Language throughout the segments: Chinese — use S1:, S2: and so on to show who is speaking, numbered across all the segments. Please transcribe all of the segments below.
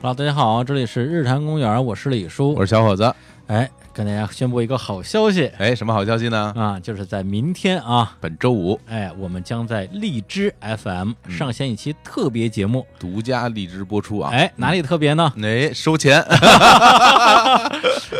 S1: Hello，大家好，这里是日坛公园，我是李叔。
S2: 我是小伙子。
S1: 哎，跟大家宣布一个好消息
S2: 哎，什么好消息呢？
S1: 啊，就是在明天啊，
S2: 本周五
S1: 哎，我们将在荔枝 FM
S2: 嗯
S1: 上线一期特别节目。
S2: 独家荔枝播出啊！
S1: 哎，哪里特别呢？
S2: 哎，收钱，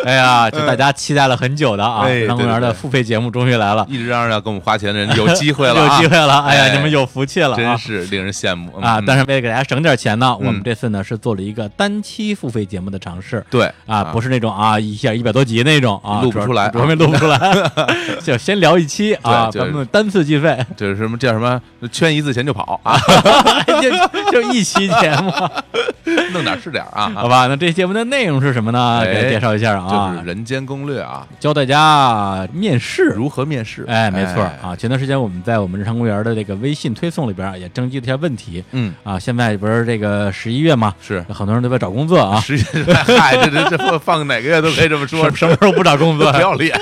S1: 哎呀，就大家期待了很久的啊，
S2: 嗯哎
S1: 日坛公园
S2: 对对
S1: 的
S2: 对
S1: 付费节目终于来了，
S2: 一直嚷嚷要跟我们花钱 的人有机会了、
S1: 有
S2: 啊，
S1: 机会了。哎呀，
S2: 哎
S1: 你们有福气了
S2: 真
S1: 啊！
S2: 是令人羡慕
S1: 啊，
S2: 嗯
S1: 但是为了给大家省点钱呢，我们
S2: 嗯
S1: 这次呢是做了一个单期付费节目的尝试。
S2: 对
S1: 啊，不是那种啊，一下一百多集那种啊，
S2: 录不出来啊
S1: 主要主要是录不出来， 就先聊一 期啊，
S2: 对就
S1: 咱
S2: 是
S1: 们单次 计费，
S2: 就是什么叫什么圈一次钱就跑啊，
S1: 哎就就一期节目，
S2: 弄点儿是点儿啊，
S1: 好吧？那这节目的内容是什么呢？
S2: 哎
S1: 给大家介绍一下 啊，
S2: 就是人间攻略啊，
S1: 教大家面试。
S2: 如何面试？
S1: 哎，没错啊！前段时间我们在我们日常公园的这个微信推送里边啊也征集了一下问题
S2: 嗯，
S1: 啊。现在不是这个十一月嘛，
S2: 是，
S1: 很多人都在找工作啊，
S2: 实际上， 嗨，这这这放放哪个月都可以这 么说，
S1: 什么时候不找工
S2: 不
S1: 作？
S2: 要脸，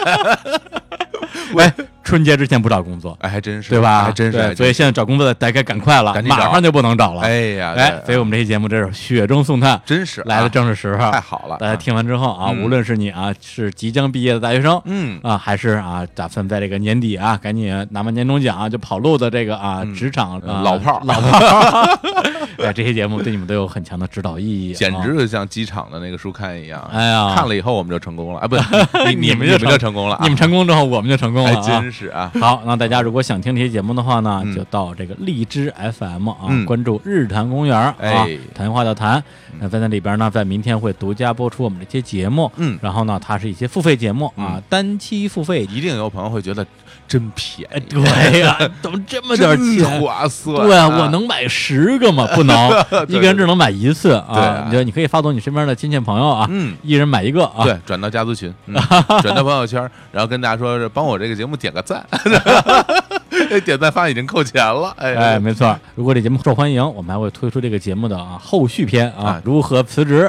S1: 哎，春节之前不找工作，
S2: 哎，还真是，
S1: 对吧？
S2: 还真是，
S1: 对
S2: 还真
S1: 所以
S2: 是
S1: 现在找工作的大家赶快了，
S2: 赶紧找
S1: 马上就不能找了。
S2: 哎呀，
S1: 哎，所
S2: 对
S1: 以我们这期节目这是雪中送炭，
S2: 真是啊
S1: 来的正是时候。
S2: 太好了，
S1: 大家
S2: 啊，
S1: 听完之后啊，
S2: 嗯
S1: 无论是你啊是即将毕业的大学生。
S2: 嗯，
S1: 啊，还是啊，打算在这个年底啊，赶紧拿完年终奖啊、就跑路的这个啊，
S2: 嗯
S1: 职场、
S2: 呃
S1: 啊
S2: 老炮儿
S1: 老炮儿，哎，这些节目对你们都有很强的指导意义，
S2: 简
S1: 啊
S2: 直就像机场的那个书刊一样。
S1: 哎呀，
S2: 看了以后我们就成功 了啊！不，你
S1: 你们
S2: 们
S1: 就
S2: 你
S1: 成
S2: 就成功了啊，
S1: 你们成功之后，我们就成功了、
S2: 还
S1: 啊，
S2: 真是啊！
S1: 好，那大家如果想听这些节目的话呢，
S2: 嗯
S1: 就到这个荔枝 FM 啊，
S2: 嗯
S1: 关注日坛公园啊，
S2: 哎
S1: 谈话的谈。那在那里边呢，在明天会独家播出我们这些节目。
S2: 嗯
S1: 然后呢，它是一些付费节目啊，单期付 费。
S2: 一定有朋友会觉得真便
S1: 哎，
S2: 宜，
S1: 对呀、怎么这么点
S2: 真
S1: 钱？
S2: 划算。
S1: 对啊，我能买十个吗？不 能，一个人只能买一次
S2: 对
S1: 啊
S2: 啊。
S1: 你就你可以发动你身边的亲戚朋友啊，
S2: 嗯。
S1: 一人买一个啊。
S2: 对，转到家族群， 嗯转到朋友圈，然后跟大家说，帮我这个节目点个赞， 哎点赞发现已经扣钱了，哎
S1: 哎，没错。如果这节目受欢迎，我们还会推出这个节目的啊后续篇啊
S2: 啊，
S1: 如何辞职。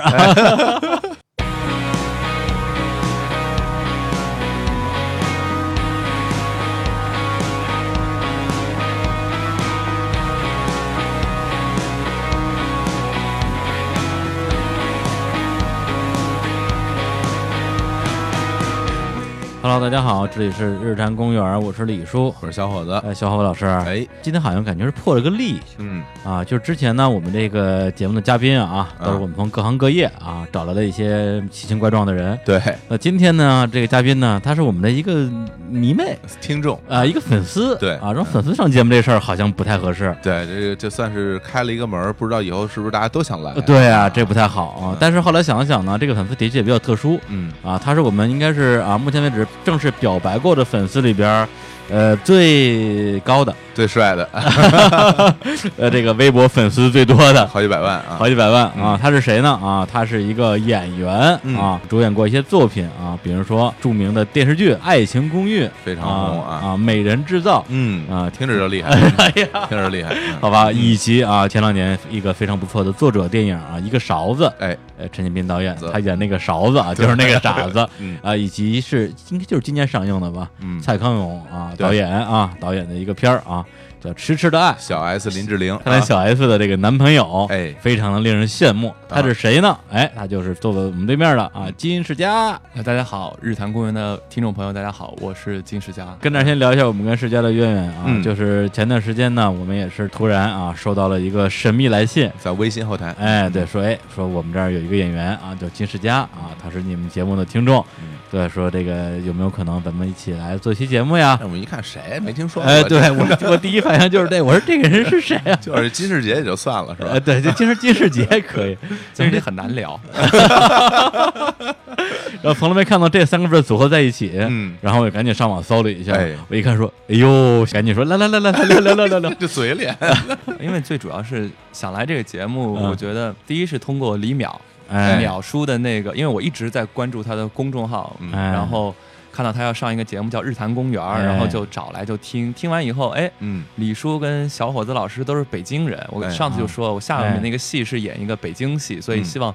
S1: Hello，大家好，这里是日坛公园，我是李叔。
S2: 我是小伙子，
S1: 哎，小伙伴老师，
S2: 哎，
S1: 今天好像感觉是破了个例
S2: 嗯，
S1: 啊！就是之前呢，我们这个节目的嘉宾啊，
S2: 啊
S1: 都是我们从各行各业啊找来的一些奇形怪状的人。
S2: 对，
S1: 那今天呢，这个嘉宾呢，她是我们的一个迷妹
S2: 听众，
S1: 啊，一个粉丝。
S2: 对
S1: 啊，让粉丝上节目这事儿好像不太合适。
S2: 对，这个就算是开了一个门儿，不知道以后是不是大家都想来
S1: 呃，对
S2: 嗯
S1: 啊，这不太好啊。但是后来想了想呢，这个粉丝的确也比较特殊
S2: 嗯，
S1: 啊，她是我们应该是啊，目前为止正式表白过的粉丝里边儿，呃，最高的，
S2: 最帅的，
S1: 呃，这个微博粉丝最多的。
S2: 好几百万啊，
S1: 好几百万啊！他是谁呢？啊，他是一个演员
S2: 嗯
S1: 啊，主演过一些作品啊，比如说著名的电视剧《爱情公寓》
S2: 非常
S1: 啊
S2: 红啊，
S1: 啊，《美人制造》
S2: 嗯
S1: 啊
S2: 听着就厉害，
S1: 哎呀，
S2: 听着厉害，嗯
S1: 好吧，以及啊，前两年一个非常不错的作者电影啊，《一个勺子》，
S2: 哎，
S1: 呃，陈建斌导演
S2: 子
S1: 他演那个勺子啊，就是那个傻 子
S2: 嗯
S1: 啊，以及是应该就是今年上映的吧，
S2: 嗯，
S1: 蔡康永啊
S2: 对
S1: 导演啊导演的一个片儿啊，叫《痴痴的爱》，
S2: 小 S 林志玲，啊
S1: 看来小 S 的这个男朋友，
S2: 哎啊
S1: 非常的令人羡慕。他是谁呢？哎，他就是坐在我们对面的
S2: 嗯
S1: 啊，金世佳。
S3: 那呃大家好，日坛公园的听众朋友，大家好，我是金世佳。
S1: 跟这儿先聊一下我们跟世佳的渊源啊，
S2: 嗯
S1: 就是前段时间呢，我们也是突然啊收到了一个神秘来信。
S2: 在微信后台，
S1: 哎，对，说哎，说我们这儿有一个演员啊，叫金世佳啊，他是你们节目的听众，
S2: 嗯
S1: 对，说这个有没有可能咱们一起来做期节目呀？
S2: 哎我们一看谁没听说过，
S1: 哎，对我我第一反应就是这，我说这个人是谁啊？
S2: 就是金世杰也就算了，是
S1: 哎，
S2: 吧？
S1: 对，就金世金世杰可 以，
S3: 其实这很难聊，
S1: 然后从来没看到这三个字组合在一起，
S2: 嗯
S1: 然后我赶紧上网搜了一下，
S2: 哎
S1: 我一看说，哎呦，赶紧说来来来来来来来来来 来，
S2: 这嘴脸，
S3: 因为最主要是想来这个节目，
S1: 嗯
S3: 我觉得第一是通过李淼，
S1: 哎
S3: 淼叔的那个，因为我一直在关注他的公众号，
S2: 嗯
S1: 哎，
S3: 然后看到他要上一个节目叫《日坛公园》，
S1: 哎
S3: 然后就找来就听，听完以后，哎。
S2: 嗯，
S3: 李叔跟小伙子老师都是北京人，我
S2: 哎
S3: 上次就说，我下
S1: 哎
S3: 面那个戏是演一个北京戏，所以
S2: 嗯
S3: 希望，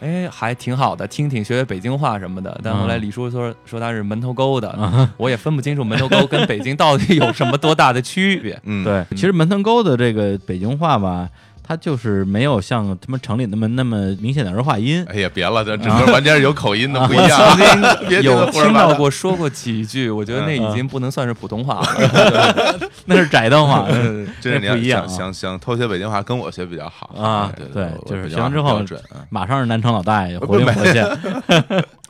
S3: 哎，还挺好的，听听学学北京话什么的。但后来
S1: 嗯
S3: 李叔说说他是门头沟
S2: 嗯
S3: 的， 我也分不清楚门头沟跟北京到底有什么多大的区别
S2: 。嗯，
S1: 对，其实门头沟的这个北京话吧。他就是没有像他们城里那么那么明显的儿化音。
S2: 哎呀，别了，
S1: 啊
S2: 这整个完全是有口音的不一
S3: 我
S2: 样。
S3: 曾
S2: 别觉得
S3: 经有
S2: 胡说
S3: 听
S2: 八
S3: 到
S2: 道
S3: 过说过几句，我觉得那
S1: 嗯
S3: 已
S1: 嗯
S3: 经不能算是普通话 了。
S1: 那是窄的 话，
S2: 嗯真是
S1: 那不一
S2: 你要
S1: 样
S2: 想想想偷学北京话，跟我学比较好
S1: 啊
S2: 对
S1: 对
S2: 我
S1: 就是
S2: 比较
S1: 学完之后
S2: 比较准啊
S1: 马上是南城老大爷活灵活现，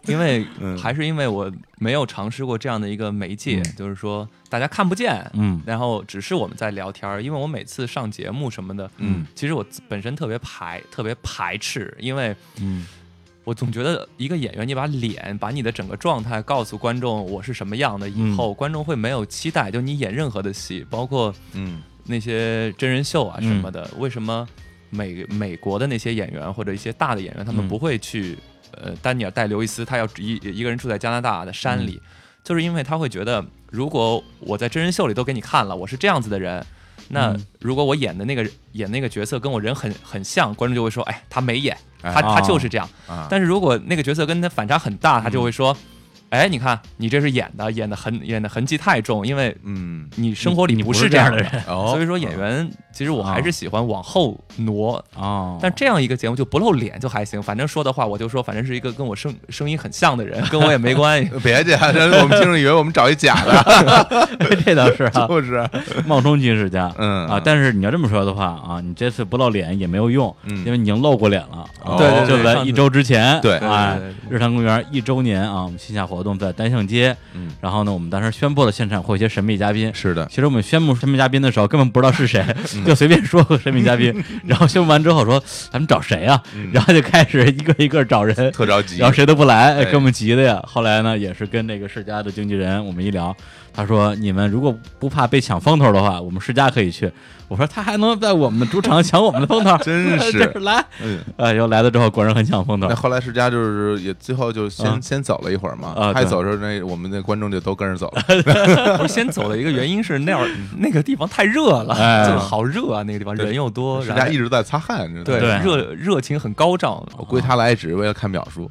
S3: 因为
S2: 嗯
S3: 还是因为我没有尝试过这样的一个媒介，就是说大家看不见，
S1: 嗯
S3: 然后只是我们在聊天儿。因为我每次上节目什么的，
S2: 嗯，
S3: 其实我自本身特别排特别排斥，因为
S1: 嗯
S3: 我总觉得一个演员，你把脸把你的整个状态告诉观众我是什么样的，以
S1: 嗯
S3: 后观众会没有期待，就你演任何的戏，包括
S2: 嗯
S3: 那些真人秀啊
S1: 嗯
S3: 什么的，为什么美美国的那些演员或者一些大的演员，他们
S1: 嗯
S3: 不会去、呃丹尼尔戴刘易斯，他要一一个人住在加拿大的山里，
S1: 嗯
S3: 就是因为他会觉得，如果我在真人秀里都给你看了，我是这样子的人。那
S1: 嗯
S3: 如果我演的那个演那个角色跟我人很很像，观众就会说，哎，他没演，
S2: 哎
S3: 他他
S1: 啊嗯
S3: 就是这样。
S2: 啊，
S3: 但是如果那个角色跟他反差很大，他就会说，哎，你看你这是演的，演的很演的痕迹太重，因为
S2: 嗯
S3: 你生活里
S1: 你
S3: 不
S1: 不
S3: 是
S1: 是
S3: 这
S1: 这
S3: 样
S1: 样的
S3: 的人
S1: 人。
S2: 哦，
S3: 所以说演员，其实我还是喜欢往后挪。
S1: 哦，
S3: 但这样一个节目就不露脸就还行，反正说的话我就说，反正是一个跟我声声音很像的人，跟我也没关系。
S2: 呃别介， 让我们听众以为我们找一假 的，
S1: 这倒是啊，
S2: 就是
S1: 冒充军事家，
S2: 嗯
S1: 啊，但是你要这么说的话啊，你这次不露脸也没有用，
S2: 嗯
S1: 因为你已经露过脸了，
S2: 哦
S1: 啊
S2: 对对对
S1: 就在
S3: 上次
S1: 一周之前，
S2: 对
S1: 哎
S3: 对对对，
S1: 日坛公园一周年啊，我们线下活动在单向街，
S2: 嗯，
S1: 然后呢，我们当时宣布了现场会有一些神秘嘉宾，
S2: 是的，
S1: 其实我们宣布神秘嘉宾的时候，根本不知道是 谁，就随便说个神秘嘉宾。然后宣布完之后说：“咱们找谁啊？”然后就开始一个一个找人，
S2: 嗯特着急，
S1: 然后谁都不来，
S2: 哎
S1: 给我们急的呀。后来呢，也是跟那个世家的经纪人我们一聊，他说：“你们如果不怕被抢风头的话，我们世家可以去。”我说：“他还能在我们的主场抢我们的 风头？
S2: 真是
S1: 这来！”
S2: 嗯。
S1: 哎呦，来了之后果然很抢风头
S2: 那。后来世家就是也最后就先
S1: 啊
S2: 先走了一会儿嘛，
S1: 啊
S2: 他一
S1: 对
S2: 走的时候，那我们的观众就都跟着走了。
S3: 我先走的一个原因是那会儿那个地方太热了，
S1: 哎
S3: 就是好热啊，那个地方
S2: 对
S3: 人又多，
S2: 世
S3: 然
S2: 家
S3: 后
S2: 一直哦在擦汗，真的
S3: 对
S1: 对
S3: 热热情很高涨。
S2: 我估计他来也只是为了看秒数，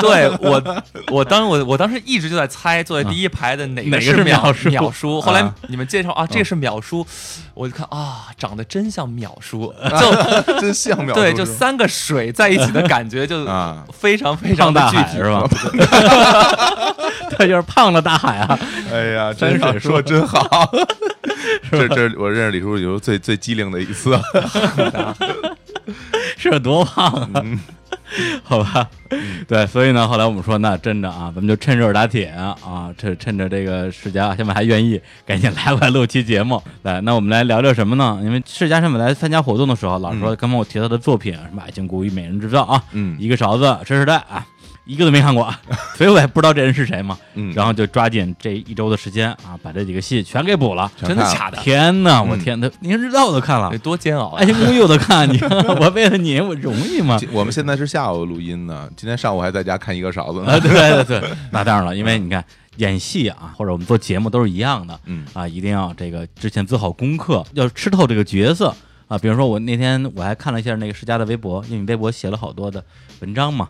S3: 对我，我当我我当时一直就在猜坐在第一排的哪
S1: 哪个
S3: 是
S1: 是
S3: 秒
S1: 秒叔
S3: 秒叔，后来
S2: 啊
S3: 你们介绍啊，这是秒叔，我就看啊，长得真像秒叔，就
S2: 真像秒数
S3: 对，
S2: 是
S3: 就
S2: 吗
S3: 三个水在一起的感觉就
S2: 啊
S3: 非常非常
S1: 胖
S3: 的
S1: 大
S3: 具
S1: 海
S3: 体
S1: 是？吧？ 对，就是胖了大海啊！
S2: 哎呀，
S1: 山
S2: 真好
S1: 水
S2: 说真好，这这是我认识李叔叔以后最最机灵的一次。
S1: 是有多胖啊？
S2: 嗯
S1: 好吧，对，所以呢，后来我们说，那真的啊，咱们就趁热打铁啊，啊趁趁着这个世家现在还愿意，赶紧来过来录期节目。来，那我们来聊聊什么呢？因为世家上面来参加活动的时候，老师说刚刚我提到的作品，什么《爱情故寓》《美人制造》啊，
S2: 嗯
S1: 一个勺子》《真时代》啊。一个都没看 过，所以我也不知道这人是谁嘛。
S2: 嗯
S1: 然后就抓紧这一周的时间啊，把这几个戏全给补了。啊
S3: 真的假的？
S1: 天哪，
S2: 嗯
S1: 我天，他《您知道》我都看了
S3: 得，多 煎熬啊
S1: 爱
S3: 呀！
S1: 情公寓我都看，你看 我为了你，我容易吗？
S2: 我们现在是下午录音呢，今天上午还在家看一个勺子
S1: 啊，
S2: 呢。
S1: 对对对，那当然了，因为你看演戏啊，或者我们做节目都是一样的，
S2: 嗯
S1: 啊，一定要这个之前做好功课，要吃透这个角色啊。比如说我那天我还看了一下那个世家的微博，因为你微博写了好多的文章嘛，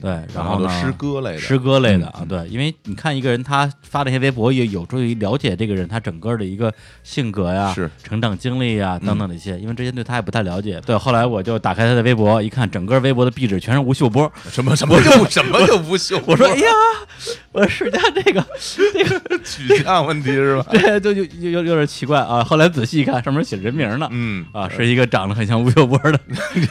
S1: 对，嗯然
S2: 好
S1: 后
S2: 多
S1: 呢
S2: 诗。歌类的，
S1: 诗歌类的啊，对，因为你看一个人他发这些微博，也有助于了解这个人他整个的一个性格呀、
S2: 是
S1: 成长经历呀等等的一些，因为之前对他也不太了解。对，后来我就打开他的微博一看，整个微博的壁纸全是吴秀波，
S2: 什么什么就什么就不秀，
S1: 我说哎呀，我说世家这个
S2: 取向问题是吧？
S1: 这就有有有有点奇怪啊。后来仔细一看，上面写人名呢，
S2: 嗯，
S1: 啊，是一个长得很像吴秀波的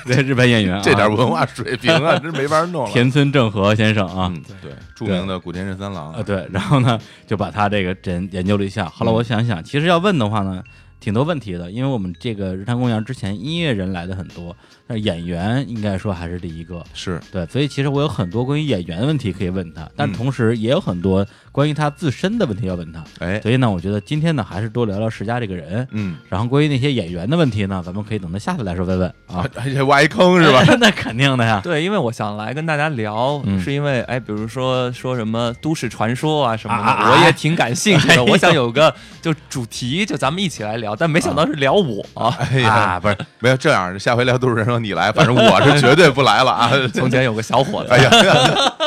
S1: 对日本演员啊，
S2: 这点文化水平啊，真没法弄了。
S1: 田村正和先生啊。
S2: 嗯，对，著名的古田任三郎
S1: 啊，，对，然后呢，就把他这个人研究了一下。后
S2: 嗯
S1: 来我想想，其实要问的话呢，挺多问题的，因为我们这个日坛公园之前音乐人来的很多，但是演员应该说还是第一个。
S2: 是
S1: 对，所以其实我有很多关于演员的问题可以问他，
S2: 嗯
S1: 但同时也有很多关于他自身的问题要问他。
S2: 哎，
S1: 所以呢，我觉得今天呢，还是多聊聊石家这个人。
S2: 嗯，
S1: 然后关于那些演员的问题呢，咱们可以等到下次来说再问啊。
S2: 还还挖一坑 是吧？？
S1: 那肯定的呀。
S3: 对，因为我想来跟大家聊，
S1: 嗯
S3: 是因为哎，比如说说什么都市传说啊什么的，
S1: 啊啊啊
S3: 我也挺感兴趣 的。
S1: 哎呦
S3: 我想有个就主题，就咱们一起来聊，但没想到是聊我。
S2: 哎呀，
S1: 啊，不是，
S2: 没有这样，下回聊都市人说你来，反正我是绝对不来了啊！哎
S3: 从前有个小伙子
S2: 哎，呀，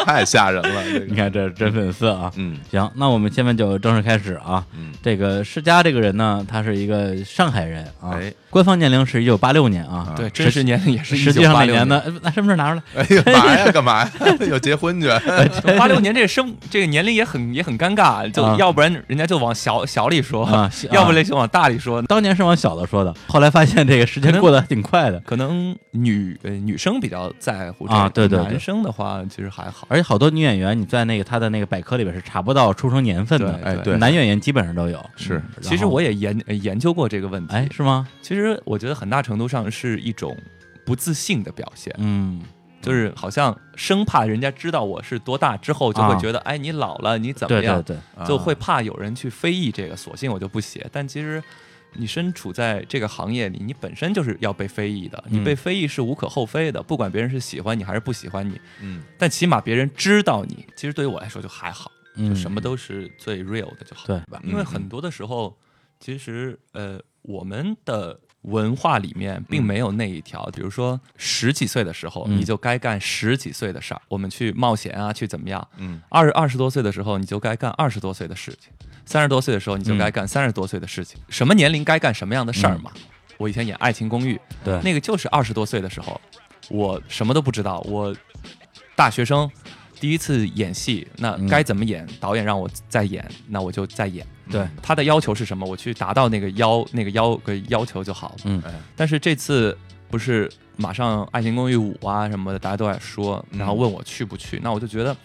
S2: 太吓人了，这
S1: 你
S2: 个，
S1: 看这是真粉丝啊。
S2: 嗯。嗯
S1: 行，那我们下面就正式开始啊。
S2: 嗯
S1: 这个世家这个人呢，他是一个上海人啊，
S2: 哎
S1: 官方年龄是一九八六年啊，
S3: 对，真实年龄也是
S1: 实际上每
S3: 1986
S1: 年呢，呃拿身份证拿出来，
S2: 哎呀，干嘛呀？干嘛呀？ 要结婚去？
S3: 八六年这生这个年龄也很也很尴尬，就
S1: 啊
S3: 要不然人家就往小小里说，
S1: 啊小
S3: 要不然就往大里说。
S1: 当年是往小了说的，后来发现这个时间过得还挺快的，
S3: 可能女呃女生比较在乎这个
S1: 啊对对对
S3: 男生的话其实还好。
S1: 而且好多女演员你在那个她的那个百科里边是查不到出生年份的，
S3: 对
S2: 哎，对，
S1: 男演员基本上都有。
S2: 是
S1: 然后
S3: 其实我也研呃研究过这个问题，
S1: 哎是吗？
S3: 其实我觉得很大程度上是一种不自信的表现，
S1: 嗯，
S3: 就是好像生怕人家知道我是多大之后，就会觉得、哎你老了你怎么
S1: 对
S3: 样
S1: 啊对，对，
S2: 啊
S3: 就会怕有人去非议这个，索性我就不写。但其实你身处在这个行业里，你本身就是要被非议的，
S1: 嗯
S3: 你被非议是无可厚非的，不管别人是喜欢你还是不喜欢你，
S2: 嗯，
S3: 但起码别人知道你。其实对于我来说就还好，就
S1: 嗯，
S3: 什么都是最 real 的就好。
S1: 对嗯吧？
S3: 因为很多的时候，其实呃，我们的文化里面并没有那一条，比如说十几岁的时候，
S1: 嗯
S3: 你就该干十几岁的事儿，我们去冒险啊，去怎么样？
S2: 嗯，
S3: 二二十多岁的时候，你就该干二十多岁的事情；三十多岁的时候，你就该
S1: 嗯
S3: 干三十多岁的事情。什么年龄该干什么样的事儿嘛？我以前演《爱情公寓》，
S1: 对，
S3: 那个就是二十多岁的时候，我什么都不知道，我大学生第一次演戏，那
S1: 嗯
S3: 该怎么演？导演让我再演，那我就再演。
S1: 对，
S3: 他的要求是什么？我去达到那个要那个要个要求就好了。
S1: 嗯
S2: 哎
S3: 但是这次不是马上《爱情公寓五》啊什么的，大家都在说，
S2: 嗯
S3: 然后问我去不去，那我就觉得，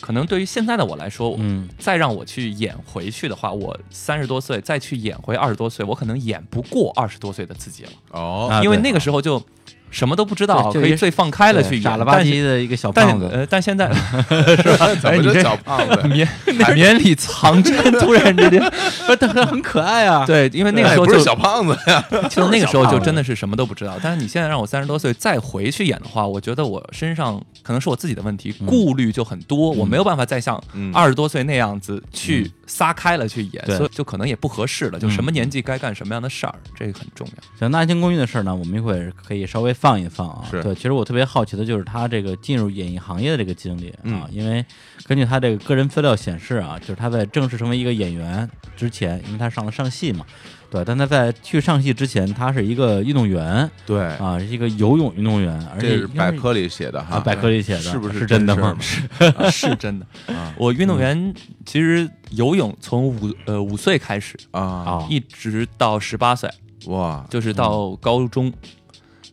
S3: 可能对于现在的我来说，
S1: 嗯
S3: 再让我去演回去的话，我三十多岁再去演回二十多岁，我可能演不过二十多岁的自己了，
S2: 哦，
S1: 啊
S3: 因为
S1: 对
S3: 那个时候就什么都不知道，
S1: 对就
S3: 可
S1: 一
S3: 以
S1: 个
S3: 最放开了去演，
S1: 傻了吧
S3: 但是
S1: 唧的一个小
S3: 但
S1: 胖
S3: 是
S1: 子，
S3: 呃，但 现在
S2: 怎么就小胖子？
S3: 绵绵里 藏针，突然之间，
S1: 不，他很可爱啊。
S3: 对，因为那个
S2: 哎
S3: 时候
S2: 不
S3: 就是
S2: 小胖子呀，
S3: 就那个时候
S1: 小胖
S3: 就
S1: 子
S3: 真的是什么都不知道。但是你现在让我三十多岁再回去演的话，我觉得我身上可能是我自己的问题，
S1: 嗯
S3: 顾虑就很多，我没有办法再像
S2: 嗯
S3: 二十多岁那样子去撒开了去演，
S1: 嗯对嗯
S3: 所以就可能也不合适了。就什么年纪该干什么样的事儿，这个很重 要。
S1: 行，那《爱情公寓》的事儿呢，我们一会儿可以稍微放一放啊。
S2: 是
S1: 对，其实我特别好奇的就是他这个进入演艺行业的这个经历啊，
S2: 嗯
S1: 因为根据他这个个人资料显示啊，就是他在正式成为一个演员之前，因为他上了上戏嘛，对，但他在去上戏之前，他是一个运动员
S2: 对，
S1: 啊，是一个游泳运动员，而
S2: 哎这
S1: 且
S2: 是百科里写的
S1: 哎啊，
S2: 哈，
S1: 百科里写的，
S2: 是不
S1: 是
S2: 是
S1: 真的
S2: 事儿
S1: 吗
S2: 嘛？
S3: 是真的
S2: 啊，
S3: 我运
S1: 嗯
S3: 动员其实游泳从五呃五岁开始，
S2: 啊，
S1: 啊，
S3: 一直到十八岁，
S2: 哇，
S3: 就是到
S2: 嗯
S3: 高中，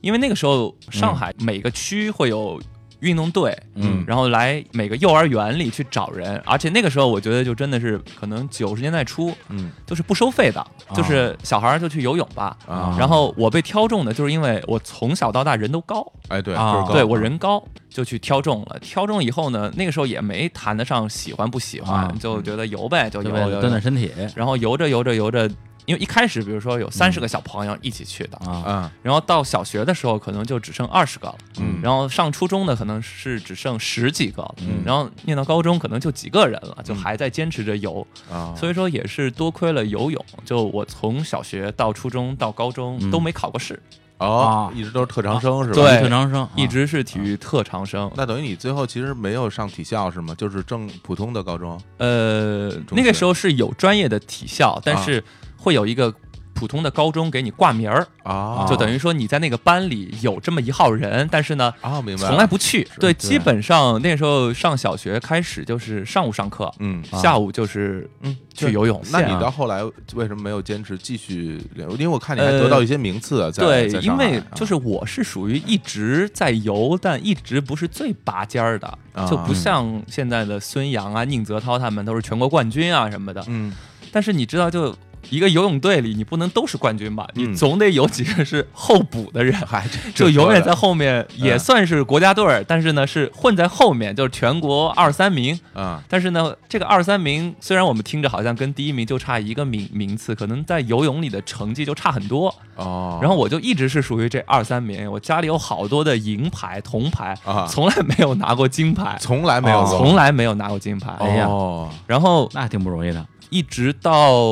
S3: 因为那个时候上海每个区会有运动队，
S1: 嗯
S3: 然后来每个幼儿园里去找人，而且那个时候我觉得就真的是可能九十年代初
S2: 嗯
S3: 就是不收费的，就是小孩儿就去游泳吧。
S2: 啊，
S3: 然后我被挑中的就是因为我从小到大人都高，
S2: 哎对，
S1: 啊
S2: 就是高
S3: 对我人高就去挑中了。挑中以后呢，那个时候也没谈得上喜欢不喜欢，
S1: 啊
S3: 就觉得游呗，就
S1: 就
S3: 游
S1: 为了
S3: 游
S1: 锻
S3: 游
S1: 炼。身体
S3: 然后游着游着游着，因为一开始比如说有三十
S2: 嗯
S3: 个小朋友一起去的，
S1: 啊，
S2: 啊，
S3: 然后到小学的时候可能就只剩二十个了，
S2: 嗯
S3: 然后上初中的可能是只剩十几个了，
S2: 嗯
S3: 然后念到高中可能就几个人了，就还在坚持着游，
S2: 啊，
S3: 所以说也是多亏了游泳，就我从小学到初中到高中
S1: 嗯
S3: 都没考过试，
S2: 哦，
S1: 啊
S2: 一直都是特长生是吧？
S3: 对
S1: 特长生啊
S3: 一直是体育特长生。
S2: 那等于你最后其实没有上体校是吗？就是正普通的高中
S3: 呃，
S2: 中学
S3: 那个时候是有专业的体校，但是会有一个。普通的高中给你挂名儿，
S2: 啊，
S3: 就等于说你在那个班里有这么一号人，但是呢，
S2: 啊，明白了，
S3: 从来不去。对，
S1: 对
S3: 基本上那时候上小学开始就是上午上课，
S2: 嗯
S1: 啊
S3: 下午就是
S2: 嗯，
S3: 去游泳。
S2: 那
S1: 啊
S2: 你到后来为什么没有坚持继续练？因为我看你还
S3: 呃
S2: 得到一些名次啊，在
S3: 对，
S2: 在
S3: 因
S2: 上海
S3: 为
S2: 啊
S3: 就是我是属于一直在游，但一直不是最拔尖儿的，
S2: 啊
S3: 就不像现在的孙杨啊、宁泽涛他们都是全国冠军啊什么的。
S2: 嗯
S3: 但是你知道，就一个游泳队里，你不能都是冠军吧？
S2: 嗯
S3: 你总得有几个是候补的人，
S2: 嗨，
S3: 就永远在
S2: 在
S3: 后面，也
S2: 嗯
S3: 算是国家队儿，但是呢是混在后面，就是全国二三名。
S2: 啊
S3: 但是呢，这个二三名虽然我们听着好像跟第一名就差一个名名次，可能在游泳里的成绩就差很多。
S2: 哦，
S3: 然后我就一直是属于这二三名，我家里有好多的银牌、铜牌，
S2: 啊
S3: 从来没有拿过金牌，啊
S2: 从来没有过
S3: 从来没有拿过金牌。
S1: 哎呀
S2: 哦
S3: 然后
S1: 那挺不容易的
S3: 一直到，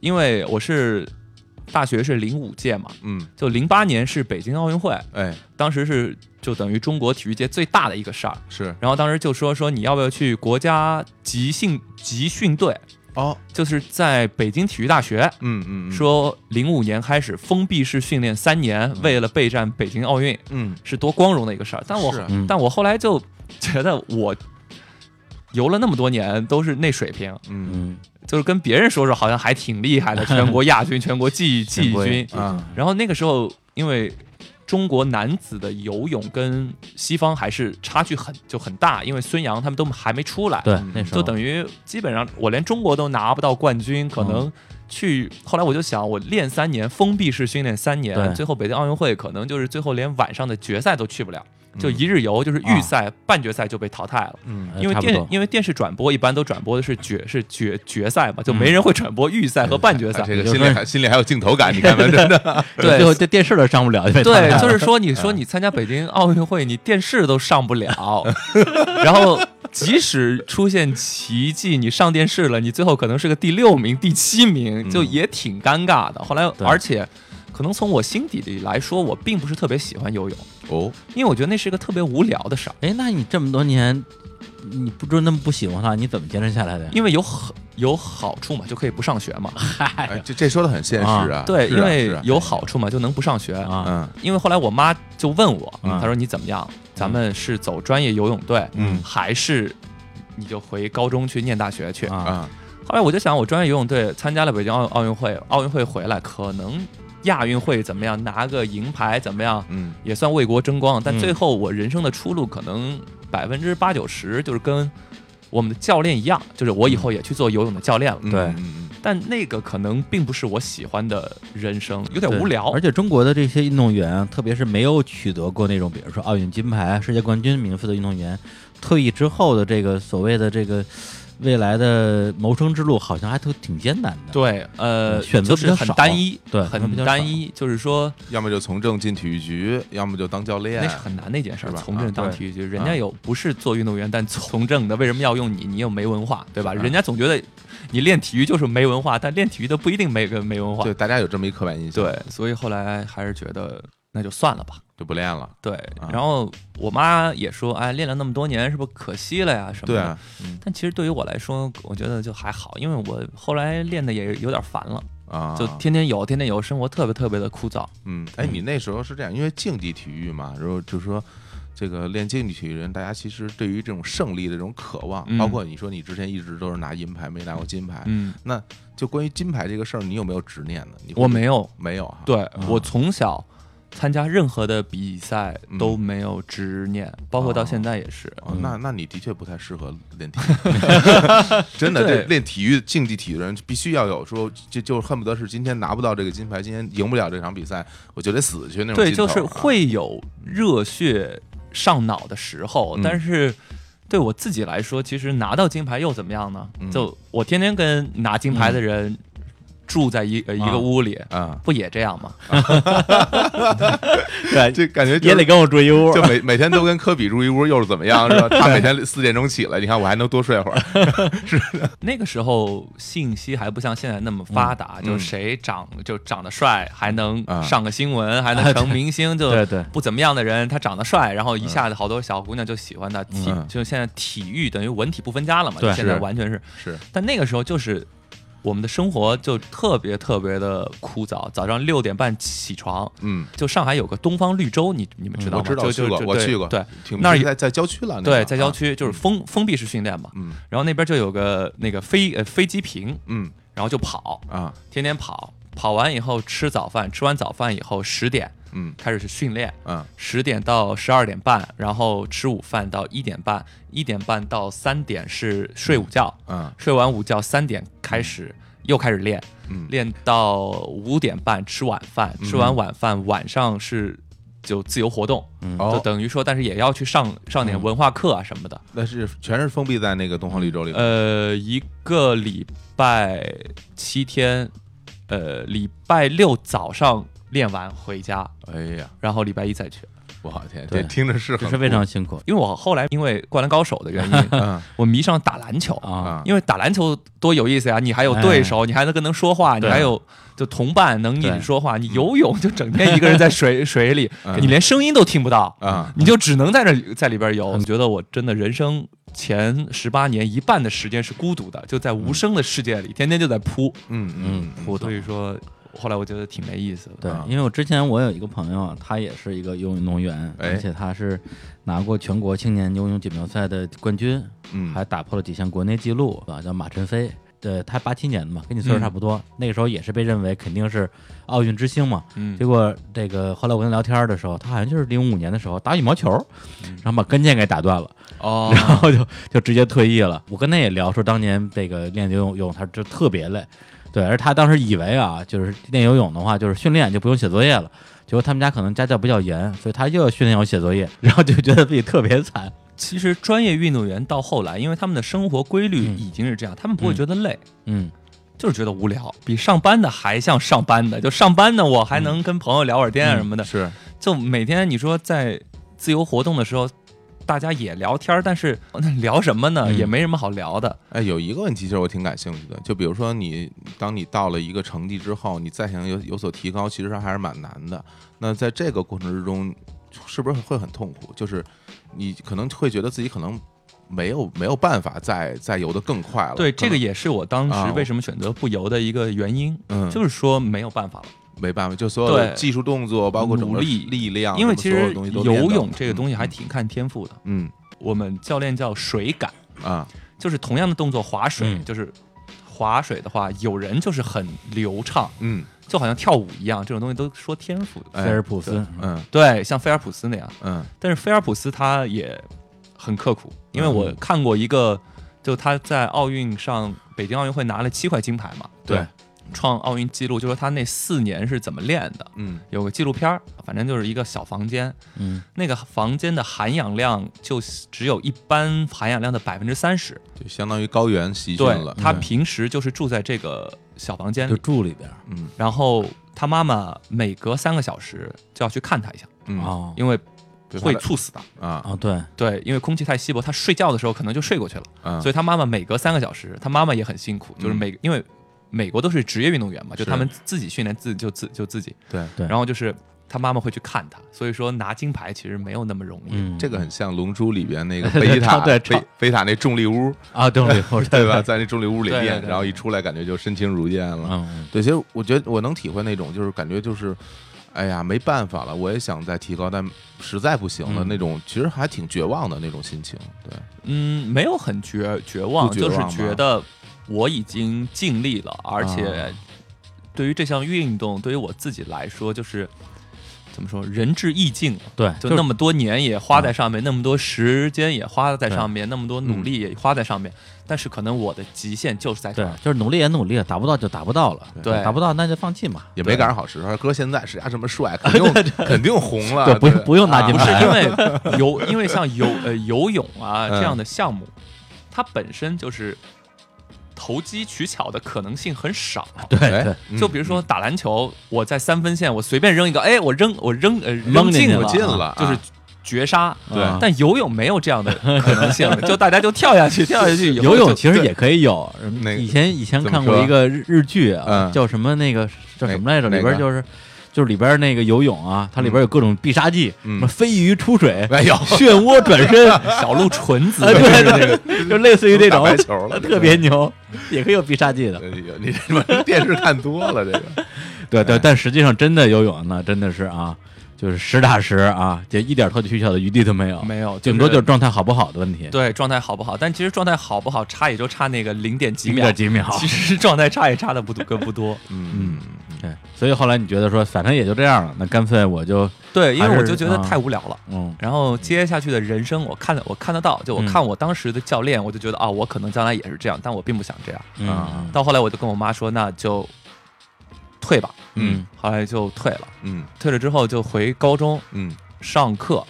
S3: 因为我是大学是零五届嘛，
S2: 嗯，
S3: 就零八年是北京奥运会，
S2: 哎，
S3: 当时是就等于中国体育界最大的一个事儿。
S2: 是
S3: 然后当时就说说你要不要去国家集训集训队，
S2: 哦，
S3: 就是在北京体育大学，
S2: 嗯嗯，嗯，
S3: 说零五年开始封闭式训练三年，为了备战北京奥运，
S2: 嗯，
S3: 是多光荣的一个事儿。但我
S2: 是啊
S1: 嗯
S3: 但我后来就觉得我游了那么多年都是那水平，
S2: 嗯
S1: 嗯
S3: 就是跟别人说说好像还挺厉害 的，全国亚军、全国季季
S1: 全国
S3: 军。
S2: 啊，
S3: 然后那个时候因为。中国男子的游泳跟西方还是差距很就很大，因为孙杨他们都还没出来，
S1: 对
S2: 嗯，
S1: 那时候
S3: 就等于基本上我连中国都拿不到冠军，可
S1: 嗯
S3: 能去、后来我就想，我练三年，封闭式训练三
S1: 对
S3: 年，最后北京奥运会可能就是最后连晚上的决赛都去不了，
S1: 嗯
S3: 就一日游就是预赛、半决赛就被淘汰了。
S2: 嗯
S1: 呃
S3: 因为
S1: 差不
S3: 电
S1: 多
S3: 因为电视转播一般都转播的是决是决决赛嘛，就
S1: 嗯
S3: 没人会转播预赛和半决 赛。
S2: 啊这
S1: 也
S2: 个
S1: 就是
S2: 心里还心里还有镜头感，你 看吧，真的，
S1: 最后
S3: 对
S1: 这电视都上不 了，就被淘汰
S3: 对，
S1: 了
S3: 就是说你
S2: 嗯
S3: 说你参加北京奥运会，你电视都上不 了，然后即使出现奇迹，你上电视了，你最后可能是个第六名、第七名，
S2: 嗯
S3: 就也挺尴尬的。后来，
S1: 对
S3: 而且可能从我心底里来说，我并不是特别喜欢游泳，
S2: 哦，
S3: 因为我觉得那是一个特别无聊的事儿，
S1: 哎，那你这么多年，你不就那么不喜欢他，你怎么坚持下来的呀？
S3: 因为有好有好处嘛，就可以不上学嘛。
S2: 哎，这这说的很现实啊，
S3: 对，
S2: 是啊
S3: 因为，有
S2: 是
S3: 好处嘛，就能不上学
S2: 啊
S1: 啊，
S2: 嗯
S3: 因为后来我妈就问我，
S1: 嗯
S3: 她说你怎么样？咱们是走专业游泳队，
S2: 嗯
S3: 还是你就回高中去念大学去？
S1: 啊，
S2: 啊，
S3: 后来我就想，我专业游泳队参加了北京奥奥运会，奥运会回来可能亚运会怎么样，拿个银牌怎么样，
S2: 嗯
S3: 也算为国争光。但
S1: 嗯
S3: 最后我人生的出路可能百分之八九十就是跟我们的教练一样，就是我以后也去做游泳的教练了。
S2: 嗯
S1: 对
S2: 嗯嗯
S3: 但那个可能并不是我喜欢的人生，有点
S1: 对
S3: 无聊
S1: 而。且中国的这些运动员，啊特别是没有取得过那种，比如说奥运金牌、世界冠军名次的运动员，退役之后的这个所谓的这个未来的谋生之路，好像还都挺艰难的。
S3: 对，呃，
S1: 嗯选择
S3: 就
S1: 比
S3: 是
S1: 较
S3: 很
S1: 少
S3: 单一，
S1: 对
S3: 很单一，就是说
S2: 要么就从政进体育局，要么就当教练，
S3: 那是很难的一件事儿
S2: 是。吧
S3: 从政
S2: 啊
S3: 当
S1: 对
S3: 体育局，人家有不是做运动员但从政的，为什么要用你？你又没文化，对吧？
S2: 是啊
S3: 人家总觉得你练体育就是没文化，但练体育的不一定没个没文化
S2: 对，。大家有这么一刻板印象，，
S3: 对，所以后来还是觉得啊那就算了吧。
S2: 就不练了，
S3: 对
S2: 啊，
S3: 然后我妈也说，哎，练了那么多年，是不是可惜了呀？什么
S2: 对
S3: 的
S2: 啊。，
S3: 但其实对于我来说，我觉得就还好，因为我后来练的也有点烦了，
S2: 啊，
S3: 就天天有，天天有，生活特别特别的枯燥。
S2: 嗯，哎，你那时候是这样，因为竞技体育嘛，然后就说这个练竞技体育人，大家其实对于这种胜利的这种渴望，
S3: 嗯
S2: 包括你说你之前一直都是拿银牌，没拿过金牌，
S3: 嗯，
S2: 那就关于金牌这个事儿，你有没有执念呢？你会
S3: 我没有，
S2: 没有哈，啊
S3: 对、我从小参加任何的比赛
S2: 嗯
S3: 都没有执念，包括到
S2: 哦
S3: 现在也是。
S2: 哦
S1: 嗯
S2: 那那你的确不太适合练体育， 真的，这
S3: 对
S2: 练体育竞技体育的人必须要有说，就就恨不得是今天拿不到这个金牌，今天赢不了这场比赛，我就得死去那种劲头啊。
S3: 对，就是会有热血上脑的时候，
S2: 嗯
S3: 但是。对我自己来说，其实拿到金牌又怎么样呢？
S2: 嗯
S3: 就我天天跟拿金牌的人住在一、呃一
S1: 啊
S3: 个屋里，
S2: 啊，
S3: 不也这样吗？
S1: 对，
S2: 这感觉就
S1: 也得跟我住一屋。
S2: 就每每天都跟科比住一屋，又是怎么样 是吧？他每天四点钟起来，你看我还能多睡会儿。
S3: 那个时候信息还不像现在那么发达，
S2: 嗯
S3: 就是谁长就长得帅，还能
S2: 啊
S3: 上个新闻，还能成明星，就
S1: 对对
S3: 不怎么样的人，他长得帅，然后一下子好多小姑娘就喜欢他。体
S2: 嗯
S3: 就现在体育等于文体不分家了嘛，
S1: 对
S3: 就现在
S2: 是
S3: 完全是。
S2: 是，
S3: 但那个时候就是我们的生活就特别特别的枯燥，早上六点半起床。
S2: 嗯，
S3: 就上海有个东方绿洲，你你们知道
S2: 我
S3: 吗？
S2: 知道
S3: 就
S2: 去
S3: 就
S2: 过，
S3: 就
S2: 我
S3: 对
S2: 去过，
S3: 对
S2: 挺
S3: 那儿有
S2: 在在郊区了，那个
S3: 对，在郊
S2: 啊，
S3: 区就是封封闭式训练嘛。
S2: 嗯
S3: 然后那边就有个那个飞呃飞机坪，
S2: 嗯
S3: 然后就跑，
S2: 啊
S3: 天天跑，跑完以后吃早饭，吃完早饭以后十点
S2: 嗯
S3: 开始去训练，
S2: 啊
S3: 十点到十二点半，然后吃午饭到一点半，一点半到三点是睡午觉，
S2: 啊
S3: 睡完午觉三点开始又开始练，
S2: 嗯
S3: 练到五点半吃晚饭，吃完晚饭晚上是就自由活动，就
S2: 哦，嗯
S3: 等于说，但是也要去上上点文化课啊什么的，
S2: 那是全是封闭在那个东方绿洲里。
S3: 呃，一个礼拜七天，呃，礼拜六早上练完回家，
S2: 哎呀，
S3: 然后礼拜一再去。
S2: 我好天，
S1: 对
S2: 这听着是
S1: 这
S2: 很
S1: 是非常辛苦
S3: 因为我后来因为《灌篮高手》的原 因，
S2: 嗯
S3: 我迷上打篮球
S1: 啊
S2: 啊，
S3: 因为打篮球多有意思呀！你还有对手，你还能跟能说话，你
S1: 对
S3: 还有就同伴能一
S1: 哎对嗯
S3: 起说话。你游泳就整天一个人在水 水里，
S2: 嗯
S3: 你连声音都听不到，
S2: 啊
S3: 你就只能在这里在里边游。我觉得我真的人生前十八年一半的时间是孤独的，就在无声的世界里，天天就在扑
S2: 嗯嗯嗯
S3: 嗯扑。所以说，后来我觉得挺没意思的。
S1: 对
S2: 啊，
S1: 因为我之前我有一个朋友啊，他也是一个游泳运动员，
S2: 哎
S1: 而且他是拿过全国青年游泳锦标赛的冠军，
S2: 嗯，
S1: 还打破了几项国内纪录啊，叫马晨飞。对他八七年的嘛，跟你
S2: 嗯
S1: 岁数差不多，那个时候也是被认为肯定是奥运之星嘛。
S3: 嗯
S1: 结果这个后来我跟他聊天的时候，他好像就是零五年的时候打羽毛球，
S2: 嗯
S1: 然后把跟腱给打断了，
S3: 哦
S1: 然后就就直接退役了。我跟他也聊说，当年这个练游泳，游泳他就特别累，对，而他当时以为啊，就是练游泳的话，就是训练就不用写作业了。结果他们家可能家教比较严，所以他又要训练我写作业，然后就觉得自己特别惨。
S3: 其实专业运动员到后来，因为他们的生活规律已经是这样，他们不会觉得累。
S1: 嗯，
S3: 就是觉得无聊，比上班的还像上班的。就上班呢，我还能跟朋友聊会儿天啊什么的。
S2: 是
S3: 就每天你说在自由活动的时候，大家也聊天儿，但是呃那聊什么呢？
S1: 嗯
S3: 也没什么好聊的。
S2: 哎，有一个问题其实我挺感兴趣的，就比如说你，当你到了一个成绩之后，你再想有有所提高，其实还是蛮难的。那在这个过程之中，是不是会很痛苦？就是你可能会觉得自己可能没有没有办法再再游得更快了。
S3: 对，
S2: 可
S3: 这
S2: 能
S3: 个也是我当
S2: 啊
S3: 时为什么选择不游的一个原因，
S2: 嗯
S3: 就是说没有办法了。
S2: 没办法，就所有的
S3: 对
S2: 技术动作，包括整个
S3: 努力
S2: 力量，
S3: 因为
S2: 什么
S3: 其
S2: 啊所有
S3: 实
S2: 东西都练
S3: 游
S2: 到
S3: 泳这个东西还
S2: 嗯
S3: 挺看天赋的。
S2: 嗯
S3: 我们教练叫水感，
S2: 啊
S3: 就是同样的动作划水，
S1: 嗯
S3: 就是划水的话，有人就是很流畅，
S2: 嗯
S3: 就好像跳舞一样，这种东西都说天赋的。
S1: 菲
S2: 哎
S1: 尔普斯，
S2: 嗯
S3: 对，像菲尔普斯那样。
S2: 嗯
S3: 但是菲尔普斯他也很刻苦，因为我
S2: 嗯
S3: 看过一个，就他在奥运上，北京奥运会拿了七块金牌嘛，
S2: 对，
S3: 创奥运纪录，就说他那四年是怎么练的。
S2: 嗯
S3: 有个纪录片儿，反正就是一个小房间，
S1: 嗯
S3: 那个房间的含氧量就只有一般含氧量的百分之三十。
S2: 就相当于高原习训
S3: 对
S2: 了，，嗯
S3: 他平时就是住在这个小房间
S1: 就
S3: 里，
S1: 住里边儿
S2: 嗯
S3: 然后他妈妈每隔三个小时就要去看他一下，
S2: 嗯
S1: 哦
S3: 因为
S2: 对
S3: 啊会
S2: 他的
S3: 猝死的。
S2: 啊
S1: 哦，对，
S3: 对，因为空气太稀薄，他睡觉的时候可能就睡过去了，
S2: 啊
S3: 所以他妈妈每隔三个小时，他妈妈也很辛苦，就是
S2: 嗯
S3: 每、因为美国都是职业运动员嘛，就是他们自己训练自己就自就自己，
S2: 对。
S1: 对
S3: 然后就是他妈妈会去看他，所以说拿金牌其实没有那么容易。
S1: 嗯，
S2: 这个很像《龙珠》里边 那个
S1: 对
S2: 贝塔，
S1: 唱对唱
S2: 贝贝塔那重力屋，
S1: 啊，对对对
S2: 对吧？？在那重力屋里
S3: 对对
S2: 练，
S3: 对
S2: 然后一出来感觉就身轻如燕了。
S1: 嗯，
S2: 对，其实我觉得我能体会那种，就是感觉就是，哎呀，没办法了，我也想再提高，但实在不行了
S1: 嗯
S2: 那种，其实还挺绝望的那种心情。对，
S3: 嗯，没有很绝绝望，
S2: 不绝望
S3: 就
S2: 吗
S3: 是觉得我已经尽力了，而且对于这项运动，对于我自己来说，就是怎么说，仁至义尽了。
S1: 对，
S3: 就是那么多年也花在上面，那么多时间也花在上面，那么多努
S2: 嗯
S3: 力也花在上面，但是可能我的极限就是在这
S1: 对
S3: 儿。，
S1: 就是努力也努力了，达不到就达不到了，
S3: 对
S1: 达不到那就放弃嘛。
S2: 也没赶上好时候。哥现在是家这么帅，肯定肯定红 了。
S1: 对，不用不用拿
S2: 啊
S1: 金
S3: 不是
S1: 牌，
S3: 因为游， 因为像游呃游泳啊
S2: 嗯
S3: 这样的项目，它本身就是投机取巧的可能性很少。
S1: 对
S2: 哎
S1: 对，
S2: 嗯
S3: 就比如说打篮球，我在三分线我随便扔一个，哎，我扔我扔呃
S1: 蒙
S3: 扔
S1: 进去
S3: 进
S1: 了
S3: 了，
S2: 我进了，
S3: 就是
S2: 啊
S3: 绝杀。
S2: 对
S1: 啊
S3: 但游泳没有这样的可能性，就大家就跳下去，跳下去以
S1: 游
S3: 后就
S1: 泳其实
S3: 对
S1: 也可以有，
S2: 那个
S1: 以前以前
S2: 怎么
S1: 看过
S2: 说
S1: 一个日日剧啊，
S2: 嗯
S1: 叫什么那个叫什么来着？
S2: 哪
S1: 里边
S2: 哪个
S1: 就是就是里边那个游泳啊，它里边有各种必杀技，什
S2: 嗯
S1: 么飞鱼出水、
S2: 哎呦，
S1: 漩涡转 身，啊，
S3: 小鹿纯子
S1: 对对对，就类似于这
S2: 打
S1: 种
S2: 白，球了，
S1: 特别牛，也可以有必杀技的。
S2: 哎呦。你这你电视看多了，这个
S1: 对对
S2: 哎，
S1: 但实际上真的游泳呢，真的是啊，就是实打实啊，这一点投机取巧的余地都没有，
S3: 没有，
S1: 顶多就是
S3: 是
S1: 状态好不好的问题，
S3: 对状态好不好。但其实状态好不好，差也就差那个零点几
S1: 一
S3: 秒
S1: 点。几秒。
S3: 其实状态差也差的不多，跟不多。
S2: 嗯，
S1: 对，所以后来你觉得说，反正也就这样了，那干脆我就
S3: 对，因
S1: 还
S3: 为
S1: 是
S3: 我就觉得太无聊了。
S1: 嗯
S3: 然后接下去的人生，我看的我看得到，就我看我当时的教练，我就觉得啊，我可能将来也是这样，但我并不想这样。啊
S1: 嗯
S3: 到后来我就跟我妈说，那就退吧。
S1: 嗯
S3: 后来就退了，
S2: 嗯
S3: 退了之后就回高中
S2: 嗯
S3: 上课。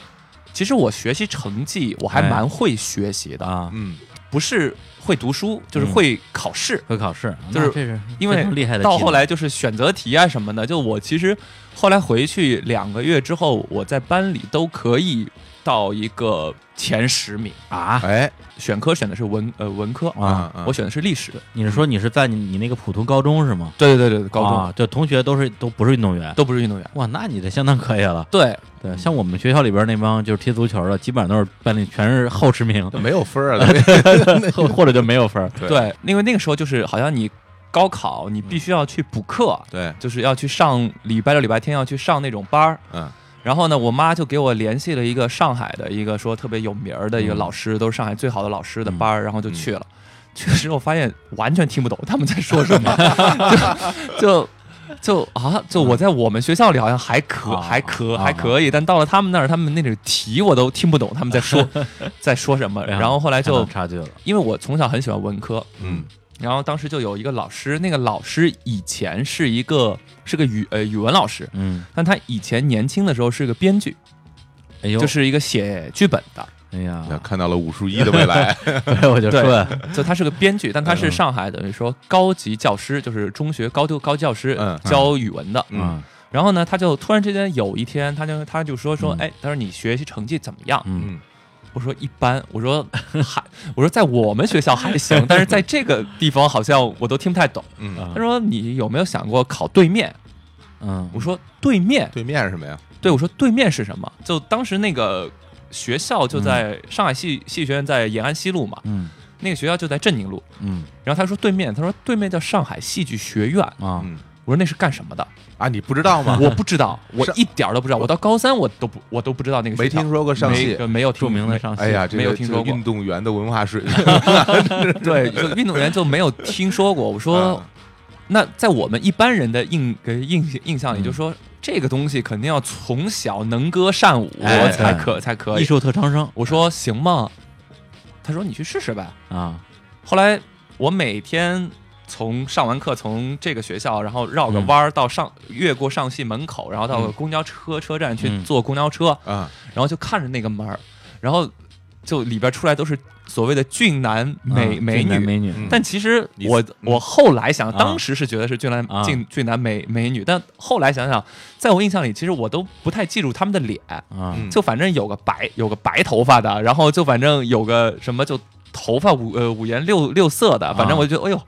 S3: 其实我学习成绩我还
S1: 哎
S3: 蛮会学习的，
S1: 啊
S2: 嗯
S3: 不是会读书，就是
S1: 嗯
S3: 会考试，
S1: 会考试，啊
S3: 就是
S1: 那这是
S3: 因为
S1: 非常厉害的技能，
S3: 到后来就是选择题啊什么的，就我其实后来回去两个月之后，我在班里都可以到一个前十名。
S1: 啊，
S2: 哎
S3: 选科选的是文呃文科
S2: 啊啊
S3: 我选的是历史。
S1: 你是说你是在你你那个普通高中是吗？
S3: 对对对对，高中、
S1: 啊，就同学都是都不是运动员，
S3: 都不是运动员。
S1: 哇，那你这相当可以了。
S3: 对，
S1: 对，像我们学校里边那帮就是踢足球的，基本上都是班里全是后十 名，
S2: 没有分儿啊，
S1: 或或者就没有分儿。
S2: 对
S3: 对，嗯因为那个时候就是好像你高考，你必须要去补课，
S2: 对，
S3: 就是要去上礼拜六、礼拜天要去上那种班儿。
S2: 嗯
S3: 然后呢，我妈就给我联系了一个上海的一个说特别有名儿的
S1: 嗯
S3: 一个老师，都是上海最好的老师的班儿，然后就去了。去了之后发现完全听不懂他们在说什么， 就就。就啊，就我在我们学校里好像还可、
S1: 嗯啊
S3: 还可、
S1: 啊
S3: 还可以，但到了他们那儿，他们那种题我都听不懂他们 在说在说什么。
S1: 哎
S3: 然后后来
S1: 相
S3: 就
S1: 当差距了，
S3: 因为我从小很喜欢文科，
S2: 嗯
S3: 然后当时就有一个老师，那个老师以前是一个是个语呃语文老师，
S1: 嗯，
S3: 但他以前年轻的时候是个编剧，
S1: 哎呦，
S3: 就是一个写剧本 的，
S1: 哎呀，
S2: 看到了武术一的未来，
S1: 我就说呀，
S3: 就他是个编剧，但他
S2: 嗯
S3: 是上海等于说高级教师，就是中学高就高教师
S2: 嗯
S3: 教语文的。
S2: 嗯
S1: 嗯
S3: 然后呢，他就突然之间有一天，他就他就说说，
S1: 嗯
S3: 哎，他说你学习成绩怎么样？
S1: 嗯，
S2: 嗯
S3: 我说一般，我说还 我说在我们学校还行，但是在这个地方好像我都听不太懂。
S2: 嗯，
S1: 啊
S3: 他说你有没有想过考对面？
S1: 嗯，
S3: 我说对面，
S2: 对面是什么呀？
S3: 对我说对面是什么？就当时那个学校就在
S2: 嗯
S3: 上海戏戏剧学院在延安西路嘛，
S1: 嗯
S3: 那个学校就在镇宁路。
S1: 嗯
S3: 然后他说对面，他说对面叫上海戏剧学院。
S1: 啊，
S2: 嗯
S3: 我说那是干什么 的？
S2: 啊，你不知道吗？
S3: 我不知道，我
S2: 是
S3: 一点儿都不知道。我到高三我都不我都不知道那个
S2: 没
S3: 学校
S2: 听说过上
S3: 没
S2: 戏，
S3: 就没有
S1: 著名的
S3: 上
S1: 上戏，
S2: 哎呀，这
S3: 没有
S2: 个
S3: 听
S2: 这
S3: 说
S2: 个
S3: 过
S2: 运动员的文化 水平，
S3: 对，就运动员就没有听说过。我 说
S2: 啊
S3: 那在我们一般人的印呃印印象里，
S1: 嗯
S3: 就说这个东西肯定要从小能歌善舞
S1: 哎
S3: 才
S1: 对
S3: 可才可
S1: 艺
S3: 以。
S1: 术特长生
S3: 我说行吗？他说你去试试呗。
S1: 啊，
S3: 后来我每天从上完课，从这个学校，然后绕个弯儿到上，越过上戏门口，然后到
S2: 嗯
S3: 公交车车站去
S1: 嗯
S3: 坐公交车，
S2: 啊，
S3: 然后就看着那个门儿，然后就里边出来都是所谓的俊男美、
S1: 啊
S3: 美
S1: 俊男
S3: 女。
S1: 美女，
S2: 嗯
S3: 但其实
S2: 你
S3: 我、
S2: 嗯
S3: 我后来想，
S1: 啊
S3: 当时是觉得是俊男、
S1: 啊
S3: 俊俊男美美女，但后来想想，在我印象里，其实我都不太记住他们的脸。
S1: 啊，
S2: 嗯
S3: 就反正有个白有个白头发的，然后就反正有个什么就头发五呃五颜六六色
S1: 啊
S3: 的，反正我就觉得哎呦，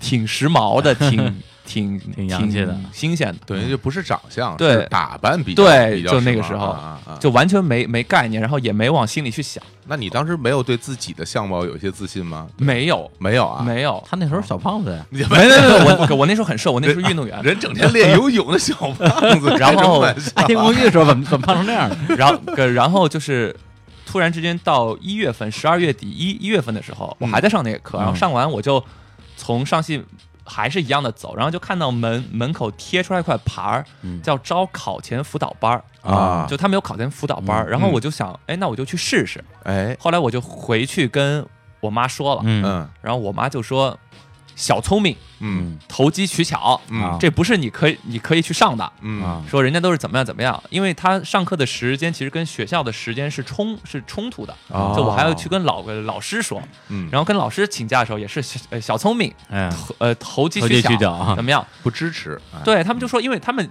S3: 挺时髦 的，挺挺
S1: 挺洋气的
S3: 新鲜的，
S2: 等于就不是长相，
S3: 嗯对
S2: 是打扮比较
S3: 对
S2: 比较
S3: 就那个
S2: 时髦
S3: 时候
S2: 啊啊啊
S3: 就完全没没概念，然后也没往心里去想，
S2: 那你当时没有对自己的相貌有一些自信吗？
S3: 没有
S2: 没有啊，
S3: 没有，
S1: 他那时候小胖子呀，
S2: 你
S3: 没没没，我我那时候很瘦，我那时候运动员，
S2: 人整天练游泳的小胖子，
S3: 然
S2: 开
S3: 后
S2: 什么玩笑
S1: 爱听公寓的时候怎么怎么胖成那样的？
S3: 然后可然后就是。突然之间到一月份，十二月底一一月份的时候，我还在上那个课，
S1: 嗯
S3: 然后上完我就从上戏还是一样的走，然后就看到门门口贴出来一块牌儿，
S1: 嗯
S3: 叫招考前辅导班儿
S2: 啊
S3: 哎就他们有考前辅导
S1: 嗯
S3: 班儿，然后我就想，哎，那我就去试试。
S2: 哎，
S3: 后来我就回去跟我妈说了，
S1: 嗯
S2: 嗯
S3: 然后我妈就说，小聪明，
S2: 嗯
S3: 投机取巧，
S2: 嗯
S1: 啊
S3: 这不是你可以你可以去上的。
S2: 嗯
S1: 啊，
S3: 说人家都是怎么样怎么样，因为他上课的时间其实跟学校的时间是冲是冲突的，
S2: 哦
S3: 就我还要去跟老老师说，
S2: 嗯，
S3: 然后跟老师请假的时候也是小呃小聪明，
S1: 哎，
S3: 投呃投机
S1: 投机取
S3: 巧
S1: 巧啊
S3: 怎么样？
S2: 不支持，哎，
S3: 对他们就说，因为他们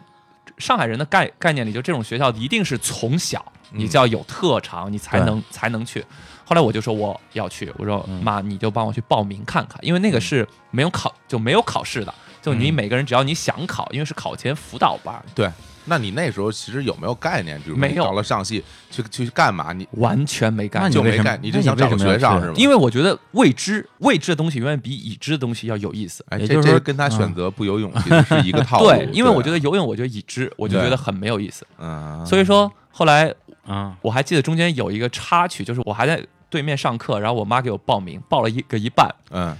S3: 上海人的概概念里，就这种学校一定是从小
S1: 嗯
S3: 你就要有特长，你才能才能去。后来我就说我要去，我说
S1: 嗯
S3: 妈，你就帮我去报名看看，因为那个是没有考就没有考试的，就你
S2: 嗯
S3: 每个人只要你想考，因为是考前辅导班，
S2: 对。那你那时候其实有没有概念？比如说
S3: 没
S2: 你
S3: 有
S2: 到了上戏去去干嘛？你
S3: 完全没
S1: 嗯那
S3: 干
S1: 你
S2: 就
S1: 为什
S2: 没
S1: 么
S2: 干，你
S1: 那
S2: 就
S1: 你
S2: 想
S1: 为
S2: 找
S1: 什
S2: 个
S1: 么要
S2: 学上
S1: 去
S2: 是吗？
S3: 因为我觉得未知未知的东西远远比已知的东西要有意思。
S2: 哎，
S1: 也
S2: 这
S1: 就是
S2: 这
S1: 说
S2: 跟他选
S1: 嗯
S2: 择不游泳其实是一个套路。
S3: 啊对，因为我觉
S2: 得，
S3: 得游泳，我觉得已知，我就
S2: 对
S3: 觉得很没有意思。
S2: 嗯，
S3: 所以说后来
S1: 啊，
S3: 我还记得中间有一个插曲，就是我还在对面上课，然后我妈给我报名，报了一个一半，
S2: 嗯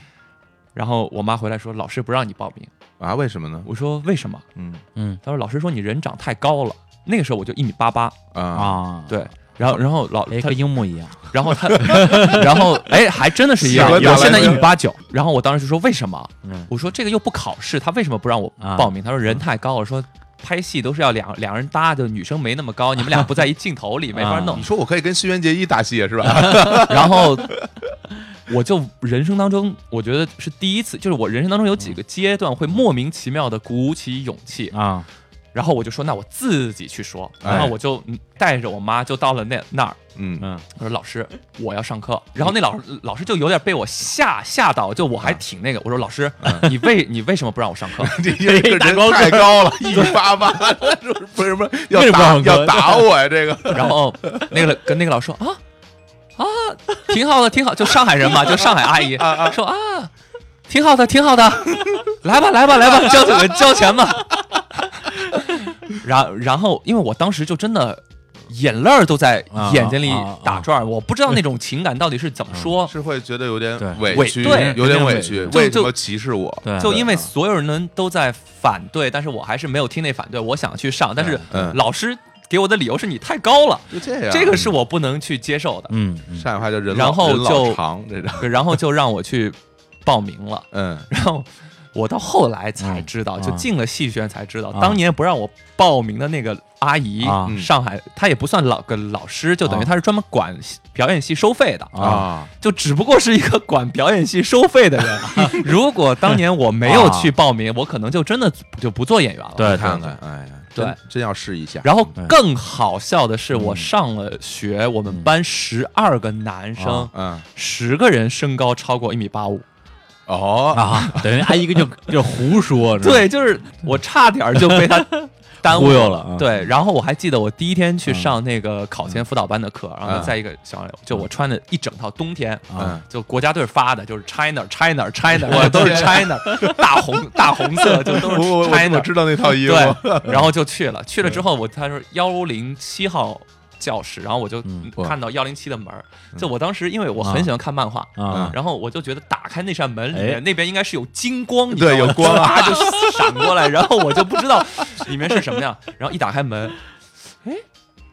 S3: 然后我妈回来说老师不让你报名，
S2: 啊，为什么呢？
S3: 我说为什么？
S2: 嗯
S1: 嗯
S3: 她说老师说你人长太高了，那个时候我就一米八八，
S2: 啊
S1: 啊，，
S3: 对。然后，然后老
S1: 哎，
S3: 他
S1: 跟，樱木一样，
S3: 然后他， 然后哎，还真的是一样。
S2: 喜欢打
S3: 我现在
S2: 篮
S3: 一
S2: 球
S3: 米八九，然后我当时就说为什么？
S1: 嗯
S3: 我说这个又不考试，他为什么不让我报名？他说人太高了，说拍戏都是要两两人搭，就女生没那么高，你们俩不啊在一镜头里，没法
S2: 啊
S3: 弄
S2: 你。说我可以跟轩辕杰一打戏是吧？
S3: 然后我就人生当中，我觉得是第一次，就是我人生当中有几个阶段会莫名其妙的鼓起勇气，
S1: 啊，
S3: 然后我就说，那我自己去说，
S2: 哎
S3: 然后我就带着我妈就到了那那儿，
S2: 嗯
S1: 嗯
S3: 我说老师，我要上课。然后那老老师就有点被我吓吓到，就我还挺那个。我说老师，你为你为什么不让我上课？
S2: 这这这
S1: 大
S2: 人
S1: 高个儿
S2: 太高了，一米八八，是不是为什么
S1: 为
S2: 要
S1: 什么
S2: 打
S1: 不让
S2: 要
S1: 哥
S2: 打我呀？这个
S3: 然后那个跟那个老师说啊啊，挺好的，挺好，就上海人嘛，就上海阿姨说啊，挺好的，挺好的，来吧，来吧，来吧，交钱交钱吧。然然后，因为我当时就真的眼泪儿都在眼睛里
S1: 啊啊啊
S3: 打转儿，我不知道那种情感到底 是怎么说，
S2: 是会觉得有点
S1: 对
S2: 委
S3: 委
S2: 屈，
S3: 对
S2: 有点委
S1: 有
S2: 屈，
S1: 点委
S3: 屈
S2: 为什
S3: 就
S2: 么歧视我？
S1: 对
S3: 就因为
S2: 啊
S3: 所有人都在反对，但是我还是没有听那反对，我想去上，但是
S2: 嗯
S3: 老师给我的理由是你太高了，
S2: 就这
S1: 啊
S2: 样，
S3: 这个是我不能去接受的，
S1: 嗯嗯
S2: 上海话叫人老，
S3: 然后
S2: 人老
S3: 就
S2: 长这种，
S3: 然后就让我去报名了，
S2: 嗯
S3: 然后。我到后来才知道，
S1: 嗯
S3: 就进了戏剧学院才知道，
S1: 啊
S3: 当年不让我报名的那个阿姨，
S1: 啊
S2: 嗯
S3: 上海她也不算老个老师，就等于
S1: 啊
S3: 她是专门管戏表演系收费的，
S1: 啊，
S3: 就只不过是一个管表演系收费的 人。啊如果当年我没有去报名，我可能就真的就不做演员了。
S1: 对，对
S2: 看看，，哎呀，
S3: 对
S2: 真，真要试一下。
S3: 然后
S1: 对
S3: 更好笑的是，
S1: 嗯
S3: 我上了学，我们班十二个男生
S1: 啊，
S2: 嗯，
S3: 十个人身高超过一米八五。
S1: 对
S2: 哦，
S1: 啊，等于阿姨就就胡说，是吧
S3: 对，就是我差点就被他嗯 耽
S1: 忽
S3: 误
S1: 悠了啊
S3: 对，然后我还记得我第一天去上那个考前辅导班的课，然后在一个小就我穿的一整套冬天
S2: 啊，
S3: 就国家队发的，就是 China China China，我都是 China，大红大红色就都
S2: 我我
S3: 是
S2: 我我
S3: China。
S2: 知道那套衣服，
S3: 对，然后就去了，去了之后我他说幺零七号教室，然后我就
S1: 嗯
S2: 哇
S3: 看到幺零七的门儿，就我当时因为我很喜欢看漫画。
S1: 啊，
S3: 然后我就觉得打开那扇门里面，
S1: 哎
S3: 那边应该是有金光，你
S2: 对
S3: 知道
S2: 有
S3: 吗
S2: 光啊
S3: 唰 就闪过来，然后我就不知道里面是什么呀。然后一打开门，哎，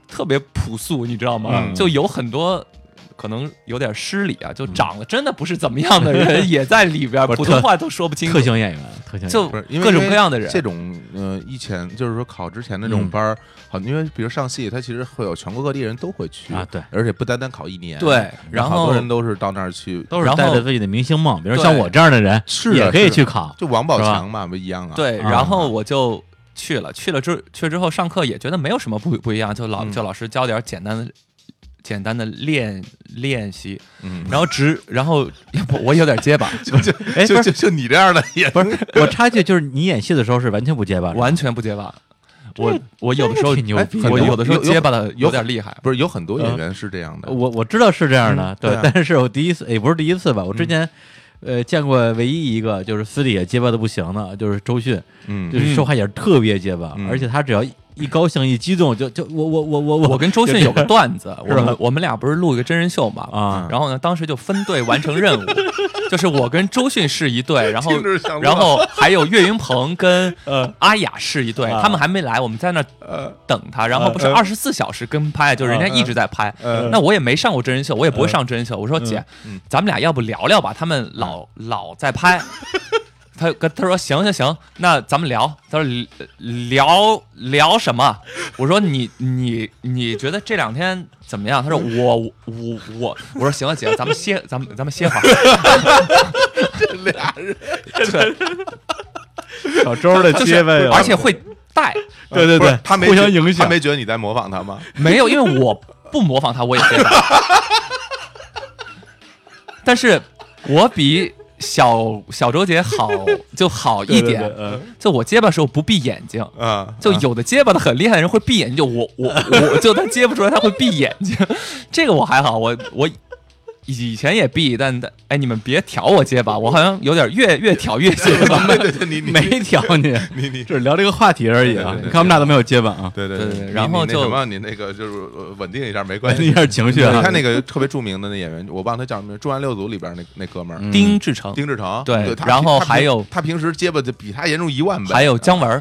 S3: 特别朴素，你知道吗？
S2: 嗯
S3: 就有很多可能有点失礼啊，就长得真的不是怎么样的 人、也在里边儿，
S1: 不是
S3: 普通话都说不清楚
S1: 特，型演员，特型演员
S3: 就
S2: 不是因为
S3: 各种
S2: 因为
S3: 各样的人
S2: 这种呃，以前就是说考之前的这种
S1: 嗯
S2: 班儿，好，因为比如上戏，它其实会有全国各地人都会去
S1: 啊对
S2: 而且不单单考一年，
S3: 对然
S2: 好
S3: 后
S2: 多人都是到那儿去，
S1: 都是
S3: 然后
S1: 带着自己的明星梦，比如
S3: 对
S1: 像我这样的人，
S2: 是啊
S1: 也可以
S2: 是啊
S1: 去考，
S2: 就王宝
S1: 是吧
S2: 强嘛，不一样啊，
S3: 对，
S1: 啊
S3: 然后我就去了，去了之去之后上课也觉得没有什么不不一样，就老
S2: 嗯
S3: 就老师教点简单的。简单的练练习，
S2: 嗯，
S3: 然后直，然后我我有点结巴，
S2: 就就
S1: 哎
S2: 就
S1: 不
S2: 就是就你这样的 也
S1: 不是，我插一句，就是你演戏的时候是完全不结巴的，
S3: 完全不结巴。我我有的时候
S1: 这个挺牛逼
S3: 哎我
S2: 的
S3: 有的时候
S2: 有有
S3: 结巴的
S2: 有
S3: 有点厉害。
S2: 不是有很多演员是这样的，
S1: 嗯我我知道是这样的，
S2: 对啊 嗯
S1: 但是我第一次也不是第一次吧，我之前、呃见过唯一一个就是私底下结巴的不行的，就是周迅，
S2: 嗯
S1: 就是说话也是特别结巴，
S2: 嗯
S1: 而且他只要一一高兴一激动就就我我我我
S3: 我
S1: 我
S3: 跟周迅有个段子，我
S1: 是吧
S3: 们我们俩不是录一个真人秀嘛？
S1: 啊
S3: 然后呢，当时就分队完成任务，就是我跟周迅是一队，然后
S2: 听着像乱
S3: 然后哦还有岳云 鹏跟阿雅是一队
S1: 啊，
S3: 他们还没来，我们在那
S2: 嗯呃
S3: 等他，然后不是
S2: 呃啊
S3: 二十四小时跟拍，就人家一直在拍。那我也没上过真人秀，我也不会上真人秀。我说姐
S2: 呃嗯，
S3: 咱们俩要不聊聊吧？他们老老 在拍。他跟他说行行行，那咱们聊。他说聊聊什么？我说你你你觉得这两天怎么样？他说
S2: 嗯
S3: 我我我我说行了姐，咱们歇咱们咱们歇会儿。 这俩人
S1: 小周的
S3: 就是而且会带，
S1: 对对
S2: 不是
S1: 对，
S2: 他没
S1: 互
S2: 觉
S1: 相影响
S2: 他没觉得你在模仿他吗？
S3: 没有，因为我不模仿他，我也 接受。但是，我比小小周姐好就好一点。
S1: 对对对嗯
S3: 就我结巴的时候不闭眼睛，
S2: 啊，
S3: 就
S2: 啊
S3: 有的结巴的很厉害的人会闭眼睛，就我我我就他结不出来，他会闭眼睛。 这个我还好，我我以前也闭，但但哎，你们别挑我结巴，我好像有点越越挑越结 巴。
S2: 对对对，你你
S1: 没挑你，
S2: 你你
S1: 只是聊这个话题而已啊。
S2: 对对对
S1: 你看我们俩都没有结巴啊，
S2: 对对
S3: 对
S2: 对，
S3: 对然
S2: 你
S3: 后
S2: 你那
S3: 就
S2: 什么，你那个就是呃稳定一下没关
S1: 一
S2: 系。
S1: 下情绪
S2: 对，
S1: 啊
S2: 你，看那个特别著名的那演员，我忘了他叫什么，《重案六组》里边那那哥们儿
S1: 嗯
S3: 丁志成，
S2: 丁志成，
S3: 对
S2: 他
S3: 然后
S2: 他平
S3: 还有
S2: 他平时结巴就比他严重一万倍，
S3: 还有姜文儿，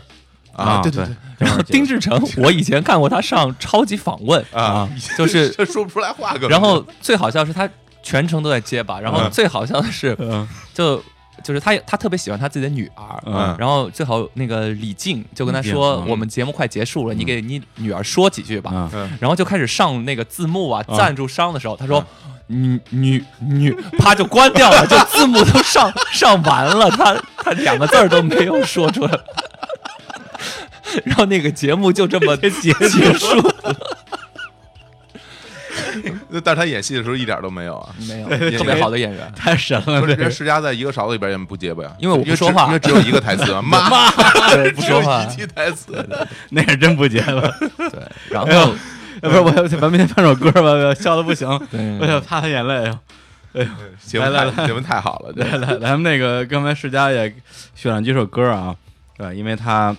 S2: 啊，对
S1: 对
S2: 对，
S1: 然后
S3: 丁志成，我以前看过他上《超级访问》
S2: 啊，
S3: 就是
S2: 这说不出来话，根本
S3: 然后最好笑是他全程都在结巴，然后
S2: 嗯
S3: 最好笑的是，
S1: 嗯
S3: 就就是他他特别喜欢他自己的女儿，
S1: 嗯
S3: 然后最好那个李静就跟他
S1: 李
S3: 说
S1: 静，嗯
S3: 我们节目快结束了，你给你女儿说几句吧，
S1: 啊
S2: 嗯
S3: 然后就开始上那个字幕啊，
S1: 嗯
S3: 赞助商的时候，他说。女女女，啪就关掉了，就字幕都上上完了，他他两个字儿都没有说出来， 然后那个节目就 这么结束，
S2: 那但是他演戏的时候一点都没有 啊，
S3: 没有
S2: 对
S3: 特别好的演员，
S1: 太神了，
S2: 不是
S1: 这
S2: 人家世家在一个勺子里边也不结巴呀，
S3: 因为我不
S2: 只
S3: 说话
S2: 因为只有一个台 词啊，妈，
S3: 对不
S2: 只
S3: 说
S2: 有
S3: 话
S2: 一，句台词，
S1: 那是真不结巴。
S3: 对，然
S1: 哎呦
S3: 后，
S1: 不是我，咱们先放首歌吧，我笑的不行，
S3: 对
S1: 我想擦擦眼泪。 哎呦
S2: 节目
S1: 来来
S2: 太节目太好了，
S1: 来
S2: 对
S1: 来，咱们那个刚才世佳也选了几首歌啊，对，因为他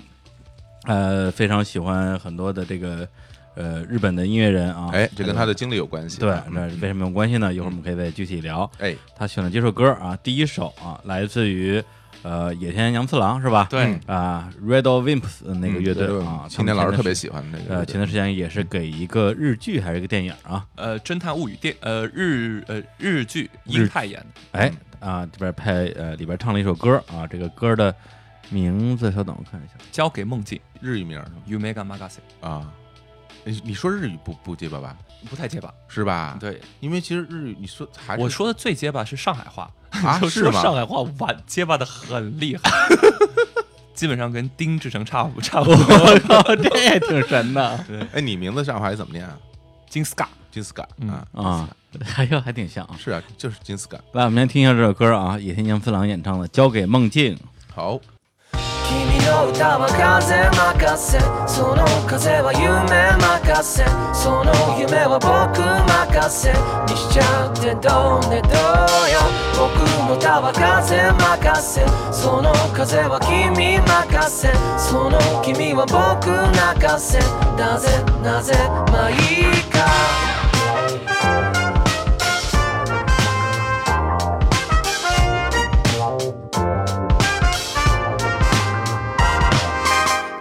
S1: 呃非常喜欢很多的这个呃日本的音乐人啊，
S2: 哎，这跟他的经历有关系，
S1: 对，那
S2: 嗯
S1: 为什么有关系呢？一会儿我们可以再具体聊。
S2: 哎，
S1: 他选了几首歌啊，第一首啊来自于呃野田洋次郎是吧？
S3: 对
S2: 嗯，
S1: 啊，Red o Wimps 那个乐队
S2: 嗯
S1: 啊，
S2: 青年老师特别
S1: 喜。
S2: 喜欢那个
S1: 呃，
S2: 乐
S1: 前
S2: 队，
S1: 段时间也是给一个日剧还是一个电影啊？
S3: 呃，侦探物语电呃日呃日剧
S1: 日
S3: 英泰演的，
S1: 哎啊，这边拍呃里边唱了一首歌啊，这个歌的名字稍等我看 一下。
S3: 交给梦境
S2: 日语名儿是吗
S3: u m e g a Magase，
S2: 啊，你你说日语不不结巴吧？
S3: 不太结巴，
S2: 是吧？，
S3: 对
S2: 因为其实日语你说还是
S3: 我说的最结巴是上海话，
S2: 啊
S3: 就是说
S2: 吗？
S3: 上海话完结巴的很厉 害，基本上跟丁志成差不差不多。
S1: 我靠，
S3: 哦
S1: 这也挺神的
S2: 哎，你名字上海怎么念啊？
S3: 金斯卡，
S2: 金斯卡
S3: 嗯
S2: 啊
S1: 啊！哎呦，还挺像啊。
S2: 是啊，就是金斯卡。
S1: 来，我们先听一下这首歌啊，野田洋次郎演唱的《交给梦境》。
S2: 好，
S4: 君の歌は風任せその風は夢任せその夢は僕任せにしちゃってどうねどうよ僕の歌は風任せその風は君任せその君は僕任せなぜなぜまあいいか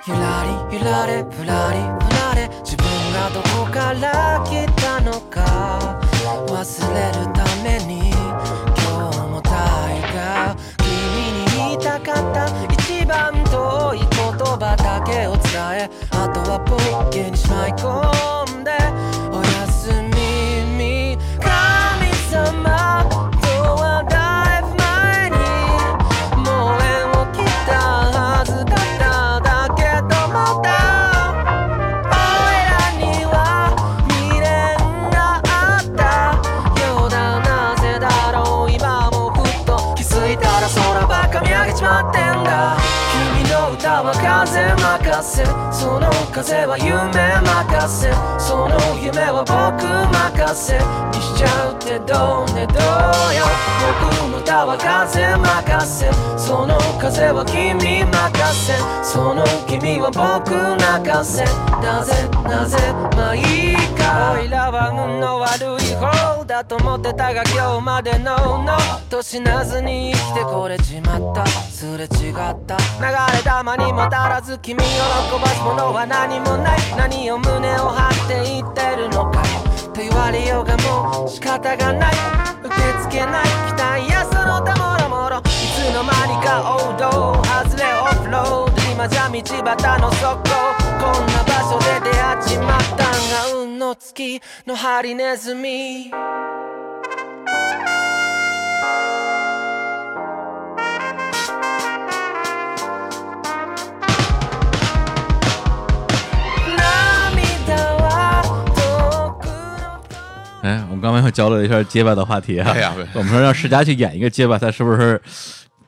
S4: ゆらりゆられふらりふられ自分がどこから来たのか忘れるために今日も大河君に言いたかった一番遠い言葉だけを伝えあとはポッケにしまい込んでおやすみ神様ドアダイブ前にもう縁を切ったはずだっただけどまた「俺らには未練があった」「ようだなぜだろう今もふっと気づいたら空ばっか見上げちまってんだ」「君の歌は風任せ」「その風は夢任せ」「その夢は僕任せ」「にしちゃうってどうねどうよ」「僕の歌は風任せ」「その風は君任せ」「その君は僕任せ」「なぜなぜまあいいか」「おいらは運の悪い方だと思ってたが今日までののと死なずに生きてこれちまった」「すれ違った流れ玉にも足らず君を喜ばすものは何もない」「何を胸を張って言ってるのか」と言われようがもう仕方がない受け付けない期待やその他もろもろいつの間にか王道外れオフロード今じゃ道端の底こんな場所で出会っちまったんが運の月のハリネズミ涙は遠くの
S1: 哎，我们刚刚又交流了一下结巴的话题啊。
S2: 哎呀
S1: 我们说让世佳去演一个结巴，他是不是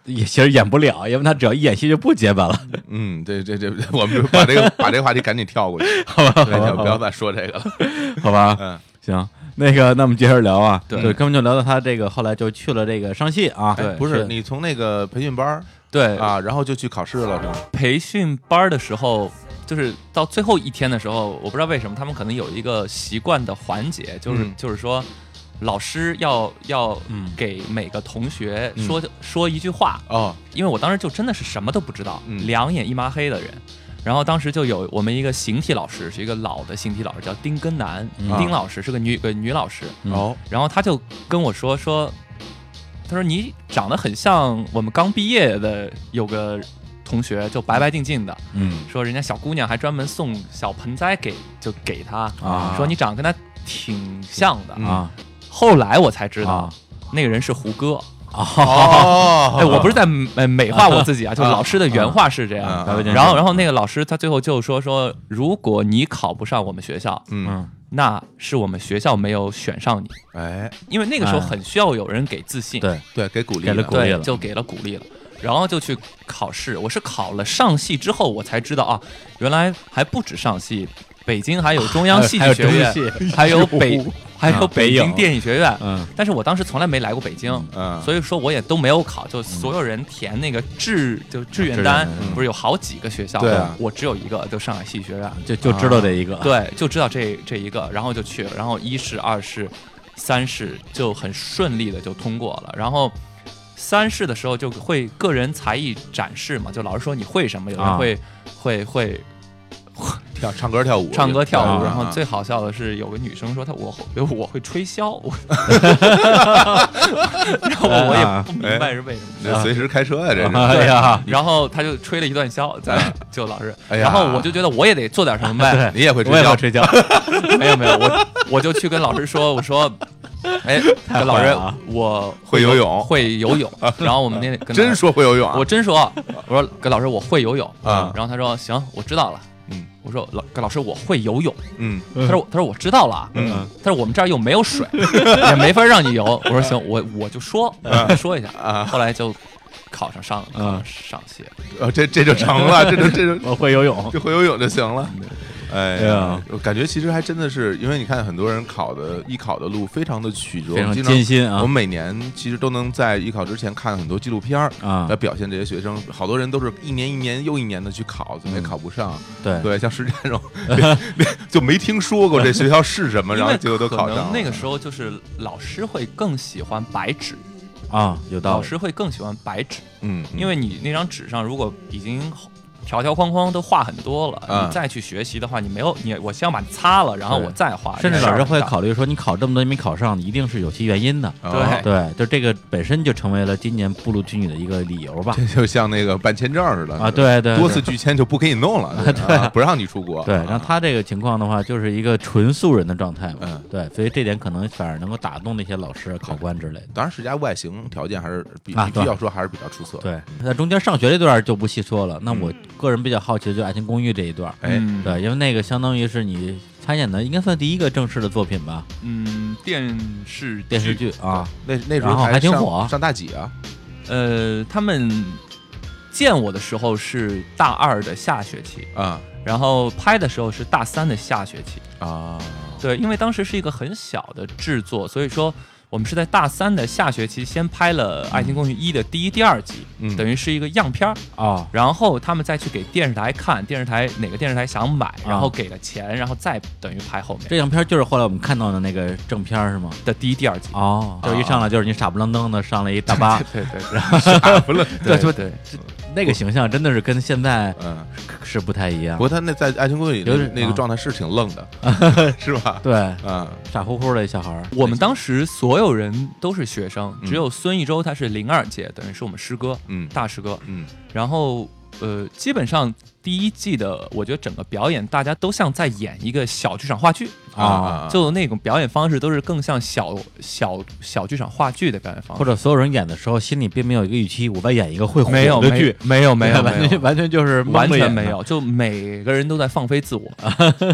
S1: 也其实演不了？因为他只要一演戏就不结巴了，
S2: 嗯，对这这，我们就把这个把这个话题赶紧跳过去，
S1: 好吧？
S2: 对
S1: 好吧，
S2: 不要再说这个了。
S1: 好吧，
S2: 嗯，
S1: 行，那个，那我们接着聊啊。
S3: 对
S1: 对，根本就聊到他这个，后来就去了这个商戏啊。
S2: 哎
S3: 对
S2: 不是
S1: 是
S2: 你从那个培训班儿
S3: 对，
S2: 啊，然后就去考试了是吗？
S3: 培训班儿的时候，就是到最后一天的时候，我不知道为什么他们可能有一个习惯的环节，就是、
S2: 嗯
S3: 就是说，老师要要
S1: 嗯
S3: 给每个同学说、
S2: 嗯
S3: 说一句话，
S2: 哦，
S3: 因为我当时就真的是什么都不知道，
S2: 嗯
S3: 两眼一抹黑的人。然后当时就有我们一个形体老师，是一个老的形体老师，叫丁根南，
S1: 嗯
S3: 丁老师是个女个呃女老师。
S1: 嗯
S2: 哦，
S3: 然后他就跟我说说，他说你长得很像我们刚毕业的有个同学，就白白净净的，
S1: 嗯
S3: 说人家小姑娘还专门送小盆栽给就给他，
S1: 啊
S3: 说你长得跟他挺像的。
S2: 嗯
S1: 啊，
S3: 后来我才知道
S1: 啊，
S3: 那个人是胡歌。
S2: 哦
S3: 哎，我不是在美美化我自己啊，就老师的原话是这
S2: 啊
S3: 样。
S2: 白白
S1: 先生
S3: 然后，然后那个老师他最后就说说，如果你考不上我们学校，
S2: 嗯，
S1: 嗯
S3: 那是我们学校没有选上你，
S2: 哎，
S3: 因为那个时候
S1: 哎
S3: 很需要有人给自信。
S1: 对
S2: 对，给鼓励
S1: 给
S2: 的，
S1: 了鼓励
S3: 对，就给了鼓励了。然后就去考试，我是考了上戏之后，我才知道啊，原来还不止上戏，北京还有中央戏
S1: 还有
S3: 剧学院，
S1: 中戏
S3: 还有北，还有北
S1: 北
S3: 京
S1: 影
S3: 电影学院。
S1: 嗯
S3: 但是我当时从来没来过北京，
S2: 嗯，
S3: 所以说我也都没有考，就所有人填那个志就志愿
S1: 志
S3: 单
S1: 愿
S2: 单，
S3: 不是有好几个学校，
S2: 对啊
S3: 我只有一个，就上海戏剧学院。
S1: 就就知道这一 个，
S3: 对，就知道这这一个，然后就去了，然后一试、二试、三试就很顺利的就通过了，然后三试的时候就会个人才艺展示嘛，就老师说你会什么，有
S1: 啊
S3: 人会、会会
S2: 跳唱歌跳舞，
S3: 唱歌跳舞，
S1: 啊
S3: 然后最好笑的是有个女生说她我会我会吹箫， 我然后我也不明白是为什么。
S2: 这随时开车啊呀，这是，
S1: 哎呀，
S3: 然后她就吹了一段箫，在就老师，
S2: 哎呀
S3: 然后我就觉得我也得做点什么呗，
S2: 你也会
S1: 我
S2: 吹
S1: 也
S2: 箫
S1: 会，睡觉，
S3: 没有没有，我我就去跟老师说，我说，哎，
S1: 太
S3: 跟老
S1: 坏
S3: 师
S1: 了啊，
S3: 我
S2: 会游泳
S3: 会 游泳。然后我们那跟老
S2: 真说会游泳啊，
S3: 我真说，我说跟老师我会游泳
S2: 啊
S3: 然后他说行，我知道了。
S2: 嗯
S3: 我说老跟老师我会游泳，
S2: 嗯
S1: 嗯
S3: 他说他说我知道了，
S2: 嗯
S3: 但是我们这儿又没有水，也没法让你游。我说行，我我就说我说一下，
S2: 啊，
S3: 后来就考上上考
S1: 嗯
S3: 上上戏，
S2: 呃这这就成了，这就 这就
S1: 我会游泳，
S2: 就会游泳就行了。 哎
S1: 对啊
S2: 呀，我感觉其实还真的是，因为你看很多人考的艺考的路非常的曲折，
S1: 非常
S2: 经常
S1: 艰辛啊
S2: 我们每年其实都能在艺考之前看很多纪录片儿
S1: 啊
S2: 来，表现这些学生。好多人都是一年一年又一年的去考，怎么也考不上。
S1: 对
S2: 对，像石佳这种连连 就没听说过这学校是什么，
S3: 因
S2: 然后
S3: 为
S2: 结果都
S3: 可
S2: 考上了
S3: 能。那个时候就是老师会更喜欢白纸，
S1: 啊，有道
S3: 老
S1: 理，
S3: 师会更喜欢白纸，
S2: 嗯，嗯，
S3: 因为你那张纸上如果已经条条框框都画很多了，
S2: 嗯
S3: 你再去学习的话，你没有你，我先把它擦了，然后
S1: 对
S3: 我再画，
S1: 甚至
S3: 这事
S1: 老
S3: 儿
S1: 师会
S3: 很大
S1: 考虑说，你考这么多年没考上，你一定是有其原因的。
S2: 哦
S1: 对，就这个本身就成为了今年不录取你的一个理由吧。
S2: 这就像那个办签证似的
S1: 啊，对对，
S2: 多
S1: 对
S2: 次拒签就不给你弄了，啊不让你出国。
S1: 对，
S2: 啊
S1: 然后他这个情况的话，就是一个纯素人的状态嘛。
S2: 嗯
S1: 对，所以这点可能反而能够打动那些老师、啊考官之类的。
S2: 当然，石家外形条件还是比
S1: 啊
S2: 必
S1: 对
S2: 须要说还是比较出色。，
S1: 对，那中间上学这段就不细说了。那
S2: 嗯
S1: 我个人比较好奇的就是《爱情公寓》这一段，
S2: 哎，
S3: 嗯
S1: 对，因为那个相当于是你参演的，应该算第一个正式的作品吧，
S3: 嗯，电视
S1: 电视，剧啊。
S2: 那那时候
S1: 然后还挺
S2: 上
S1: 火
S2: 上大几啊？
S3: 呃，他们见我的时候是大二的下学期，
S2: 啊
S3: 然后拍的时候是大三的下学期，
S1: 嗯
S2: 啊，
S1: 哦
S3: 对，因为当时是一个很小的制作，所以说我们是在大三的下学期先拍了《爱情公寓一》的第一、第二集，
S2: 嗯
S3: 等于是一个样片儿。
S1: 哦，
S3: 然后他们再去给电视台看，电视台哪个电视台想买，然后给了钱，然后再等于拍后面
S1: 这样片儿就是后来我们看到的那个正片儿是吗？
S3: 的第一、第二集。
S1: 哦，就是一上来就是你傻不愣登的上了一大巴，
S3: 对对对，
S2: 不了，
S3: 对对对，
S1: 那个形象真的是跟现在
S2: 嗯。
S1: 是不太一样
S2: 不。过他那在《爱情公寓》
S1: 有
S2: 里
S1: 点
S2: 那个
S1: 啊
S2: 状态是挺愣 的，是吧？
S1: 对，
S2: 啊，
S1: 傻乎乎的一小孩儿。
S3: 我们当时所有人都是学生，
S2: 嗯
S3: 只有孙艺洲他是零二届，等于是我们师哥，
S2: 嗯
S3: 大师哥。
S2: 嗯
S3: 然后呃，基本上第一季的，我觉得整个表演大家都像在演一个小剧场话剧。
S2: 啊啊，
S3: 就那种表演方式都是更像小小小剧场话剧的表演方
S1: 或
S3: 式，
S1: 者所有人演的时候，心里并没有一个预期，我在演一个会火
S3: 没有
S1: 的剧，
S3: 没有没有没有
S1: 完全完全就是蒙
S3: 完
S1: 着
S3: 全
S1: 演的
S3: 没，有，就每个人都在放飞自我，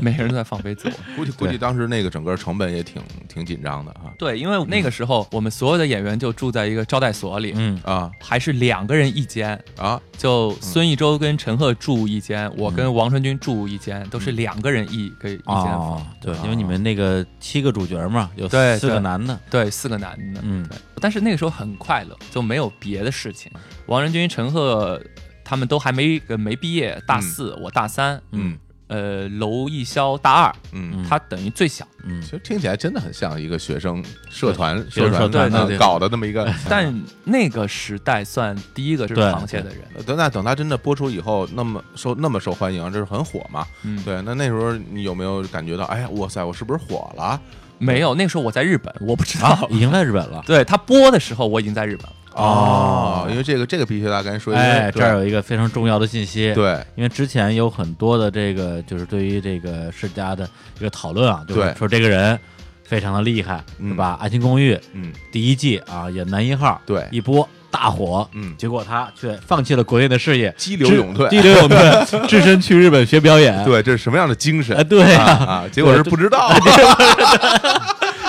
S3: 每个人都在放飞自我。
S2: 估计估计当时那个整个成本也挺挺紧张的啊
S3: 对，因为那个时候我们所有的演员就住在一个招待所里，
S1: 嗯
S2: 啊
S3: 还是两个人一间，
S2: 啊，
S3: 就孙艺洲跟陈赫住一间，我跟王传君住一间，都是两个人一个一间房。
S1: 哦，对，因为你们那个七个主角嘛，有
S3: 对
S1: 四个
S3: 对
S1: 男的，
S3: 对，四个男的，
S1: 嗯
S3: 对。但是那个时候很快乐，就没有别的事情。王传君、陈赫他们都还没呃没毕业，大四，我大三，
S2: 嗯
S3: 呃，娄艺潇大二，
S2: 嗯，
S3: 他等于最小。
S1: 嗯
S2: 其，实听起来真的很像一个学生社团
S1: 学
S2: 社
S1: 生社
S2: 团
S1: 团
S2: 啊
S1: 对对
S2: 搞的那么一个。
S3: 但那个时代算第一个吃
S1: 对
S3: 螃蟹的人，
S2: 呃等那等他真的播出以后，那么受那么受欢迎，这是很火嘛？
S3: 嗯，
S2: 对，那那时候你有没有感觉到，哎呀，哇塞，我是不是火了？
S3: 没有，那时候我在日本，我不知道。
S1: 啊， 已经在日本了。
S3: 对他播的时候，我已经在日本了。
S1: 哦
S2: 啊因为这个这个必须大家赶紧说一
S1: 哎，
S2: 下，
S1: 这儿有一个非常重要的信息，
S2: 对，对
S1: 因为之前有很多的这个就是对于这个世家的一个讨论啊，就
S2: 对
S1: 是说这个人非常的厉害，
S2: 嗯
S1: 是吧？《爱情公寓》
S2: 嗯，
S1: 第一季啊，也男一号，
S2: 对
S1: 一波大火，
S2: 嗯
S1: 结果他却放弃了国内的事业，
S2: 激流
S1: 只
S2: 勇退
S1: 激流勇 退，只身去日本学表演，
S2: 对，这是什么样的精神
S1: 啊，对
S2: 啊
S1: 啊，
S2: 啊？结果是不知道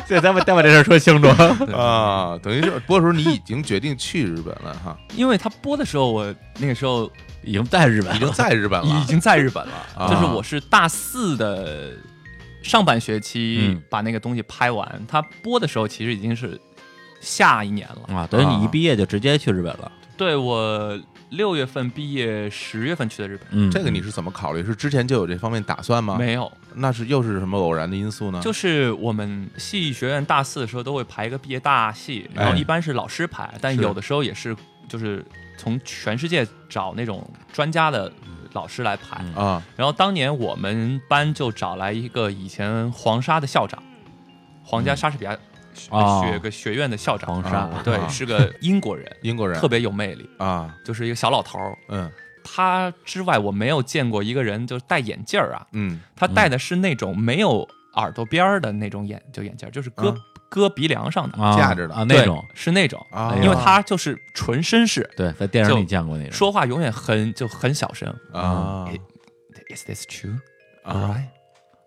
S1: 对，咱们再把这事儿说清楚，
S2: 啊，等于是播的时候你已经决定去日本了哈，
S3: 因为他播的时候，我那个时候
S1: 已经在日本
S2: 已经
S1: 了，
S2: 在日本了，
S3: 已经在日本了，
S2: 啊
S3: 就是我是大四的上半学期
S1: 嗯
S3: 把那个东西拍完，他播的时候其实已经是下一年了。
S1: 啊，等于你一毕业就直接去日本了，
S3: 对我六月份毕业，十月份去的日本，
S1: 嗯，
S2: 这个你是怎么考虑？是之前就有这方面打算吗？
S3: 没有，
S2: 那是又是什么偶然的因素
S1: 啊
S2: 呢？
S3: 就是我们戏剧学院大四的时候都会排一个毕业大戏，
S2: 哎
S3: 然后一般是老师排，但
S2: 是
S3: 有的时候也是就是从全世界找那种专家的老师来排。
S1: 嗯
S2: 啊，
S3: 然后当年我们班就找来一个以前黄沙的校长，皇家莎士比亚学
S1: 嗯哦
S3: 学个学院的校长，
S1: 黄沙哦
S2: 啊，
S3: 对，
S2: 啊，
S3: 是个英国人
S2: 英国人
S3: 特别有魅力，
S2: 啊，
S3: 就是一个小老头儿。
S2: 嗯
S3: 他之外，我没有见过一个人就是戴眼镜儿啊，
S2: 嗯
S3: 他戴的是那种没有耳朵边儿的那种眼就眼镜儿，就是搁、
S2: 啊
S3: 搁鼻梁上的，
S1: 嗯啊
S2: 架着的
S1: 啊
S3: 对
S1: 那种，
S3: 是那种，
S2: 啊
S3: 因为他就是纯绅士，
S1: 对，在电影里
S3: 就
S1: 见过那种，
S3: 说话永远很就很小声。
S2: 啊
S3: Is this true?
S2: 啊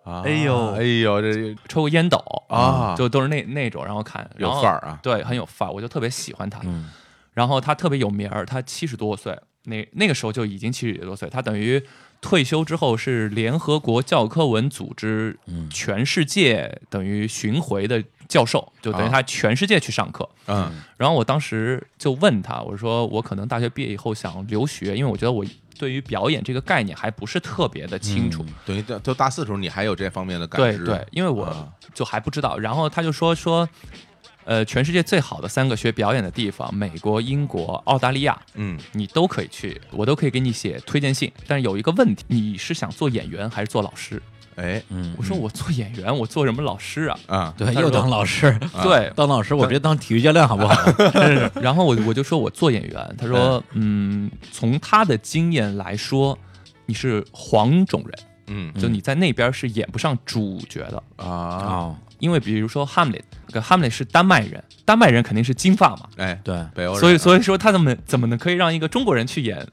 S3: Alright，
S2: 啊！
S1: 哎呦
S2: 哎呦，这
S3: 抽个烟斗
S2: 啊
S3: 就都是那那种，然后看
S2: 有
S3: 然后
S2: 范儿啊
S3: 对，很有范儿，我就特别喜欢他。
S1: 嗯
S3: 然后他特别有名儿，他七十多岁，那那个时候就已经七十多岁，他等于退休之后是联合国教科文组织
S1: 嗯
S3: 全世界等于巡回的教授，就等于
S2: 啊
S3: 他全世界去上课。
S2: 嗯
S3: 然后我当时就问他，我说我可能大学毕业以后想留学，因为我觉得我对于表演这个概念还不是特别的清楚。
S1: 嗯
S2: 等于到到大四的时候，你还有这方面的感
S3: 对
S2: 知，
S3: 对，因为我
S2: 啊
S3: 就还不知道。然后他就说说，呃，全世界最好的三个学表演的地方，美国、英国、澳大利亚，
S2: 嗯
S3: 你都可以去，我都可以给你写推荐信。但是有一个问题，你是想做演员还是做老师？
S2: 哎
S1: 嗯
S3: 我，说我做演员，我做什么老师啊？
S2: 啊
S1: 对，
S3: 他
S1: 又
S3: 说
S1: 当老师，
S3: 对，
S1: 当老师我直接当体育教练好不好？
S3: 然后我我就说我做演员，他说，嗯，从他的经验来说，你是黄种人，
S2: 嗯
S3: 就你在那边是演不上主角的，
S2: 啊
S1: 啊，
S3: 因为比如说 Hamlet，这个 Hamlet 是丹麦人，丹麦人肯定是金发嘛，
S2: 哎，
S1: 对，
S2: 北欧人啊，
S3: 所以所
S2: 以
S3: 以说他怎么怎么能可以让一个中国人去演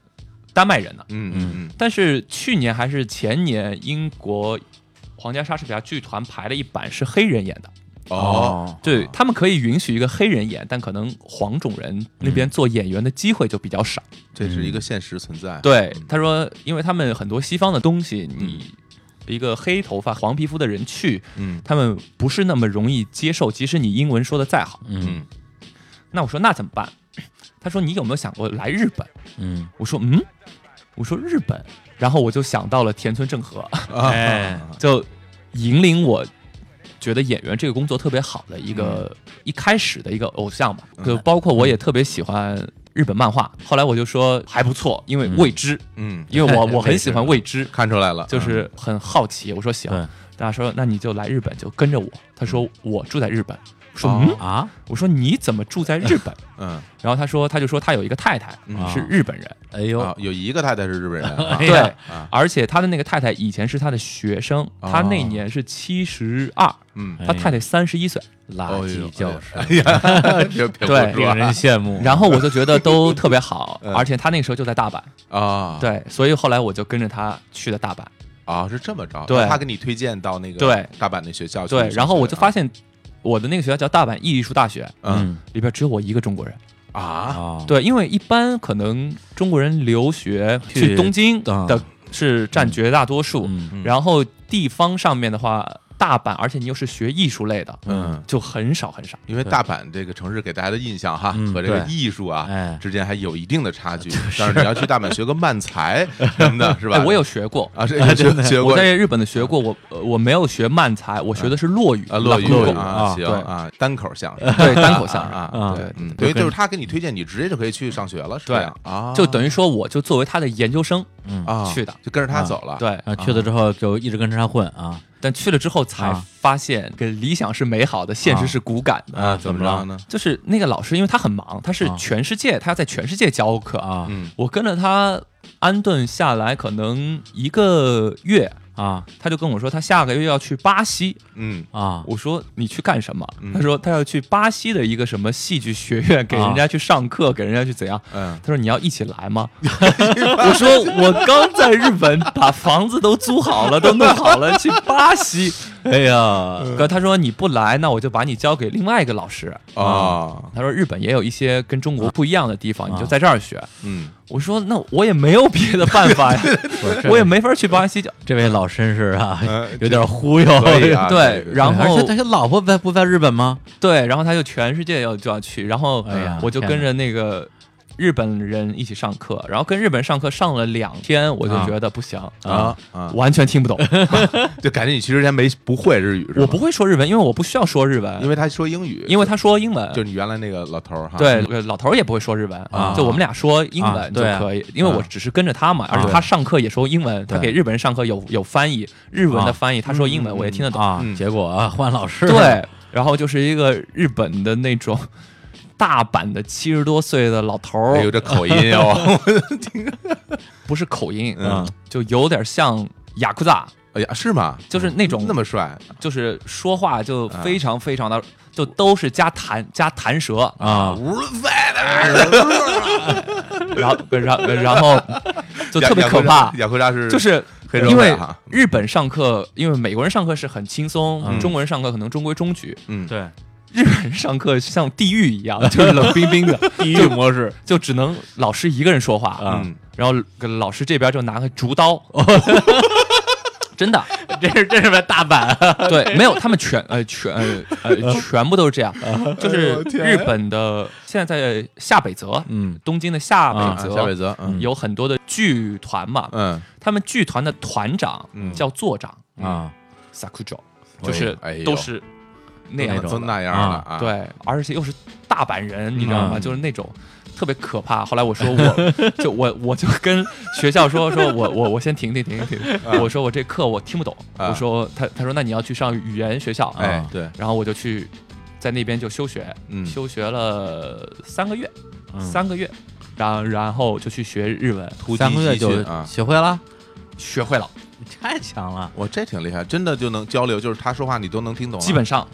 S3: 丹麦人呢？
S2: 嗯嗯
S3: 但是去年还是前年，英国皇家莎士比亚剧团排了一版是黑人演的。
S2: 嗯哦
S3: 对
S2: 啊
S3: 他们可以允许一个黑人演，但可能黄种人那
S2: 嗯
S3: 边做演员的机会就比较少。
S2: 这是一个现实存在，
S3: 嗯对
S2: 嗯，
S3: 他说，因为他们很多西方的东西，你一个黑头发、黄皮肤的人去，
S2: 嗯
S3: 他们不是那么容易接受，即使你英文说的再好。
S1: 嗯
S2: 嗯
S3: 那我说那怎么办？他说你有没有想过来日本？
S1: 嗯，
S3: 我说嗯，我说日本，然后我就想到了田村正和，
S2: 啊
S1: 哎
S3: 就引领我觉得演员这个工作特别好的一个、一开始的一个偶像吧。就包括我也特别喜欢日本漫画，后来我就说还不错，因为未知，
S2: 嗯，
S3: 因 为我我
S1: 未
S3: 很
S1: 知
S3: 喜欢未知，
S2: 看出来了，
S3: 就是很好奇。我说行，
S1: 对
S3: 大家说那你就来日本就跟着我。他说我住在日本，我说、
S2: 哦
S3: 嗯，
S1: 啊，
S3: 我说你怎么住在日本？
S2: 嗯
S3: 然后他说他就说他有一个太太、
S2: 嗯
S3: 是日本人，
S1: 哎呦
S2: 嗯啊，有一个太太是日本人啊，
S1: 哎呀
S3: 对。
S2: 啊
S3: 而且他的那个太太以前是他的学生，
S2: 哦
S3: 他那年是七十二，
S2: 嗯
S1: 哎。
S3: 他太太三十一岁。
S1: 垃圾教师，
S2: 哎呀， 别别
S3: 对
S2: 胡
S1: 令
S2: 说
S1: 人羡慕。
S3: 然后我就觉得都特别好，
S2: 嗯
S3: 而且他那个时候就在大阪，
S2: 啊！
S3: 对，所以后来我就跟着他去了大阪，
S2: 啊，是这么着，
S3: 对
S2: 他给你推荐到那个
S3: 对
S2: 大阪那学校去嗯上
S3: 对
S2: 学，，
S3: 然后我就发
S2: 现，
S3: 现我的那个学校叫大阪艺术大学，
S2: 嗯
S3: 里边只有我一个中国人，
S2: 啊，
S1: 啊，
S3: 对，因为一般可能中国人留学
S1: 去
S3: 去东京
S1: 嗯
S3: 的是占绝大多数，
S1: 嗯，
S3: 然后地方上面的话，大阪，而且你又是学艺术类的，
S2: 嗯，
S3: 就很少很少，
S2: 因为大阪这个城市给大家的印象哈
S1: 嗯
S2: 和这个
S1: 对
S2: 艺术啊
S1: 哎，
S2: 之间还有一定的差距，但是你要去大阪学个漫才什么的，是吧？
S3: 哎，我有学过。
S2: 啊，这个学学
S3: 我
S2: 过
S3: 在日本的学过，我呃我没有学漫才，我学的是落语
S2: 啊，乐
S1: 落
S2: 语
S1: 语
S2: 啊，
S1: 啊
S2: 行
S3: 对呃
S2: 啊，单口相声
S3: 对单口相声
S2: 啊
S1: 啊
S2: 啊，对，嗯，
S1: 就
S2: 等于
S1: 跟
S2: 就是他给你推荐，你直接就可以去上学了，是这
S3: 对
S2: 样啊，
S3: 就等于说我就作为他的研究生，
S2: 啊
S3: 去的嗯
S2: 就跟着他走了，
S3: 对，
S1: 然后去了之后就一直跟着他混啊
S3: 但去了之后才
S1: 啊
S3: 发现，这理想是美好的，现实是骨感的。
S2: 啊，怎么着呢？
S3: 就是那个老师，因为他很忙，他是
S1: 啊
S3: 全世界，他要在全世界教课。
S1: 啊，
S2: 嗯
S3: 我跟着他安顿下来，可能一个月，
S1: 啊
S3: 他就跟我说他下个月要去巴西。
S2: 嗯
S1: 啊
S3: 我说你去干什么？
S2: 嗯
S3: 他说他要去巴西的一个什么戏剧学院给
S1: 啊
S3: 人家去上课，给人家去怎样？
S2: 嗯，
S3: 他说你要一起来吗？ 我说我刚在日本把房子都租好了，都弄好了，去巴西。 嗯
S1: 哎呀，
S3: 可他说你不来，那我就把你交给另外一个老师。
S2: 啊，
S3: 他说日本也有一些跟中
S1: 啊
S3: 国不一样的地方，你就在这儿学。
S2: 嗯，
S3: 我说那我也没有别的办 法呀， 我也没法去巴西教。
S1: 这位老绅士啊
S2: 呃，
S1: 有点忽悠。
S2: 可 以啊，
S3: 对
S2: 这个
S3: 然后
S1: 而且他老婆在不在日本吗？
S3: 对，然后他就全世界要就要去，然后
S1: 哎呀
S3: 我就跟着那个日本人一起上课，然后跟日本上课上了两天，我就觉得不行，
S2: 啊啊，
S3: 完全听不 懂。
S2: 就感觉你去之前没不会日语，是吗
S3: 我不，会说日文，因为我不需要说日文，
S2: 因为他说英语，
S3: 因为他说英文，
S2: 就是你原来那个老头儿哈，
S3: 对，老头儿也不会说日文，
S1: 啊
S3: 就我们俩说英文就
S1: 对啊
S3: 可以，因为我只是跟着他嘛，而且
S1: 对
S3: 他上课也说英文，他
S1: 对
S3: 给日本人上课有有翻译，日文
S1: 啊
S3: 的翻译，他说英文我也听得懂。
S1: 啊
S2: 嗯，
S1: 结果啊换老师了
S3: 对，然后就是一个日本的那种大阪的七十多岁的老头
S2: 哎呦
S3: 儿，
S2: 这口音哦 哟，
S3: 不是口音，
S1: 嗯
S3: 就有点像雅库扎，
S2: 哎呀，是吗？
S3: 就是那种
S2: 那么帅，
S3: 就是说话就非常非
S2: 啊
S3: 常的，就都是加弹加弹舌，
S1: 啊，
S2: 五十岁
S3: 然后然后然 后就特别可怕。
S2: 雅库扎是
S3: 就是
S2: 黑社会
S3: 因为
S2: 哈嗯
S3: 日本上课，因为美国人上课是很轻松，
S1: 嗯
S3: 中国人上课可能中规中矩，
S2: 嗯，
S1: 对，
S3: 日本人上课像地狱一样，就是冷冰冰的，
S1: 地狱模式
S3: 就只能老师一个人说话，
S1: 啊，
S2: 嗯
S3: 然后跟老师这边就拿个竹刀。真的，
S1: 这是这是在大阪
S3: 对，没有，他们全呃全呃呃全部都是这样，就是日本的现在在下北泽，
S1: 嗯，
S3: 东京的下
S1: 啊
S3: 北
S2: 啊夏
S3: 泽
S2: 北泽，嗯
S3: 有很多的剧团嘛，
S2: 嗯
S3: 他们剧团的团长
S2: 嗯
S3: 叫座长，
S1: 啊，
S3: sakujo，
S2: 哎呦
S3: 就是
S2: 哎呦
S3: 都是那样
S1: 那
S3: 的，嗯
S2: 都那样了啊，
S3: 对，而且又是大阪人，你知道吗？
S1: 嗯
S3: 就是那种特别可怕。后来我说我就我我就跟学校说说我我我先停停停停，我说我这课我听不懂，
S2: 啊
S3: 我说他他说那你要去上语言学校，
S2: 哎
S1: 啊
S2: 对，
S3: 然后我就去在那边就休学，
S2: 嗯
S3: 休学了三个月，
S1: 嗯
S3: 三个月。然然后就去学日文，
S2: 突击
S1: 三个月
S2: 西进
S1: 就
S2: 啊，
S1: 学会了，
S3: 学会了，
S1: 太强了，
S2: 我这挺厉害，真的就能交流，就是他说话你都能听懂啊，
S3: 基本上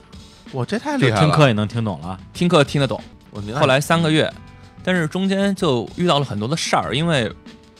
S2: 哇这太
S1: 就
S2: 厉害
S1: 听
S2: 了，
S1: 课也能听懂了
S3: 听课听得懂。
S2: 我
S3: 后来三个月，但是中间就遇到了很多的事儿，因为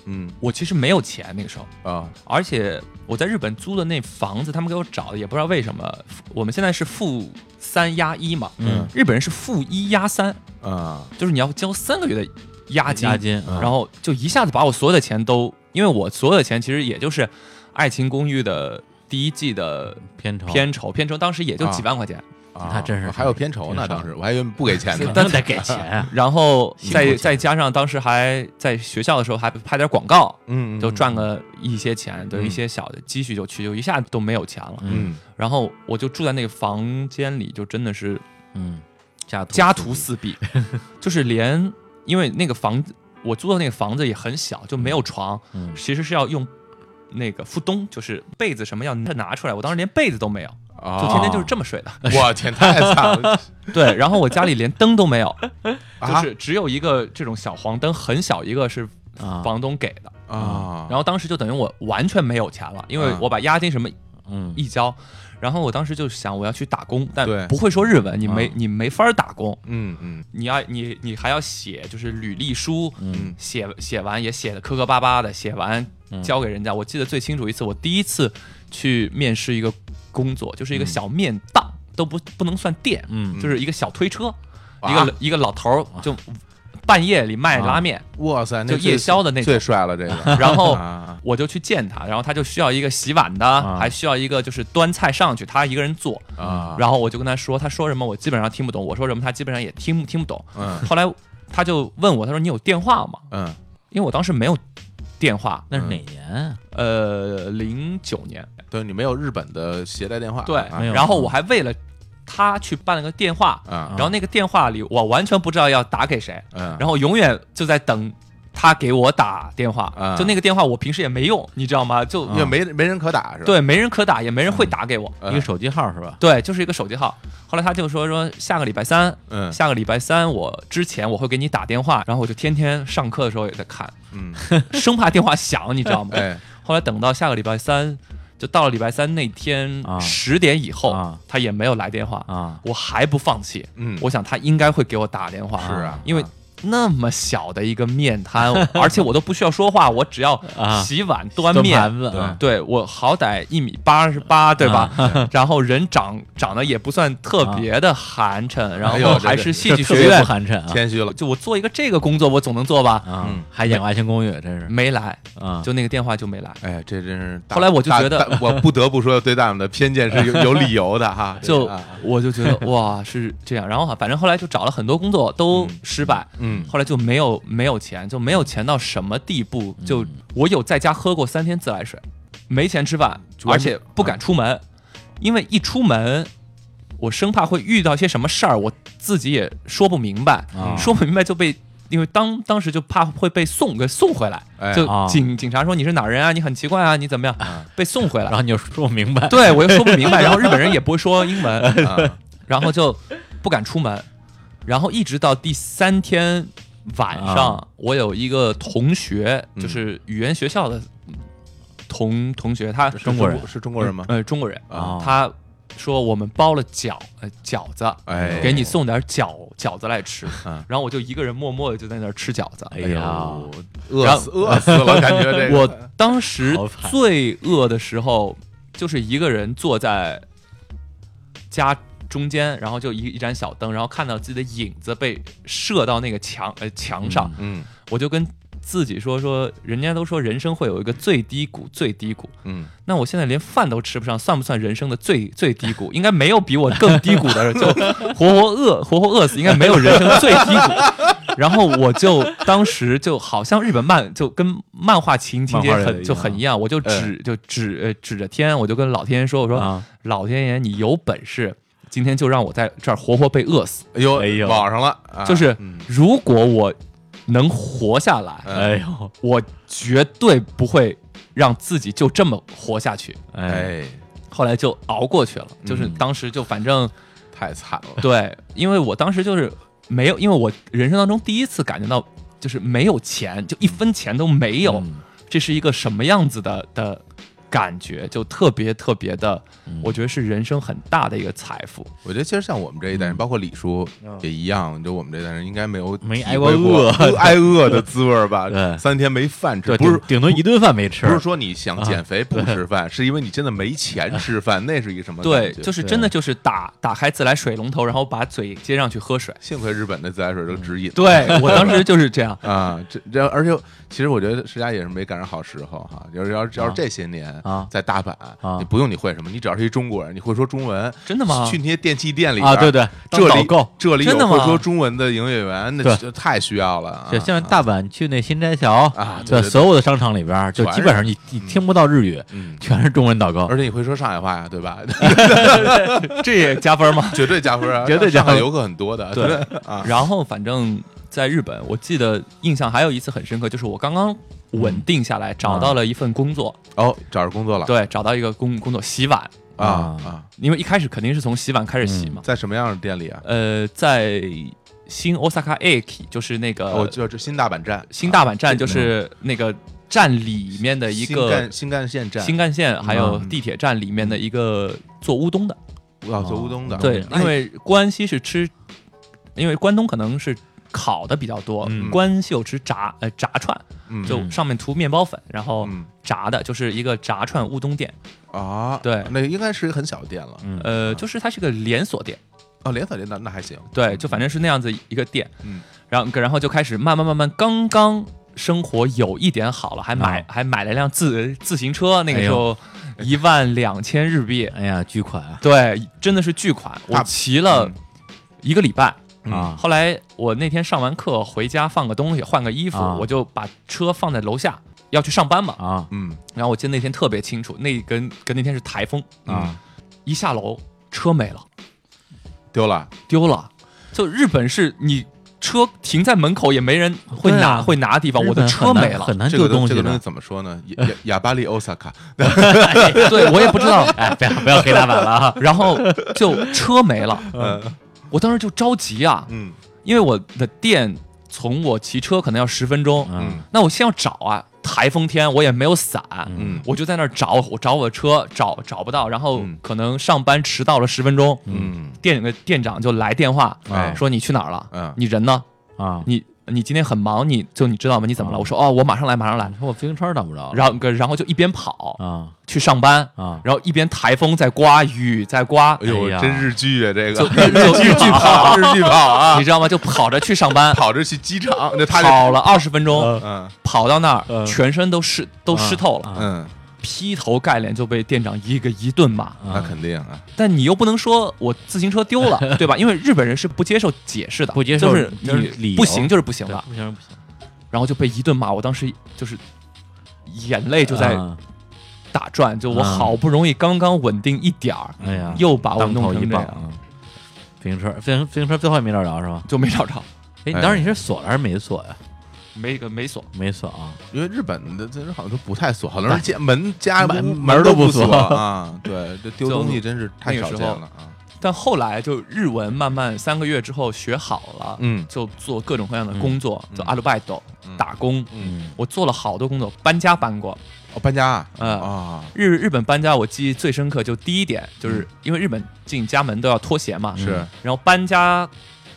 S2: 嗯
S3: 我其实没有钱那个时候，
S2: 啊
S3: 而且我在日本租的那房子，他们给我找的也不知道为什么。我们现在是负三押一嘛，
S1: 嗯
S3: 日本人是负一押三，
S2: 啊
S3: 就是你要交三个月的押金，
S1: 押金，
S2: 嗯
S3: 然后就一下子把我所有的钱都，因为我所有的钱其实也就是《爱情公寓》的第一季的
S1: 片酬
S3: 片酬，片酬当时也就几万块钱，
S2: 哦啊，
S1: 那真是
S2: 还有片酬呢，
S1: 真是
S2: 当时我还以为不给钱呢，
S1: 但得给 钱，
S3: 然后
S2: 辛苦
S3: 再
S2: 钱
S3: 再加上当时还在学校的时候还拍点广告，
S2: 嗯
S3: 就赚
S2: 个
S3: 个一些钱，对
S2: 嗯
S3: 一些小的积蓄就去，就一下都没有钱了。
S2: 嗯
S3: 然后我就住在那个房间里，就真的是
S1: 嗯，家徒
S3: 家徒四壁， 就是连因为那个房子我租的那个房子也很小，就没有床，
S1: 嗯
S3: 其实是要用那个富东，就是被子什么要拿出来，我当时连被子都没有，就天
S2: 啊，
S3: 天就是这么睡的。
S2: 我天太惨了
S3: 对，然后我家里连灯都没有， 就
S2: 啊
S3: 是只有一个这种小黄灯，很小一个是
S1: 啊，
S3: 房东给的。
S2: 啊，
S3: 嗯然后当时就等于我完全没有钱了，因为
S2: 啊
S3: 我把押金什么
S1: 嗯
S3: 一交，然后我当时就想我要去打工，
S2: 对
S3: 但不会说日文，你没、
S1: 啊
S3: 你没法儿打工，
S2: 嗯嗯
S3: 你要你你还要写就是履历书，
S1: 嗯
S3: 写写完也写的磕磕巴巴的，写完
S1: 嗯
S3: 交给人家。我记得最清楚一次，我第一次去面试一个工作，就是一个小面档，都不不能算店，
S1: 嗯
S3: 就是一个小推车，
S2: 啊
S3: 一个一个老头儿就半夜里
S1: 啊
S3: 卖拉面，
S2: 哇塞，那
S3: 就夜宵的那种
S2: 最帅了这个，
S3: 然后
S2: 啊
S3: 我就去见他，然后他就需要一个洗碗的，
S1: 啊
S3: 还需要一个就是端菜上去，他一个人做。
S2: 啊，
S3: 嗯然后我就跟他说，他说什么我基本上听不懂，我说什么他基本上也听听不懂。
S2: 嗯
S3: 后来他就问我，他说你有电话吗？
S2: 嗯
S3: 因为我当时没有电话，
S1: 那是哪年啊？
S3: 呃，零九年
S2: 对你没有日本的携带电话，
S3: 对，嗯
S2: 啊
S1: 没有
S3: 然后我还为了他去办了个电话，
S2: 啊
S3: 然后那个电话里我完全不知道要打给谁，
S2: 嗯，
S3: 嗯然后永远就在等他给我打电话，
S2: 啊
S3: 就那个电话我平时也没用，你知道吗？就、
S2: 因为没没人可打是吧？
S3: 对没人可打，也没人会打给我，
S2: 嗯
S1: 一个手机号是吧？
S3: 对，就是一个手机号。后来他就说说下个礼拜三，
S2: 嗯
S3: 下个礼拜三我之前我会给你打电话，然后我就天天上课的时候也在看，
S2: 嗯，
S3: 生怕电话响，你知道吗？
S2: 哎，
S3: 后来等到下个礼拜三，就到了礼拜三那天
S1: 啊
S3: 十点以后，
S1: 啊
S3: 他也没有来电话，
S1: 啊，
S3: 我还不放弃。
S2: 嗯
S3: 我想他应该会给我打电话，
S2: 是啊
S3: 因为那么小的一个面摊， 而且我都不需要说话，我只要
S1: 啊
S3: 洗碗、端
S1: 端
S3: 面。
S1: 盘子啊
S2: 对
S3: 对我好歹一米八十八，对吧？ 然后人长长得也不算特别的寒
S1: 啊
S3: 碜，然
S2: 哎呦
S3: 后还是戏
S1: 这
S3: 剧
S1: 特
S3: 学
S1: 别
S3: 院
S1: 不，寒碜啊
S2: 谦虚了，
S3: 就我做一个这个工作，我总能做吧？
S1: 啊
S2: 嗯，
S1: 还演过《爱情公寓》，真是
S3: 没来，
S1: 啊，
S3: 就那个电话就没来。
S2: 哎，这真是大。
S3: 后来我就
S2: 大
S3: 觉得
S2: 大我不得不说对大们的偏见 是有有理由的哈。
S3: 就
S2: 啊
S3: 我就觉 得哇是这样，然后反正后来就找了很多工作都
S2: 嗯
S3: 失败，
S2: 嗯
S3: 后来就没有没有钱，就没有钱到什么地步？
S2: 嗯
S3: 就我有在家喝过三天自来水，没钱吃饭，
S2: 要
S3: 而且不敢出
S2: 嗯
S3: 门，因为一出门。我生怕会遇到些什么事儿，我自己也说不明白，
S1: 啊
S3: 说不明白就被，因为当当时就怕会被送给送回来，
S2: 哎
S3: 就
S1: 啊
S3: 警、警察说你是哪儿人啊，你很奇怪啊，你怎么样，被送 回来
S1: 然，后你就说不明白，
S3: 对我又说不明白，然后日本人也不会说 英文，
S2: 啊
S3: 然后就不敢出门，然后一直到第三天晚上，
S1: 啊
S3: 我有一个同学，
S2: 嗯
S3: 就是语言学校的同同学，他
S1: 中国人
S2: 是中国人吗？
S3: 呃，中国人，
S1: 啊
S3: 他说我们包了饺呃饺子，
S2: 哎，
S3: 给你送点饺饺子来吃，
S2: 啊
S3: 然后我就一个人默默的就在那儿吃饺子。
S1: 嗯哎呀，
S2: 饿死饿死 了，感觉这个
S3: 我当时
S1: 好惨
S3: 最饿的时候，就是一个人坐在家中间，然后就一一盏小灯，然后看到自己的影子被射到那个墙呃墙上，
S2: 嗯
S3: 我就跟自己说说，人家都说人生会有一个最低谷，最低谷。
S2: 嗯，
S3: 那我现在连饭都吃不上，算不算人生的最最低谷？应该没有比我更低谷的， 就活活饿活活饿死，应该没有人生最低 谷。然后我就当时就好像日本漫就跟漫画情情节
S1: 漫画里的一样嗯
S3: 很就很一样，我就指就指呃指着天，我就跟老天爷说，我说、
S1: 啊
S3: 老天爷，你有本事。今天就让我在这儿活活被饿死，
S2: 哎呦
S1: 哎呦
S2: 网上了，啊
S3: 就是
S2: 嗯
S3: 如果我能活下来，
S1: 哎呦，
S3: 我绝对不会让自己就这么活下去。
S1: 哎，
S2: 哎，
S3: 后来就熬过去了，就是
S2: 嗯
S3: 当时就反正
S2: 太惨了，
S3: 对，因为我当时就是没有，因为我人生当中第一次感觉到就是没有钱，就一分钱都没有，
S1: 嗯
S3: 这是一个什么样子的的感觉，就特别特别的，
S2: 嗯
S3: 我觉得是人生很大的一个财富。
S2: 我觉得其实像我们这一代人，包括李叔也一样，就我们这一代人应该没有
S1: 嗯没
S2: 体
S1: 挨过
S2: 会过
S1: 饿
S2: 饿 挨饿的滋味儿 吧？
S1: 对
S2: 三天没饭吃，
S1: 对，
S2: 不是
S1: 顶顶多一顿饭没吃，啊
S2: 不是说你想减肥不吃饭，是因为你真的没钱吃饭，那是一个什么感
S3: 对
S2: 觉？，
S3: 就是真的就是打打开自来水龙头，然后把嘴接上去 喝水。
S2: 幸亏日本的自来水都直饮。。
S3: 对我当时就是这样
S2: 啊，这这而且其实我觉得石家也是没赶上好时候哈。要是要是要是
S1: 啊
S2: 这些年
S1: 啊
S2: 在大阪，
S1: 啊
S2: 你不用你会什么，你只要是一中国人，你会说中文，
S3: 真的吗
S2: 去那些电器店里
S1: 啊，对，
S2: 边
S1: 对，
S2: 这
S1: 当导
S2: 里
S1: 购。
S2: 这里
S3: 真的
S2: 有
S3: 吗
S2: 会说中文的营业员，那
S1: 对
S2: 就太需要了啊。
S1: 就像大阪去那新斋桥
S2: 啊
S1: 对，
S2: 对对对
S1: 所有的商场里边儿，就
S2: 全
S1: 基
S2: 是
S1: 本上你你听不到日语，
S2: 嗯，
S1: 全是中文导购
S2: 而且你会说上海话呀，对吧？
S3: 这也加分吗？
S2: 绝对加分啊，
S1: 绝对加
S2: 上
S1: 分
S2: 海游客很多的，
S1: 对
S2: 啊，
S3: 然后反正在日本，我记得印象还有一次很深刻，就是我刚刚
S2: 嗯
S3: 稳定下来，找到了一份工作，
S2: 哦，找着工作了，
S3: 对，找到一个工工作洗碗，
S2: 啊
S1: 啊
S2: 啊，
S3: 因为一开始肯定是从洗碗开始洗嘛。
S2: 在什么样的店里啊？
S3: 呃，在新 Osaka Eki，就是那个、
S2: 我哦就这新大阪站，
S3: 呃新大阪站，就是那个站里面的一
S2: 新
S3: 个
S2: 干新干线嗯站，
S3: 新干线，还有地铁站里面的一个做乌冬的。
S2: 啊，做乌冬的，
S3: 对，
S2: 哎
S3: 因为关西是吃，因为关东可能是烤的比较多，
S1: 嗯
S3: 关西有吃炸呃炸串，
S2: 嗯
S3: 就上面涂面包粉，然后
S2: 嗯
S3: 炸的，就是一个炸串乌冬店。
S2: 啊，
S3: 对
S2: 那应该是一个很小的店了，
S1: 嗯
S3: 呃，就是它是个连锁店，
S2: 哦，连锁店那那还行，
S3: 对，就反正是那样子一个店。
S2: 嗯，
S3: 然后然后就开始慢慢慢慢，刚刚生活有一点好了，还买
S1: 啊
S3: 还买了辆自自行车，那个
S1: 哎
S3: 时
S1: 呦
S3: 候一万两千日币，
S1: 哎呀，巨款啊！
S3: 对，真的是巨款，我
S2: 大
S3: 骑了
S2: 嗯
S3: 一个礼拜。
S2: 嗯
S1: 啊
S3: 后来我那天上完课回家放个东西，换个衣服，
S1: 啊
S3: 我就把车放在楼下，要去上班嘛。
S1: 啊
S2: 嗯
S3: 然后我记得那天特别清楚，那跟跟那天是台风，
S1: 啊
S2: 嗯，
S3: 一下楼车没了，
S2: 丢了，
S3: 丢了。就日本是你车停在门口也没人会
S1: 对
S3: 拿、
S1: 啊
S3: 会拿的地方，
S1: 日
S3: 我的
S1: 本
S3: 车
S1: 很难
S3: 没了
S1: 很。难
S2: 这
S1: 丢
S2: 个东
S1: 啊东
S2: 这
S1: 西
S2: 个东西
S1: 的。
S2: 怎么说呢？哑哑哑巴利欧萨卡，
S3: 对我也不知 道。
S1: 哎，不要不要黑大板了啊！
S3: 然后就车没了，
S2: 嗯
S3: 我当时就着急啊，
S2: 嗯
S3: 因为我的店从我骑车可能要十分钟，
S1: 嗯
S3: 那我先要找啊，台风天我也没有伞，
S2: 嗯
S3: 我就在那儿找，我找我的车找找不到，然后
S2: 嗯
S3: 可能上班迟到了十分钟，
S2: 嗯
S3: 店里店长就来电话、
S2: 哎
S3: 说你去哪儿了？
S2: 嗯
S3: 你人呢？
S1: 啊，
S3: 你你今天很忙，你就你知道吗？你怎么了？
S1: 啊
S3: 我说哦，我马上来，马上来
S1: 你。说我自行车找不着了，
S3: 然后然后就一边跑、
S1: 啊
S3: 去上班，
S1: 啊，
S3: 然后一边台风在刮，雨在刮，
S2: 哎呦
S1: 哎，呀
S2: 真日剧啊，这
S3: 就
S2: 个
S3: 日 日剧跑，
S2: 日剧跑啊
S3: 你，知道吗？就跑着去上 班，
S2: 跑着去机场，那他
S3: 跑了二十分钟，
S1: 嗯
S2: 嗯
S3: 跑到那儿
S1: 嗯
S3: 全身都湿都湿透了，
S1: 啊
S2: 嗯，
S3: 劈头盖脸就被店长一个一顿骂。
S1: 啊
S2: 那肯定啊，
S3: 但你又不能说我自行车丢了，对吧？因为日本人是不接受解释的，
S1: 不接受
S3: 就是
S1: 就是理
S3: 你
S1: 由
S3: 不行就是不行
S1: 对
S3: 了，
S1: 不行不行，
S3: 然后就被一顿骂。我当时就是眼泪就在
S1: 啊
S3: 打转，就我
S1: 啊
S3: 好不容易刚刚稳定一点儿，
S1: 哎呀，
S3: 又把我
S1: 当
S3: 弄
S1: 头
S3: 成
S1: 一
S3: 这
S1: 棒
S3: 样，。
S1: 嗯自行车，自行自行车最后也没找着是吧？
S3: 就没找着，
S1: 哎，
S2: 哎
S1: 当时你是锁了还是没锁啊呀？
S3: 没个没锁。
S1: 没锁啊，
S2: 因为日本的这好像都不太锁，好多人家门家
S1: 门
S2: 门
S1: 都
S2: 不
S1: 不锁
S2: 啊，对， 这丢
S3: 就
S2: 东西真是太
S3: 那个
S2: 少
S3: 时
S2: 见
S3: 候
S2: 了啊，
S3: 但后来就日文慢慢三个月之后学好了，
S2: 嗯
S3: 就做各种各样的工作，
S2: 嗯
S3: 就アルバイト、
S2: 嗯
S3: 打工，
S2: 嗯，
S3: 我做了好多工作，搬家搬过。
S2: 哦，搬家啊，
S3: 嗯
S2: 啊，
S3: 日日本搬家我记忆最深刻，就第一点就是因为日本进家门都要脱鞋嘛，
S2: 是
S3: 然后搬家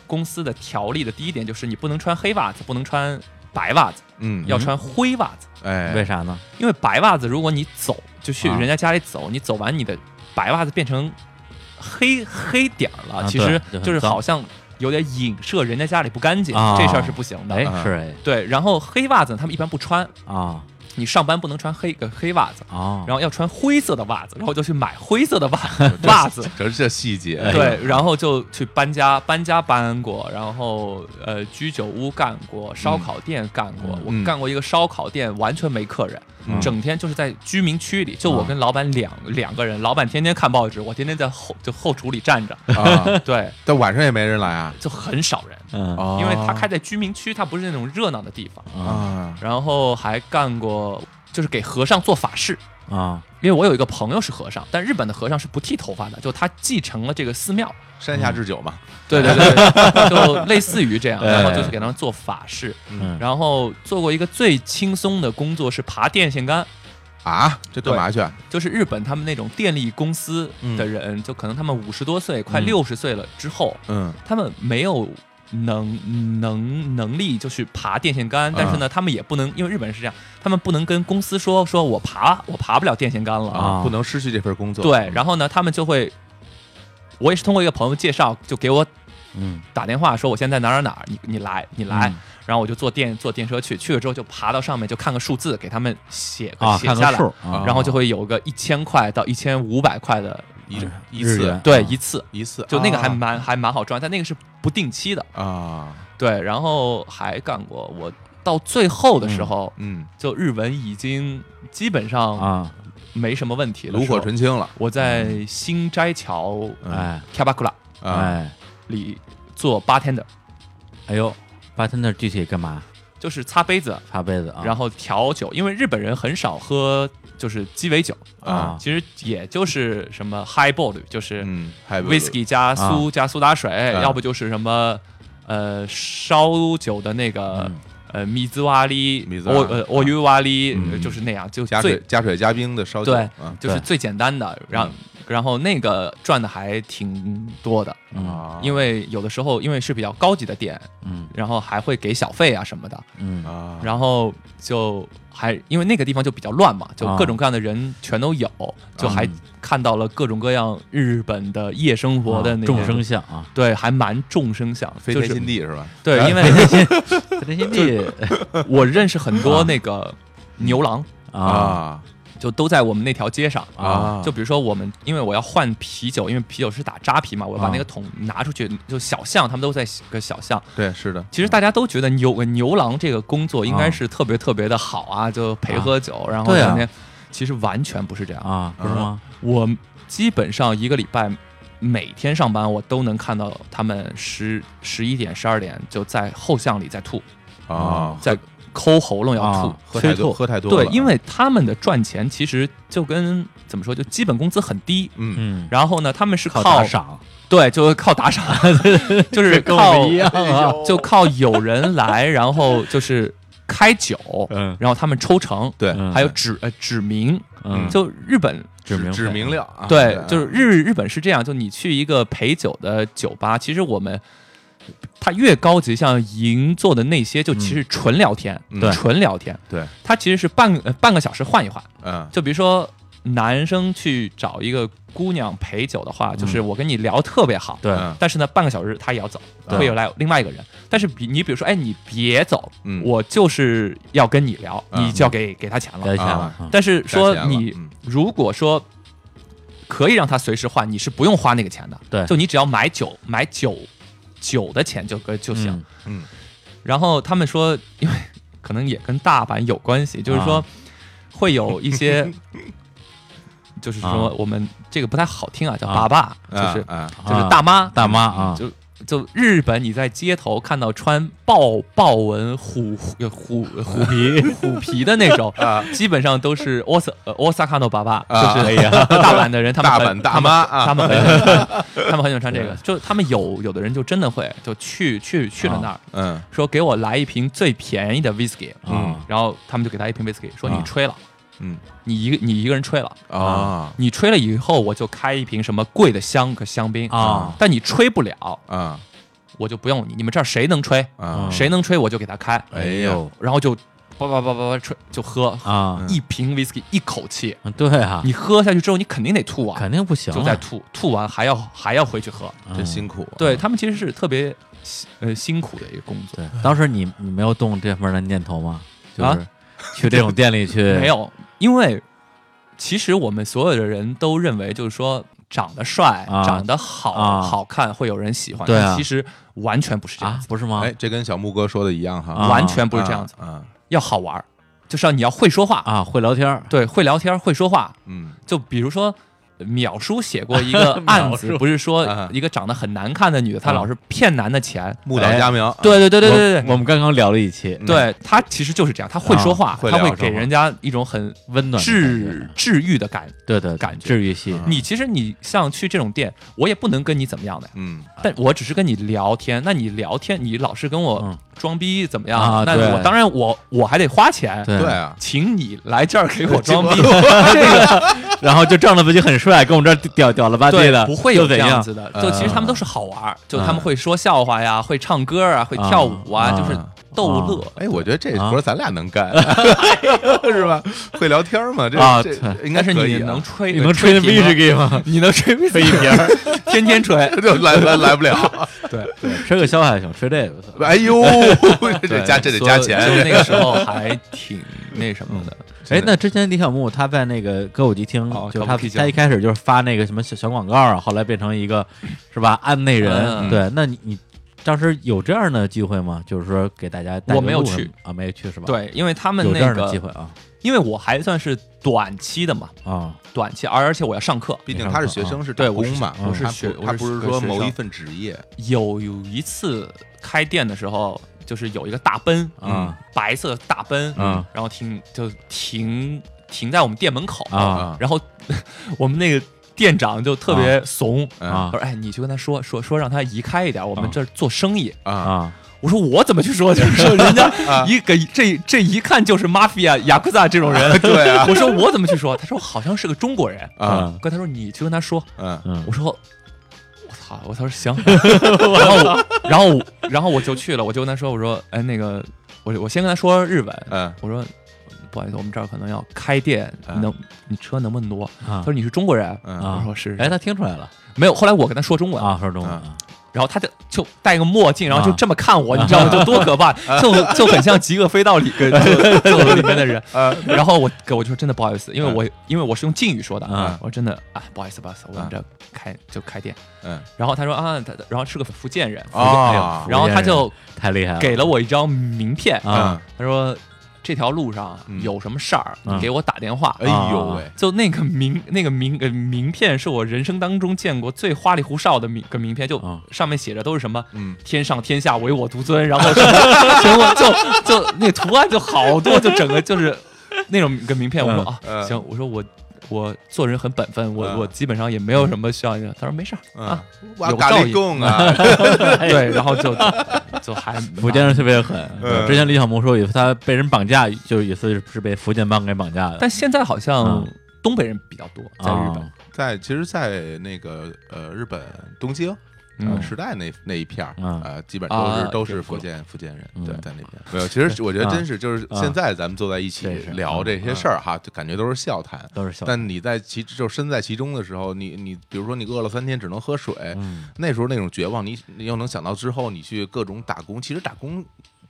S3: 公司的条例的第一点就是你不能穿黑袜子，不能穿白袜子，
S2: 嗯，
S3: 要穿灰袜子，
S2: 哎，
S1: 为啥呢？
S3: 因为白袜子如果你走就去
S1: 啊
S3: 人家家里走，你走完你的白袜子变成黑黑点儿了，
S1: 啊
S3: 其实
S1: 对就很
S3: 就是
S1: 脏
S3: 好像有点影射人家家里不干净，
S1: 啊
S3: 这事儿是不行的。
S1: 哎
S2: 啊，
S1: 是哎
S3: 对，然后黑袜子他们一般不穿，
S1: 啊
S3: 你上班不能穿黑个黑袜子，
S1: 啊，
S3: 哎然后要穿灰色的袜子，然后就去买灰色的袜 袜子。
S2: 这这细节，
S1: 哎
S3: 对，然后就去搬家，搬家搬过，然后呃，居酒屋干过，烧烤店干过。
S2: 嗯
S3: 我干过一个烧烤店，完全没客人，
S2: 嗯
S3: 整天就是在居民区里，就我
S1: 啊
S3: 跟老板两、两个人，老板天天看报纸，我天天在后就后厨里站 着，
S2: 啊，
S3: 对，
S2: 但晚上也没人来啊，
S3: 就很少人，
S1: 嗯
S2: 哦
S3: 因为他开在居民区，他不是那种热闹的地方。
S1: 啊
S2: 啊，
S3: 然后还干过就是给和尚做法事，
S1: 啊
S3: 因为我有一个朋友是和尚，但日本的和尚是不剃头发的，就他继承了这个寺庙，
S2: 山下智久嘛，
S3: 对对对 对，就类似于这样，
S1: 哎
S3: 然后就是给他们做法事，
S1: 嗯，
S3: 然后做过一个最轻松的工作是爬电线杆，
S2: 啊，这干嘛去？
S3: 就是日本他们那种电力公司的人，就可能他们五十多岁，快
S1: 嗯
S3: 六十岁了之后，
S2: 嗯
S3: 他们没有。能能能力就去爬电线
S1: 嗯
S3: 杆，但是呢，他们也不能，因为日本人是这样，他们不能跟公司说说我爬我爬不了电线杆了
S1: 啊
S2: 不能失去这份工作，嗯
S3: 对，然后呢，他们就会，我也是通过一个朋友介绍，就给我
S1: 嗯
S3: 打电话说我现在哪儿哪儿哪儿，你你来你来，
S1: 嗯
S3: 然后我就坐电坐电车去，去了之后就爬到上面就看个数字，给他们写个、
S1: 啊，
S3: 写
S1: 看
S3: 下
S1: 个
S3: 来
S1: 数，，啊
S3: 然后就会有个一千块到一千五百块的，
S2: 一一
S1: 日
S2: 次
S1: 元
S3: 对、
S1: 啊
S3: 一次，
S2: 一次，
S3: 就那个
S2: 嗯啊
S3: 还蛮、还蛮好赚，但那个是不定期的，
S2: 啊，
S3: 对，然后还干过我到最后的时候，
S2: 嗯，
S3: 就日文已经基本上
S1: 啊，
S3: 没什么问题了，
S2: 炉火纯青了，
S3: 我在新斋桥
S2: 嗯
S1: 哎
S3: k a b a k u r a
S2: 啊，
S1: 哎
S3: 里做 bartender，
S1: 哎呦，巴特那具体干嘛？
S3: 就是擦杯子，
S1: 擦杯子啊，
S3: 然后调酒。因为日本人很少喝就是鸡尾酒，
S1: 啊
S3: 其实也就是什么 highball，就是
S2: 嗯，还有
S3: whisky 加苏、加苏打水，
S2: 啊
S3: 要不就是什么呃烧酒的那个。
S1: 嗯
S3: 呃，米兹瓦里
S2: 米，兹瓦啊
S3: 我呃，我鱼瓦里，
S2: 嗯
S3: 呃就是那样，就
S2: 加水
S3: 最
S2: 加水加冰的烧酒，
S3: 对
S2: 啊
S3: 就是
S1: 对
S3: 最简单的，
S2: 嗯
S3: 然后然后那个赚的还挺多的，
S1: 嗯
S2: 啊，
S3: 因为有的时候因为是比较高级的店，
S1: 嗯
S3: 然后还会给小费啊什么的，
S1: 嗯
S2: 啊，
S3: 然后就还因为那个地方就比较乱嘛，就
S1: 啊
S3: 各种各样的人全都有，就还
S1: 嗯
S3: 看到了各种各样日本的夜生活的
S1: 啊
S3: 那种
S1: 众生相啊，
S3: 对，还蛮众生相，
S2: 飞
S3: 就
S2: 天
S3: 是
S2: 新地是吧？
S3: 对，因为
S1: 这些地
S3: 我认识很多
S1: 啊
S3: 那个牛郎，
S1: 啊
S3: 就都在我们那条街上。
S2: 啊，
S3: 就比如说我们，因为我要换啤酒，因为啤酒是打扎啤嘛，我把
S1: 啊
S3: 那个桶拿出去，就小巷，他们都在个小巷。
S2: 对，是的，
S3: 其实大家都觉得牛呃牛郎这个工作应该是特别特别的好啊，就陪喝酒，然后
S1: 对啊
S3: 整天，其实完全不是这样。
S1: 啊，不是吗？
S3: 我基本上一个礼拜每天上班，我都能看到他们十十一点、十二点就在后巷里在吐，
S2: 啊，
S3: 在抠喉咙要吐。
S1: 啊
S2: 喝
S1: 催
S2: 太多，
S1: 吐
S2: 喝太多了，
S3: 嗯
S2: 啊
S3: 对，因为他们的赚钱其实就跟怎么说，就基本工资很低。
S2: 嗯，
S1: 嗯，
S3: 然后呢，他们是靠
S1: 靠打赏，
S3: 对，就是靠打赏， 就是
S1: 跟我
S3: 靠
S1: 们一样啊
S3: 就靠有人来，然后就是开酒，
S1: 嗯
S3: 然后他们抽成，
S2: 对
S1: 嗯
S3: 还有指呃指名，
S1: 嗯
S3: 就日本
S1: 指明
S2: 指明了啊，
S3: 对，就是日日本是这样，就你去一个陪酒的酒吧，其实我们它越高级，像银座的那些，就其实纯聊天，
S2: 嗯
S1: 对
S3: 纯聊天，
S2: 对，
S3: 它其实是半个呃半个小时换一换。
S2: 嗯
S3: 就比如说男生去找一个姑娘陪酒的话，就是
S1: 嗯
S3: 我跟你聊特别好，
S1: 对
S2: 嗯
S3: 但是呢，半个小时他也要走，
S2: 对
S3: 会有来另外一个人。但是比你比如说，哎，你别走，
S2: 嗯
S3: 我就是要跟你聊，
S2: 嗯
S3: 你就要给给他钱了。
S1: 该钱了
S2: 啊，
S1: 嗯
S3: 但是说
S2: 加钱了
S3: 你
S2: 嗯
S3: 如果说可以让他随时换，你是不用花那个钱的，
S1: 对
S3: 就你只要买酒买酒酒的钱就可就行。
S1: 嗯
S2: 嗯
S3: 然后他们说，因为可能也跟大阪有关系，就是说
S1: 啊
S3: 会有一些，就是说
S1: 啊
S3: 我们这个不太好听啊，叫
S1: 啊
S3: 爸爸，
S2: 啊
S3: 就是
S2: 啊
S3: 就是大妈
S1: 啊大妈啊，
S3: 就就日本，你在街头看到穿豹豹纹虎虎虎呃虎 皮虎皮的那种，基本上都是 o s 呃 Osaka no 爸爸，
S2: 啊
S3: 就是
S2: 哎
S3: 大阪的人，他们
S2: 大
S3: 很
S2: 阪大妈啊
S3: 他们很 他们很他们很喜欢穿这个，就他们有有的人就真的会就去去去了那儿，
S2: 嗯
S3: 说给我来一瓶最便宜的 whisky，
S1: 嗯
S3: 然后他们就给他一瓶 whisky，说
S1: 啊
S3: 你吹了，
S2: 嗯
S3: 你一个你一个人吹了。
S2: 啊
S3: 你吹了以后，我就开一瓶什么贵的香可香槟
S1: 啊
S3: 但你吹不了，
S2: 啊
S3: 我就不用你，你们这儿谁能吹，
S2: 啊
S3: 谁能吹我就给他开，
S2: 哎呦
S3: 然后就叭叭叭叭叭吹就喝，
S1: 啊，
S3: 一瓶 whisky 一口气，
S1: 对啊，
S3: 嗯你喝下去之后你肯定得吐啊，
S1: 肯定不行啊，
S3: 就在吐，吐完还要还要回去喝，
S1: 嗯
S2: 真辛苦啊，
S3: 对他们其实是特别呃辛苦的一个工作，
S1: 对，当时你你没有动这方面的念头吗？就
S3: 啊
S1: 是去这种店里去
S3: 没有，因为其实我们所有的人都认为就是说。长得帅，
S1: 啊
S3: 长得好、
S1: 啊
S3: 好看，会有人喜欢。
S1: 对啊
S3: 但其实完全不是这样
S1: 啊
S3: 子，？
S1: 不是吗？
S2: 哎，这跟小木哥说的一样
S1: 啊
S2: 哈，
S3: 完全不是这样子。
S2: 啊，
S3: 要好玩儿，就是要你要会说话，
S1: 啊，会聊天 儿
S3: 对，会聊天儿，会说话，
S2: 嗯
S3: 就比如说。 淼叔写过一个案
S1: 淼
S3: 子，
S1: 叔
S3: 不是说
S2: 啊
S3: 一个长得很难看的女的，她
S1: 啊
S3: 老是骗男的钱。
S2: 木岛佳苗，
S3: 对对对对
S1: 我
S3: 对对
S1: 我们刚刚聊了一期
S2: 嗯
S3: 对，她其实就是这样，她会说话，
S2: 会
S3: 她
S2: 聊
S3: 啊会
S2: 上
S3: 给
S2: 话
S3: 人家一种很
S1: 温暖的
S3: 治治愈的感。
S1: 感觉，对对对
S3: 感觉
S1: 治愈系
S2: 嗯
S3: 你其实你像去这种店，我也不能跟你怎么样的呀，
S2: 嗯
S3: 但我只是跟你聊天。那你聊天，你老是跟我
S1: 嗯
S3: 装逼怎么样？
S1: 啊
S3: 那
S1: 对
S3: 我当然我我还得花钱，
S1: 对
S2: 对啊，
S3: 请你来这儿给我
S2: 结
S3: 装
S2: 果
S3: 逼，这个
S1: 然后就仗着自己很帅，跟我们这儿屌屌了吧唧
S3: 对
S1: 的，
S3: 不会
S1: 又
S3: 有这
S1: 怎样
S3: 子的。
S2: 嗯
S3: 就其实他们都是好玩儿，就他们会说笑话呀，会唱歌啊，会跳舞啊，
S1: 嗯
S3: 就是逗乐。
S2: 哎，我觉得这
S1: 啊
S2: 活儿咱俩能干，啊 是吧？会聊天嘛？这
S1: 啊
S2: 这
S1: 对
S2: 应该
S3: 但是
S2: 可以
S3: 你
S2: 啊
S3: 能吹，
S1: 你能吹那
S3: 瓶吗
S1: whisky 吗？
S3: 你能 吹
S1: 吹一瓶儿，
S3: 天天吹。
S2: 就来来来不 了。
S3: 对，
S1: 对 吹个消还行，吹 这个不错
S2: 哎呦， 这加这得加钱
S3: 所以。就那个时候还挺那什么的。
S1: 哎，那之前李小牧他在那个歌舞伎町
S3: 哦，
S1: 就是
S3: 歌
S1: 他
S3: 舞伎町
S1: 他一开始就是发那个什么小小广告啊，后来变成一个是吧案内人。
S3: 嗯
S1: 对，那你你当时有这样的机会吗？就是说给大家带个
S3: 我没有
S1: 路什么
S3: 去
S1: 啊，没有去是吧？，
S3: 对，因为他们
S1: 有这
S3: 那
S1: 样的机
S3: 个，
S1: 会啊
S3: 因为我还算是短期的嘛，
S1: 啊
S3: 短期，而而且我要上课。
S2: 毕竟他是学生，是打
S3: 嗯对我
S2: 工
S3: 是
S2: 嘛，
S1: 我是
S2: 他
S3: 学
S2: 不
S3: 我
S2: 他
S3: 是
S2: 不是
S3: 学
S2: 说
S3: 生
S2: 某一份职业。
S3: 有有一次开店的时候，就是有一个大奔，嗯
S1: 啊
S3: 白色的大奔，
S1: 嗯
S3: 然后停就停停在我们店门口
S1: 啊
S2: 啊
S3: 然后我们那个店长就特别怂，
S2: 嗯
S1: 啊
S3: 他说：“哎，你去跟他说说说，让他移开一点，我
S1: 啊
S3: 们这儿做生意。
S2: 啊
S1: 啊！
S3: 我说：“我怎么去说？ 就是 说人家一个这这一看就是 mafia、雅库萨这种人。
S2: 对啊
S3: 我说：“我怎么去说？”他说：“好像是个中国人。
S2: 啊
S1: 嗯”
S3: 跟他说：“你去跟他说。”
S2: 嗯
S1: 嗯
S3: 我说：“我操！”我他 说：“行。”然后我然后我然后我就去了，我就跟他说：“我说，哎，那个，我我先跟他说日文，
S2: 嗯
S3: 我说不好意思，我们这儿可能要开店，
S2: 嗯
S3: 能你车能不能挪？
S1: 啊
S3: 他说你是中国人，
S2: 嗯
S1: 啊
S3: 我说是，
S1: 哎，他听出来了
S3: 没有。后来我跟他说中文，
S1: 啊，说中文
S2: 啊
S3: 然后他就就戴个墨镜，然后就
S1: 啊
S3: 这么看我，你知道吗？就多可 怕，就就很像《极恶飞盗》里 跟就就里面的人。嗯
S2: 啊
S3: 然后我我就说真的不好意思，因为我因为我是用敬语说的，
S1: 啊
S3: 我说真的啊不好意思不好意思，我们
S2: 啊
S3: 这儿开就开店。
S2: 嗯
S3: 然后他说啊，他然后是个福建人，
S1: 哦哎
S2: 啊
S3: 然后他就
S1: 太厉害了，
S3: 给了我一张名片，
S1: 啊
S3: 他说这条路上
S2: 嗯
S3: 有什么事儿
S1: 嗯
S3: 给我打电话。
S2: 哎呦喂
S3: 就那个名，那个名呃名片是我人生当中见过最花里胡哨的名个名片，就
S1: 啊
S3: 上面写着都是什么
S2: 嗯
S3: “天上天下唯我独尊”，然后什么什么就就那图案就好多，就整个就是那种个名片。我说
S1: 嗯
S3: 啊，
S2: 嗯
S3: 行，我说我我做人很本分，我
S2: 嗯
S3: 我基本上也 没有什么需要。他说没事儿
S2: 嗯
S3: 啊，
S2: 哇
S3: 有
S2: 咖
S3: 道
S2: 喱
S3: 理
S2: 贡啊
S3: 对，然后就就还
S1: 福建人特别狠。
S2: 嗯
S1: 之前李小萌说有一次他被人绑架，就有一次是被福建帮给绑架的。
S3: 但现在好像
S1: 嗯
S3: 东北人比较多，在日本
S1: 啊，
S2: 在其实，在那个呃日本东京。
S3: 嗯
S2: 呃，时代那那一片儿，
S1: 嗯
S2: 呃，基本都
S3: 啊
S2: 是都
S3: 对
S2: 是福建福建人，
S1: 嗯
S2: 对，在那边没有。其实我觉得真是，就是
S1: 啊
S2: 现在咱们坐在一起
S1: 这是
S2: 聊这些事儿哈，就感觉都是笑谈。
S1: 都是小，
S2: 但你在其就身在其中的时候，你你比如说你饿了三天只能喝水，
S1: 嗯
S2: 那时候那种绝望，你你又能想到之后你去各种打工，其实打工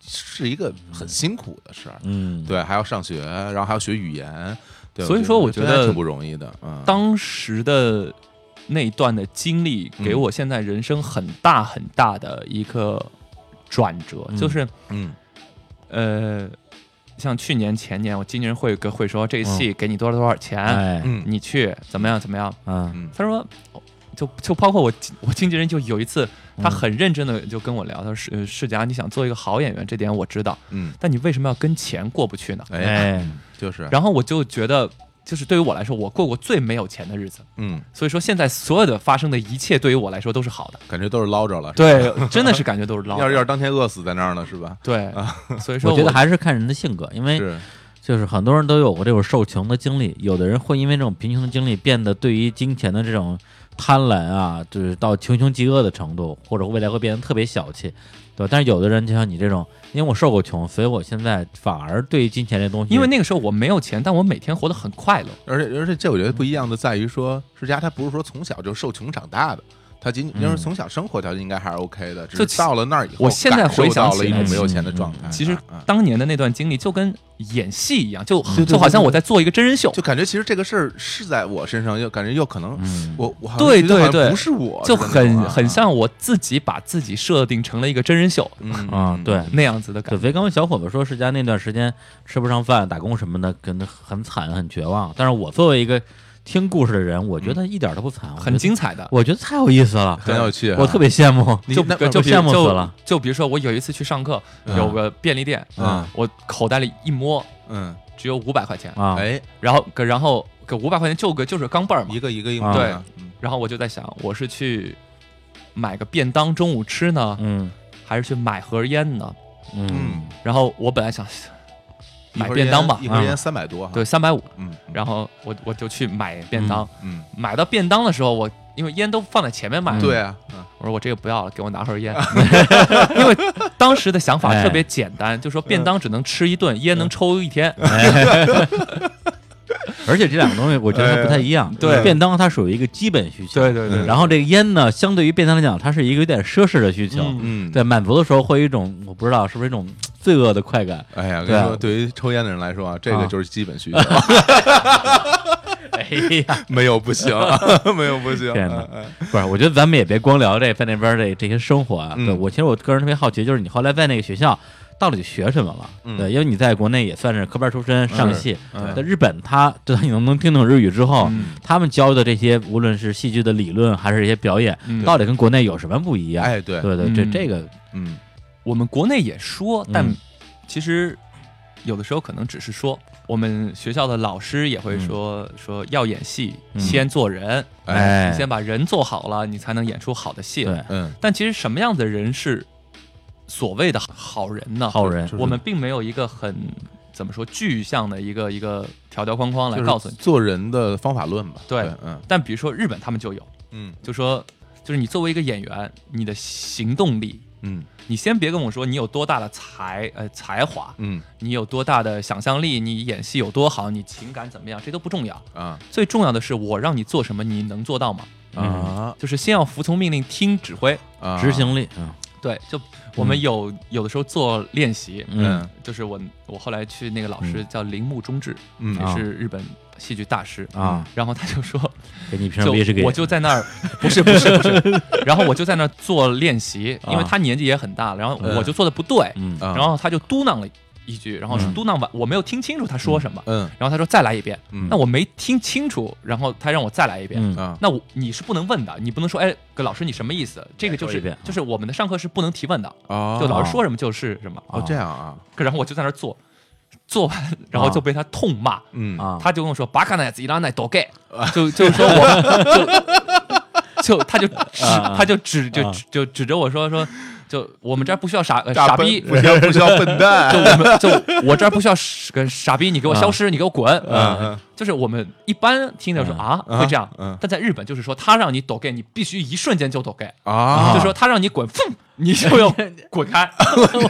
S2: 是一个很辛苦的事儿，
S1: 嗯，
S2: 对，还要上学，然后还要学语言，对，
S3: 所以说我觉得
S2: 真的挺不容易的，嗯，
S3: 当时的那一段的经历，
S2: 嗯
S3: 给我现在人生很大很大的一个转折，
S1: 嗯
S3: 就是
S2: 嗯
S3: 呃，像去年前年，我经纪人会跟会说，这戏给你多少多少钱，
S1: 嗯哎，
S2: 嗯
S3: 你去怎么样怎么样。
S1: 嗯
S2: 嗯
S3: 他说，就就包括我我经纪人就有一次，他
S1: 嗯
S3: 很认真的就跟我聊，他说世世佳，你想做一个好演员，这点我知道，
S2: 嗯，
S3: 但你为什么要跟钱过不去呢？
S2: 哎，
S1: 哎，
S2: 就是，
S3: 然后我就觉得，就是对于我来说，我过过最没有钱的日子。
S2: 嗯，
S3: 所以说，现在所有的发生的一切对于我来说都是好的。
S2: 感觉都是捞着了，是吧，
S3: 对，真的是感觉都是捞的。
S2: 要是要是当天饿死在那儿呢，是吧？
S3: 对，所以说
S1: 我觉得还是看人的性格，因
S3: 哎
S1: 为
S2: 是，
S1: 就是很多人都有过这种受穷的经历，有的人会因为这种贫穷的经历，变得对于金钱的这种贪婪啊，就是到穷凶极恶的程度，或者未来会变得特别小气，对吧？但是有的人就像你这种，因为我受过穷，所以我现在反而对于金钱这东西，
S3: 因为那个时候我没有钱，但我每天活得很快乐。
S2: 而且而且这我觉得不一样的在于说，世家他不是说从小就受穷长大的。他仅仅就是从小生活条件应该还是 OK 的，只
S3: 嗯就是
S2: 到了那儿以后，
S3: 我现在回想
S2: 感受到了
S3: 起
S2: 一
S3: 来嗯
S2: 种没有钱的状态啊。
S3: 其实
S2: 啊
S3: 当年的那段经历就跟演戏一样，就
S2: 对
S3: 就好像我在做一个真人秀
S2: 就，感觉其实这个事儿是在我身上，又感觉又可能
S1: 嗯，
S2: 我我好像
S3: 对
S2: 觉得好像
S3: 对对
S2: 不是我，
S3: 就是
S2: 那种
S3: 很
S2: 啊
S3: 很像我自己把自己设定成了一个真人秀
S2: 嗯
S1: 啊，对。
S3: 那样子的感
S1: 对，
S3: 觉。
S1: 肥刚小伙子说，世家那段时间吃不上饭，打工什么的，跟他很惨，很绝望。但是我作为一个听故事的人，我觉得一点都不惨，我觉
S3: 嗯很
S1: 得，
S3: 精彩的，
S1: 我觉得太有意思了，
S2: 很有趣啊
S1: 我特别羡慕。
S2: 你
S3: 就
S2: 那
S3: 就比
S1: 羡慕死
S3: 就
S1: 了
S3: 就比如说，我有一次去上课，
S2: 嗯
S3: 有个便利店，
S2: 嗯
S3: 我口袋里一摸
S2: 嗯
S3: 只有五百块钱，
S1: 啊，
S2: 哎
S3: 然后给然后给五百块钱就个就是钢镚儿嘛
S2: 一，个一个一
S1: 啊
S2: 个的嗯
S3: 然后我就在想，我是去买个便当中午吃呢，
S1: 嗯
S3: 还是去买盒烟呢？
S1: 嗯
S2: 嗯，
S3: 然后我本来想
S2: 一盒
S3: 买便当吧
S2: 烟一盒
S1: 啊
S2: 烟三百多哈
S3: 对，三百五，
S2: 嗯嗯
S3: 然后我我就去买便当。
S2: 嗯
S3: 买到便当的时候，我因为烟都放在前面买，
S1: 嗯
S2: 对啊嗯
S3: 我说我这个不要了，给我拿盒 烟。因为当时的想
S2: 哎
S3: 法特别简单，就说便当只能吃一顿，烟能抽一天。
S1: 而且这两个东西我觉得它不太一样。
S3: 对
S1: 便当它属于一个基本需求，
S3: 对
S2: 对
S1: 然后这个烟呢，相对于便当来讲，它是一个有点奢侈的需求。
S3: 嗯
S2: 嗯
S1: 在满足的时候，会有一种我不知道是不是一种罪恶的快感。
S2: 哎呀，跟
S1: 对
S2: 你
S1: 啊
S2: 说，对于抽烟的人来说啊，这个
S1: 啊
S2: 就是基本需 求，
S1: 哎呀，
S2: 没有不行，啊没有不行。
S1: 天哪
S2: 嗯嗯
S1: 不是，我觉得咱们也别光聊这在那边这这些生活啊。
S2: 嗯
S1: 对我其实我个人特别好奇，就是你后来在那个学校到底学什么了？
S2: 嗯
S1: 对，因为你在国内也算是科班出身，上戏。
S2: 嗯
S1: 在日本他，知道你能不能听懂日语之后，
S3: 嗯
S1: 他们教的这些，无论是戏剧的理论还是一些表演，
S3: 嗯
S1: 到底跟国内有什么不一样？
S2: 哎，对，
S1: 对对，这
S3: 嗯
S1: 这个
S2: 嗯
S3: 我们国内也说，但
S1: 嗯
S3: 其实有的时候可能只是说，我们学校的老师也会说、说要演戏，
S1: 嗯
S3: 先做人，
S1: 哎
S3: 你先把人做好了，你才能演出好的戏。
S1: 对
S2: 嗯，
S3: 但其实什么样的人是所谓的好人呢？
S1: 好人
S2: 就是
S3: 我们并没有一个很怎么说具象的一个一个条条框框来告诉你。
S2: 做人的方法论吧。
S3: 对
S2: 嗯
S3: 但比如说日本他们就有，
S2: 嗯
S3: 就说就是你作为一个演员，你的行动力。
S2: 嗯
S3: 你先别跟我说你有多大的才呃才华，
S2: 嗯
S3: 你有多大的想象力，你演戏有多好，你情感怎么样，这都不重要。
S2: 啊
S3: 最重要的是，我让你做什么，你能做到吗？
S2: 啊
S3: 就是先要服从命令，听指挥。
S2: 啊，
S1: 执行力啊，
S3: 对，就我
S1: 嗯
S3: 们有、有的时候做练习，
S2: 嗯
S3: 就是我我后来去那个老师叫铃木忠志，
S2: 嗯
S1: 啊
S3: 也是日本戏剧大师。
S1: 啊，
S3: 然后他就说，
S1: 给你评
S3: 嗯就
S1: 上 B 是给
S3: 我就在那儿， 不是不是不 是，然后我就在那儿做练习，因为他年纪也很大了，然后
S2: 嗯
S3: 我就做的不对，
S1: 啊嗯
S2: 啊
S3: 然后他就嘟囔了一句，然后
S1: 嗯
S3: 嘟囔完我没有听清楚他说什么，
S2: 嗯
S3: 然后他说再来一遍，
S2: 嗯
S3: 那我没听清楚，然后他让我再来一遍。
S1: 嗯
S2: 啊
S3: 那我你是不能问的，你不能说，哎，葛老师你什么意思？这个就
S1: 说一
S3: 是
S1: 遍
S3: 就是我们的上课是不能提问的，
S2: 啊，
S3: 就老师说什么就是什么。
S2: 哦这样啊，
S3: 然后我就在那儿做，做完然后就被他痛骂，
S2: 嗯
S1: 啊，
S3: 他就跟我说“巴卡奈子伊拉奈多盖”，就 就是说我就就他就指
S1: 啊
S3: 他就指就
S1: 啊
S3: 就指着我说说就我们这儿不需要傻呃
S2: 大
S3: 傻
S2: 笨
S3: 逼，
S2: 不需要不需要笨
S3: 就
S2: 蛋，
S3: 我们就我这儿不需要傻个傻逼，你给我消失，你给我滚。
S2: 嗯
S3: 嗯，就是我们一般听的说
S1: 嗯
S3: 啊
S2: 嗯
S3: 会这样
S2: 嗯，
S3: 但在日本就是说他让你抖 gay，你必须一瞬间就抖 gay，
S2: 啊，
S3: 就说他让你滚，砰你就要滚开。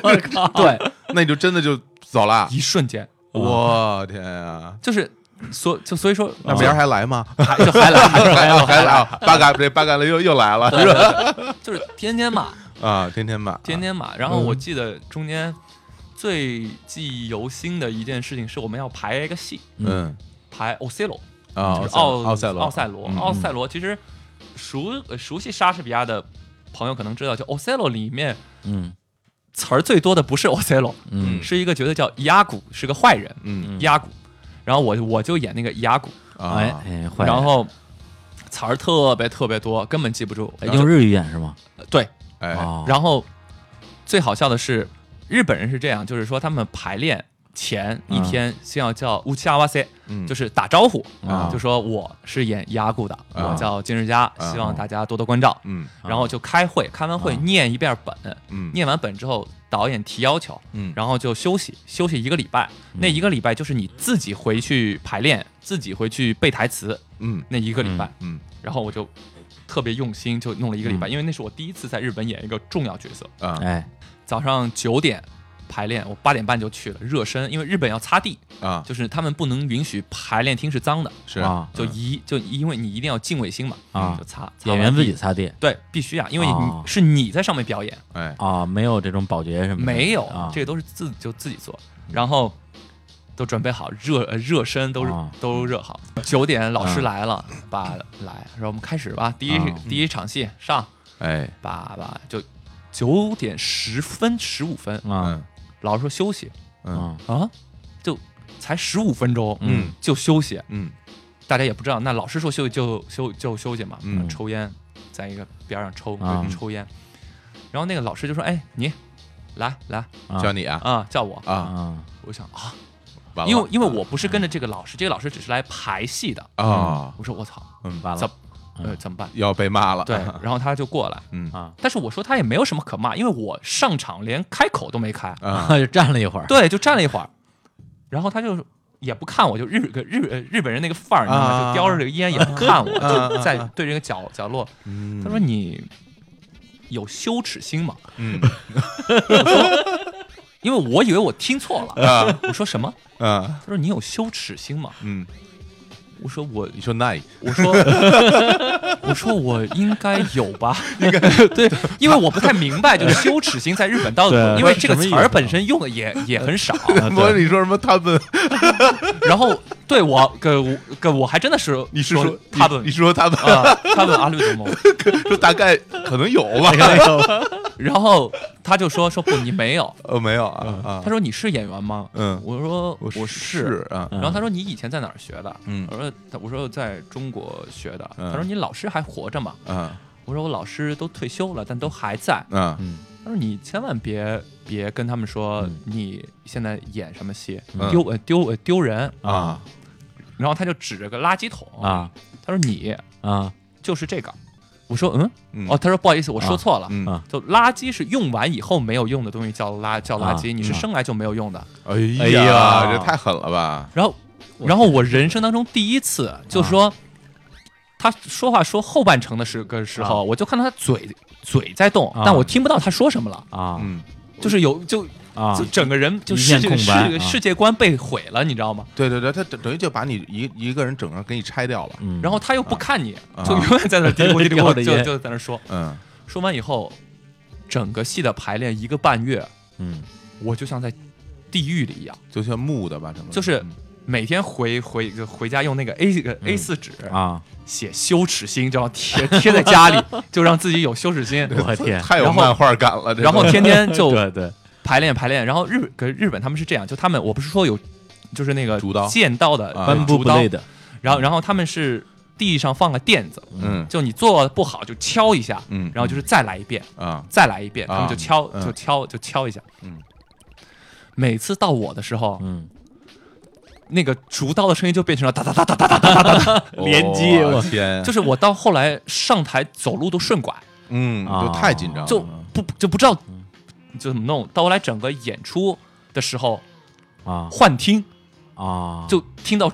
S1: 我靠，
S3: 对，
S2: 那你就真的就走了。
S3: 一瞬间
S2: 我天啊！
S3: 就是所就所以说
S2: 那明儿还来吗？
S3: 还就还来还来
S2: 还
S3: 还
S2: 来
S3: 来，
S2: 啊！八嘎这八嘎了又又来了
S3: 对对对 就是天天骂
S2: 啊！天天骂，
S3: 天天骂。然后我记得中间最记忆犹新的一件事情是我们要排一个戏，
S2: 嗯
S3: 排 Ocello。
S2: 啊，
S3: 嗯就是
S2: 奥
S3: 奥
S2: 塞罗，
S3: 奥赛罗，
S2: 嗯
S3: 奥赛罗其实熟呃熟悉莎士比亚的朋友可能知道，就奥赛罗里面
S1: 嗯
S3: 词儿最多的不是奥赛罗，
S1: 嗯
S3: 是一个角色叫伊亚古，是个坏人，
S2: 嗯
S3: 伊亚古。然后我我就演那个伊亚古，
S2: 啊
S1: 哎哎，坏人
S3: 然后词儿特别特别多，根本记不住。
S1: 哎用日语演是吗？
S3: 对，
S2: 哎
S1: 哦，
S3: 然后最好笑的是，日本人是这样，就是说他们排练前一天先要叫乌七阿哇塞，
S2: 嗯
S3: 哦就是打招呼，
S2: 啊
S3: 就说我是演雅古的，
S2: 啊
S3: 我叫金日佳，
S2: 啊
S3: 希望大家多多关照。
S2: 嗯
S3: 然后就开会，开完会
S1: 啊
S3: 念一遍本，
S2: 嗯
S3: 念完本之后导演提要求，
S2: 嗯
S3: 然后就休息休息一个礼拜。那一个礼拜就是你自己回去排练，自己回去背台词
S2: 嗯
S3: 那一个礼拜。
S2: 嗯
S3: 然后我就特别用心，就弄了一个礼拜，因为那是我第一次在日本演一个重要角色。
S2: 啊
S1: 哎，
S3: 早上九点排练，我八点半就去了热身，因为日本要擦地，
S2: 啊
S3: 哎就是他们不能允许排练厅是脏的，
S2: 是
S1: 啊
S3: 就一就因为你一定要敬畏心嘛，
S1: 啊
S3: 就擦擦
S1: 演
S3: 完
S1: 员自
S3: 地
S1: 己擦地
S3: 对必须啊，因为你、
S1: 哦
S3: 是你在上面表演，
S2: 哎
S1: 啊，没有这种保洁什么的，
S3: 没有，
S1: 啊，嗯
S3: 这个都是自就自己做，然后。都准备好热呃热身，都、
S1: 哦
S3: 都热好。九点老
S1: 嗯
S3: 师来了，爸来说我们开始吧。第一、
S1: 哦
S3: 第一场戏上，
S2: 哎
S3: 爸爸就九点十分十五分，
S1: 啊
S2: 嗯
S3: 老师说休息，
S2: 嗯
S1: 啊
S3: 啊，就才十五分钟，
S2: 嗯，
S3: 就休息，
S2: 嗯
S3: 大家也不知道，那老师说休息就休就休息嘛，
S2: 嗯
S3: 抽烟，在一个边上抽、
S1: 啊
S3: 抽烟，然后那个老师就说：“哎，你来来
S1: 啊
S2: 叫你啊
S3: 啊，叫我。
S2: 啊
S1: 啊，”
S3: 我想啊，
S2: 完了
S3: 因为因为我不是跟着这个老师，这个老师只是来排戏的。
S2: 啊
S3: 我说我操，
S2: 嗯
S1: 完
S3: 怎
S1: 了
S3: 呃怎么办？
S2: 要被骂了
S3: 对，然后他就过来，
S2: 嗯
S1: 啊
S3: 但是我说他也没有什么可骂，因为我上场连开口都没开，
S2: 啊
S1: 就站了一会儿，
S3: 对，就站了一会儿，然后他就也不看我，就日个日呃日本人那个范儿，你知道
S2: 啊
S3: 吗？就叼着这个烟也不看我，
S2: 啊
S3: 就在对着个角角落。
S2: 嗯
S3: 他说你有羞耻心吗？
S2: 嗯
S3: 因为我以为我听错了。
S2: 啊
S3: 我说什么？
S2: 啊
S3: 他说你有羞耻心吗？
S2: 嗯
S3: 我说我
S2: 你说 nice
S3: 我说我说我应该有吧，应 该对，因为我不太明白这个羞耻心在日 本到底，
S1: 对
S3: 因为这个
S1: 什么意
S3: 词
S1: 思
S3: 儿本身用的也也很少。
S2: 我说你说什么他们
S3: 然后对我跟跟我还真的是
S2: 你是说
S3: 他
S2: 你
S3: 们
S2: 你是说他们
S3: 啊，他问阿绿怎么？
S2: 说大概可能有吧
S3: 然后他就说说不，你没有。
S2: 呃没有啊啊
S3: 嗯他说你是演员吗？
S2: 嗯
S3: 我说
S2: 我
S3: 我
S2: 是。啊
S1: 嗯
S3: 然后他说你以前在哪儿学的？
S2: 嗯
S3: 我说他我说在中国学的。
S2: 嗯
S3: 他说你老师还活着吗？
S2: 啊
S3: 我说我老师都退休了，但都还在。
S2: 啊
S1: 嗯
S3: 他说你千万别别跟他们说
S1: 嗯
S3: 你现在演什么戏，
S2: 嗯
S3: 丢呃丢呃丢人。
S2: 啊
S3: 然后他就指着个垃圾桶，
S1: 啊
S3: 他说你
S1: 啊
S3: 就是这个。我说嗯
S2: 嗯
S3: 哦，他说不好意思，我说
S1: 啊
S3: 错了。
S2: 嗯
S1: 啊
S3: 就垃圾是用完以后没有用的东西叫垃叫垃圾，
S1: 啊
S3: 你是
S1: 嗯
S3: 生来就没有用的。
S2: 哎
S1: 哎
S2: 呀，
S1: 呀
S2: 这太狠了吧！
S3: 然后，
S1: 我啊
S3: 然后我人生当中第一次就是说，他说话说后半程的时个时候，
S1: 啊
S3: 我就看到他嘴嘴在动，
S1: 啊
S3: 但我听不到他说什么了，
S1: 啊
S2: 嗯，
S3: 就是有就
S1: 啊
S3: 就整个人就
S1: 一
S3: 世
S1: 片
S3: 界
S1: 空
S3: 世
S1: 白
S3: 界
S1: 啊
S3: 世界观被毁了，你知道吗？
S2: 对对对，他等等于就把你一一个人整个给你拆掉了。
S1: 嗯
S3: 然后他又不看你
S2: 啊，
S3: 就永 远在那嘀咕嘀咕，
S1: 叼着
S3: 就
S1: 烟
S3: 就在那说。
S2: 嗯
S3: 说完以后，整个戏的排练一个半月，
S1: 嗯
S3: 我就像在地狱里一样。
S2: 就像木的吧，整个
S3: 就是
S2: 嗯
S3: 每天回回就回家用那个 A 个 A 四纸
S1: 啊，
S3: 写羞耻心，就要贴贴在家 里，就让自己有羞耻心。
S1: 我天，
S2: 太有
S3: 然后
S2: 漫画感了。这
S3: 然后
S2: 个
S3: 天天就
S1: 对对
S3: 排练排练，然后日可是日本他们是这样，就他们我不是说有就是那个
S2: 竹刀
S3: 剑道的
S2: 啊
S1: ，Bamboo
S3: 竹刀，
S1: Blade
S3: 然后然后他们是地上放个垫子，
S2: 嗯
S3: 就你做不好就敲一下，
S2: 嗯
S3: 然后就是再来一遍，
S2: 啊
S3: 再来一遍，他
S2: 啊
S3: 们就敲
S2: 嗯
S3: 就敲就敲一下，
S2: 嗯，
S3: 每次到我的时候，
S1: 嗯
S3: 那个竹刀的声音就变成了哒哒哒哒哒。
S1: 连击
S2: 我
S1: 我
S2: 哦天，
S3: 就是是我到后来上台走路都顺拐，
S2: 嗯，
S1: 啊
S2: 就太紧张了，
S3: 就不就不知道就怎么弄。到后来整个演出的时候
S1: 啊
S3: 幻听，
S1: 啊，
S3: 就听到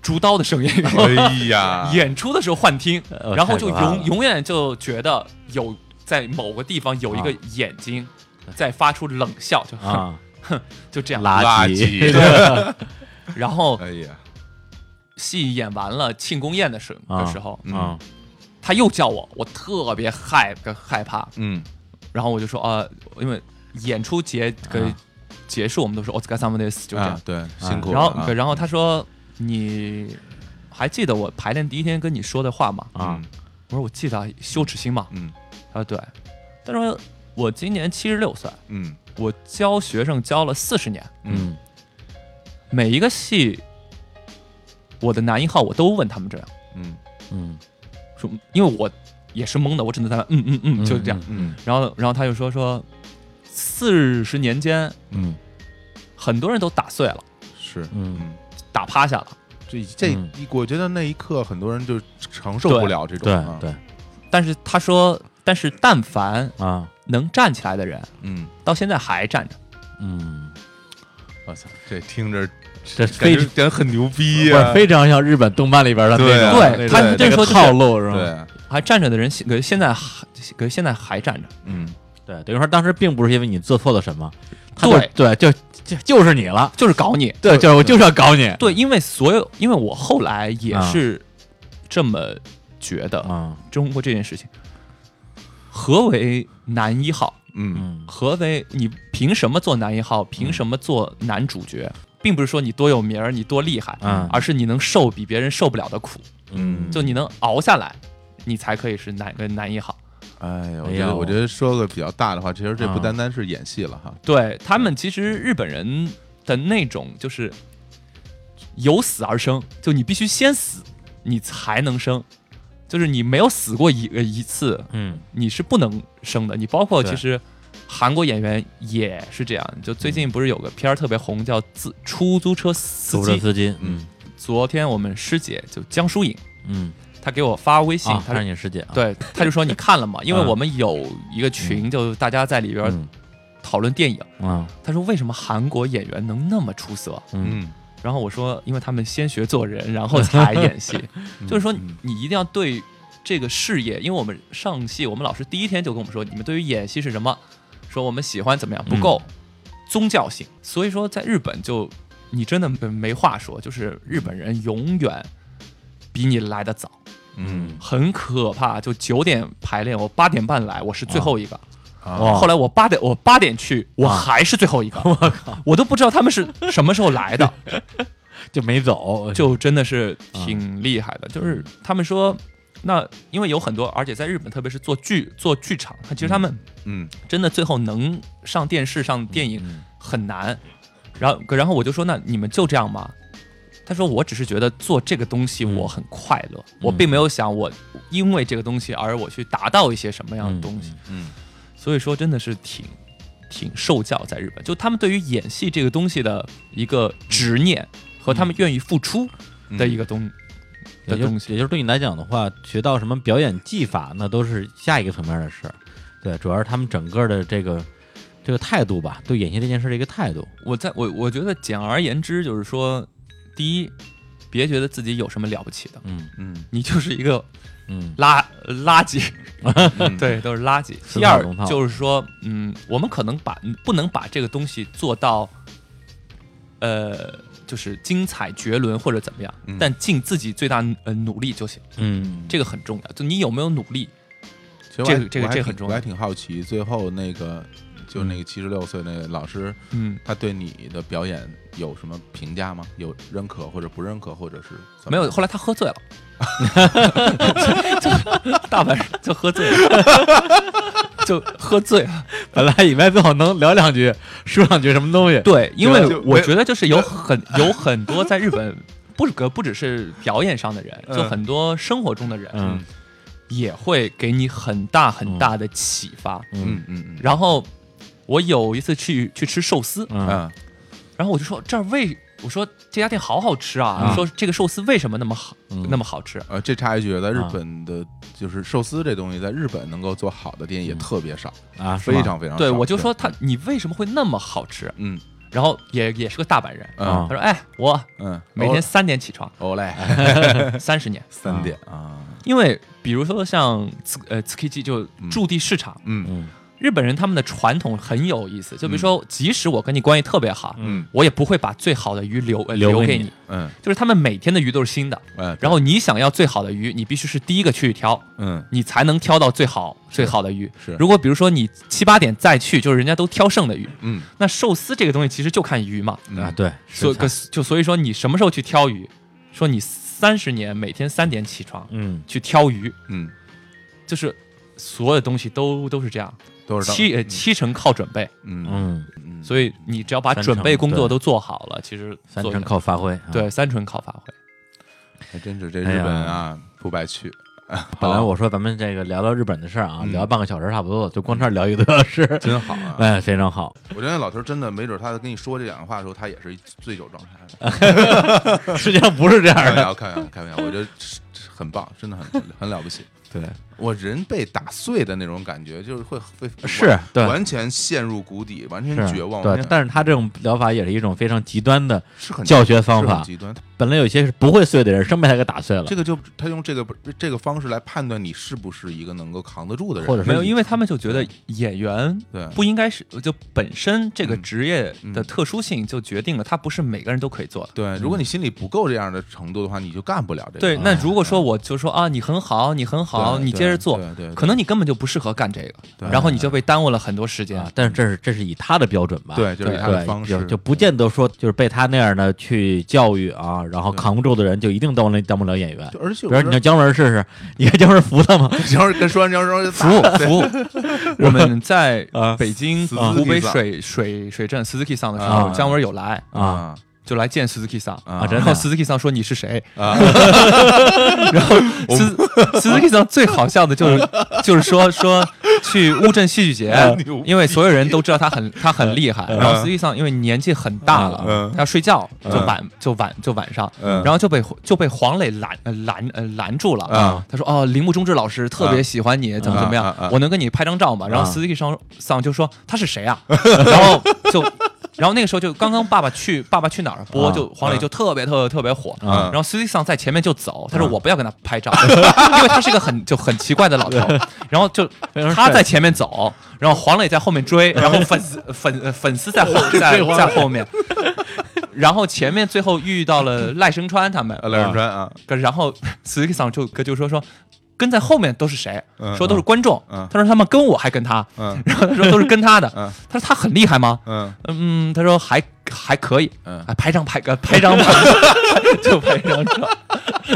S3: 竹刀 的声音，然后
S2: 哎 呀，
S3: 演出的时候幻听，
S1: 呃
S3: 然后就
S1: 太可怕
S3: 永
S1: 了
S3: 永远就觉得有在某个地方有一个
S1: 啊
S3: 眼睛在发出冷笑，就、
S1: 啊，
S3: 就这样。
S1: 垃
S2: 圾
S3: 然后
S2: 哎呀，
S3: 戏演完了庆功宴的时
S1: 啊
S3: 的时候，
S2: 嗯
S1: 啊
S3: 他又叫我，我特别害害怕，
S2: 嗯
S3: 然后我就说啊、因为演出结跟
S1: 啊
S3: 结束，我们都说 o s c a r s a m this 就这样
S2: 啊，。对，辛苦
S3: 然
S2: 了
S3: 后
S2: 啊，
S3: 对然后他说你还记得我排练第一天跟你说的话吗？
S1: 啊
S3: 我说我记得啊，羞耻心嘛。
S2: 嗯
S3: 他说对，他说我今年七十六岁，
S2: 嗯
S3: 我教学生教了四十年，
S1: 嗯
S3: 每一个戏我的男一号我都问他们这样，
S2: 嗯
S1: 嗯
S3: 说因为我也是懵的，我只能在那嗯嗯嗯就这样。
S2: 嗯
S3: 然后然后他就说说四十年间
S1: 嗯
S3: 很多人都打碎了，
S2: 嗯，是，
S1: 嗯，
S2: 嗯，
S3: 打趴下了，
S2: 这这
S1: 嗯
S2: 一，我觉得那一刻很多人就承受
S3: 对
S2: 不了这种，
S1: 对
S2: 啊
S1: 对，
S3: 但是他说，但是但凡
S1: 啊
S3: 能站起来的人，
S2: 嗯，
S3: 到现在还站着。
S1: 嗯，
S2: 我操，这听着
S1: 这非
S2: 感觉感觉很牛逼啊
S1: 不是
S2: 呀，
S1: 非常像日本动漫里边的那
S2: 对
S1: 种
S2: 啊
S1: 那
S3: 对，
S1: 种
S3: 他们
S1: 那
S2: 对
S3: 就说
S1: 个
S3: 就是
S1: 套路是吧？
S2: 对，
S3: 还站着的人，现可是现在还可是现在还站着。
S2: 嗯，
S1: 对，等于说当时并不是因为你做错了什么，他就对，
S3: 对
S1: 就就就是你了，
S3: 就是搞你，
S1: 对，就是我就是要搞你，
S3: 对，因为所有，因为我后来也
S1: 啊
S3: 是这么觉得，
S1: 啊
S3: 中国这件事情，何为男一号？
S2: 嗯
S1: 嗯
S3: 何为你凭什么做男一号？凭什么做男主角？并不是说你多有名儿，你多厉害，
S1: 嗯
S3: 而是你能受比别人受不了的苦，
S1: 嗯，
S3: 就你能熬下来，你才可以是男个男一号。
S2: 哎呀，我
S1: 哎
S2: 觉得
S1: 呦
S2: 我觉得说个比较大的话，其实这不
S1: 啊
S3: 嗯
S2: 单单是演戏了哈，
S3: 对他们，其实日本人的那种就是由死而生，就你必须先死，你才能生。就是你没有死过一呃一次，
S1: 嗯
S3: 你是不能生的。你包括
S1: 对
S3: 其实韩国演员也是这样。就最近不是有个片儿特别红，叫《自出租车司
S1: 组
S3: 机
S1: 织》。资金，
S2: 嗯
S1: 嗯
S3: 昨天我们师姐就江疏影，
S1: 嗯，
S3: 她给我发微信
S1: 啊，，
S3: 她
S1: 她是
S3: 说
S1: 你师姐啊，
S3: 对，她就说你看了吗？因为
S1: 嗯
S3: 我们有一个群，就大家在里边
S1: 嗯
S3: 讨论电影。
S1: 啊
S3: 他说为什么韩国演员能那么出色？
S1: 嗯
S3: 然后我说，因为他们先学做人，然后才演戏。就是说，
S2: 嗯
S3: 你一定要对这个事业，因为我们上戏，我们老师第一天就跟我们说，你们对于演戏是什么？说我们喜欢怎么样不够、宗教性。所以说，在日本就你真的没话说，就是日本人永远比你来的早，
S2: 嗯，
S3: 很可怕。就九点排练，我八点半来，我是最后一个。
S1: 哇
S3: 后来我八点我八点去，我
S1: 哦啊
S3: 还是最后一个。我靠，我都不知道他们是什么时候 来的，
S1: 就没走，
S3: 就真的是挺厉害的。就是他们说，那因为有很多，而且在日本，特别是做剧做剧场，其实他们
S2: 嗯
S3: 真的最后能上电视上电
S1: 嗯
S3: 影很难。然后然后我就说，那你们就这样吗？他说：“我只是觉得做这个东西
S1: 嗯
S3: 我很快乐，我并没有想我因为这个东西而我去达到一些什么样的
S1: 嗯
S3: 东西。
S2: 嗯
S3: 所以说真的是挺挺受教在日本，就他们对于演戏这个东西的一个执念和他们愿意付出
S2: 嗯
S3: 的一个东、
S1: 也
S3: 的
S1: 就
S3: 东
S1: 也
S3: 西。
S1: 就是对你来讲的话，学到什么表演技法，那都是下一个层面的事儿。对，主要是他们整个的这个这个态度吧，对演戏这件事的一个态度。
S3: 我在我我觉得简而言之就是说，第一，别觉得自己有什么了不起的，
S1: 嗯
S2: 嗯
S3: 你就是一个
S1: 嗯
S3: 垃 垃圾，
S2: 嗯，
S3: 对，都是垃圾。
S1: 死
S3: 第
S1: 脑
S3: 二
S1: 龙套
S3: 就是说，嗯，我们可能把不能把这个东西做到，呃，就是精彩绝伦或者怎么样，
S2: 嗯
S3: 但尽自己最大呃努力就行，
S1: 嗯，
S3: 这个很重要。就你有没有努力？
S2: 其实我还
S3: 这
S2: 我
S3: 个这个
S2: 还
S3: 这个很
S2: 挺
S3: 重
S2: 我
S3: 要
S2: 还挺好奇，最后那个就那个七十六岁那个老师，
S3: 嗯，
S2: 他对你的表演有什么评价吗？有认可或者不认可，或者是怎么
S3: 没有。后来他喝醉了，就就 大晚上就喝醉 了，就喝醉了。
S1: 本来以为最后能聊两句，说两句什么东西。
S3: 对，因
S2: 对
S3: 为
S2: 就
S3: 我觉得就是有很有很多在日本。不是不只是表演上的人，就很多生活中的人，
S1: 嗯
S3: 也会给你很大很大的启发。
S1: 嗯
S2: 嗯嗯
S3: 然后我有一次去去吃寿司，
S1: 嗯
S2: 嗯
S3: 然后我就说这儿为我说这家店好好吃啊，
S1: 嗯
S3: 说这个寿司为什么那么好、
S1: 嗯
S3: 那么好吃？
S2: 呃，这插一句，在日
S1: 啊
S2: 本的，就是寿司这东西，在日本能够做好的店也
S1: 嗯
S2: 特别少，
S1: 啊，是
S2: 非
S1: 吗
S2: 常非常少。
S3: 对，我就说他，你为什么会那么好吃？
S2: 嗯
S3: 然后也也是个大阪人，
S1: 啊
S2: 嗯
S3: 他说，哎，我
S2: 嗯，
S3: 每天三点起 床，
S2: 欧 嘞
S3: 三十年，
S2: 三点啊，
S3: 因为比如说像茨呃 t s u k 就驻地市场，
S2: 嗯
S1: 嗯
S3: 日本人他们的传统很有意思，就比如说，即使我跟你关系特别好，
S2: 嗯
S3: 我也不会把最好的鱼留、呃、
S1: 留给
S3: 留给
S1: 你
S3: 你，
S2: 嗯
S3: 就是他们每天的鱼都是新的，
S2: 嗯，
S3: 然后你想要最好的鱼，你必须是第一个去挑，
S2: 嗯
S3: 你才能挑到最好最好的鱼。
S2: 是
S3: 如果比如说你七八点再去，就是人家都挑剩的鱼。
S2: 嗯
S3: 那寿司这个东西其实就看鱼嘛，
S2: 嗯
S1: 啊，对，食
S3: 所
S1: 材
S3: 可就所以说你什么时候去挑鱼？说你三十年每天三点起床
S1: 嗯
S3: 去挑鱼，
S2: 嗯，
S3: 就是所有东西都都是这样，
S2: 都是
S3: 七呃七成靠准备，
S2: 嗯
S1: 嗯，
S2: 嗯，
S3: 所以你只要把
S1: 三
S3: 准备
S1: 成
S3: 工作
S1: 对
S3: 都做好了，其实
S1: 三
S3: 做
S1: 成
S3: 起来
S1: 靠发挥，啊
S3: 对三成靠发挥。
S2: 还真是这日
S1: 哎呀
S2: 本啊不白去，
S1: 本来我说咱们这个聊聊日本的事儿啊，
S2: 嗯
S1: 聊半个小时差不多了，就光这儿聊一个多小时，
S2: 真好啊！
S1: 哎，非常好，
S2: 我觉得老头真的没准他跟你说这两句话的时候，他也是醉酒状态的。
S1: 实际上不是这样
S2: 开玩
S1: 的，
S2: 笑，开玩笑，开玩笑，我觉得是是很棒，真的很很了不起。
S1: 对，
S2: 我人被打碎的那种感觉，就是会会
S1: 是对
S2: 完全陷入谷底，完全
S1: 是
S2: 绝望，完
S1: 对
S2: 全，
S1: 但是他这种疗法也是一种非常极端的
S2: 是很
S1: 教学方
S2: 是
S1: 法
S2: 很，极端。
S1: 本来有些是不会碎的人，生被他给打碎了
S2: 这，个就他用这个这个方式来判断你是不是一个能够扛得住的人，
S1: 或者
S3: 没有，
S1: 你
S3: 因为他们就觉得演员
S2: 对
S3: 不应该是就本身这个
S2: 嗯
S3: 职业的
S2: 嗯
S3: 特殊性就决定了他不是每个人都可以做的。
S2: 对，如果你心里不够这样的程度的话，你就干不了这个。
S3: 对，
S2: 对
S3: 那如果说我就说啊，你很好，你很好，
S2: 对
S3: 你接着做
S2: 对对对，
S3: 可能你根本就不适合干这个，然后你就被耽误了很多时间
S1: 啊。，但是这是这是以他的标准吧，
S2: 对，就是
S3: 对
S2: 他的
S1: 对
S2: 方
S1: 就
S2: 式，
S1: 就不见得说就是被他那样的去教育啊，然后
S2: 对
S1: 扛不住的人就一定当不了当不了演员。
S2: 就而且
S1: 比
S2: 我
S1: 如
S2: 觉
S1: 你
S2: 得
S1: 让姜文试试，你看姜文服他吗？
S2: 你要是跟说完张说
S3: 服务服 务，我们在
S1: 啊
S3: 北京
S2: 啊
S3: 湖北水水水镇 Suzuki 桑的时候，
S1: 啊
S3: 姜文有来
S1: 啊
S2: 啊
S3: 就来见 Suzuki 桑，
S2: 啊
S1: 真
S3: 然
S1: 的
S3: 后 Suzuki 桑说你是谁，
S2: 啊，
S3: 然后斯斯 z k 上最好笑的就是就是说说去乌镇戏剧节
S2: 牛逼，
S3: 因为所有人都知道他很他很厉害，然后斯 z k 上因为年纪很大了
S2: 嗯，
S3: 他要睡觉
S2: 嗯
S3: 就晚就晚就晚上，
S2: 嗯
S3: 然后就被就被黄磊拦呃拦呃拦住了
S2: 啊。
S3: 他说哦，铃木忠志老师特
S2: 嗯
S3: 别喜欢你，怎么怎么样
S2: 啊啊啊，
S3: 我能跟你拍张照吗？然后
S1: 啊
S3: 斯 z k 上上就说他是谁啊？ 然后就。然后那个时候就刚刚《爸爸去爸爸去哪儿》播，
S1: 啊
S3: 就黄磊就特别特别特别火，
S1: 啊
S3: 然后 Suzy 桑在前面就走，他说我不要跟他拍照， 因为他是一个很就很奇怪的 老头。然后就
S1: 常
S3: 他在前面走，然后黄磊在后面 追，然后粉丝粉呃粉丝在后在在后面，然后前面最后遇到了赖声川他们，
S2: 呃赖声川啊，
S3: 可然后 Suzy 桑就就说说。跟在后面都是谁？
S2: 嗯
S3: 说都是观众。
S2: 嗯
S3: 他说他们跟我还跟他，
S2: 嗯
S3: 然后他说都是跟他的。
S2: 嗯
S3: 他说他很厉害吗？
S2: 嗯
S3: 嗯，他说还还可以，
S2: 嗯
S3: 啊，拍张拍个拍张吧， 就拍张照。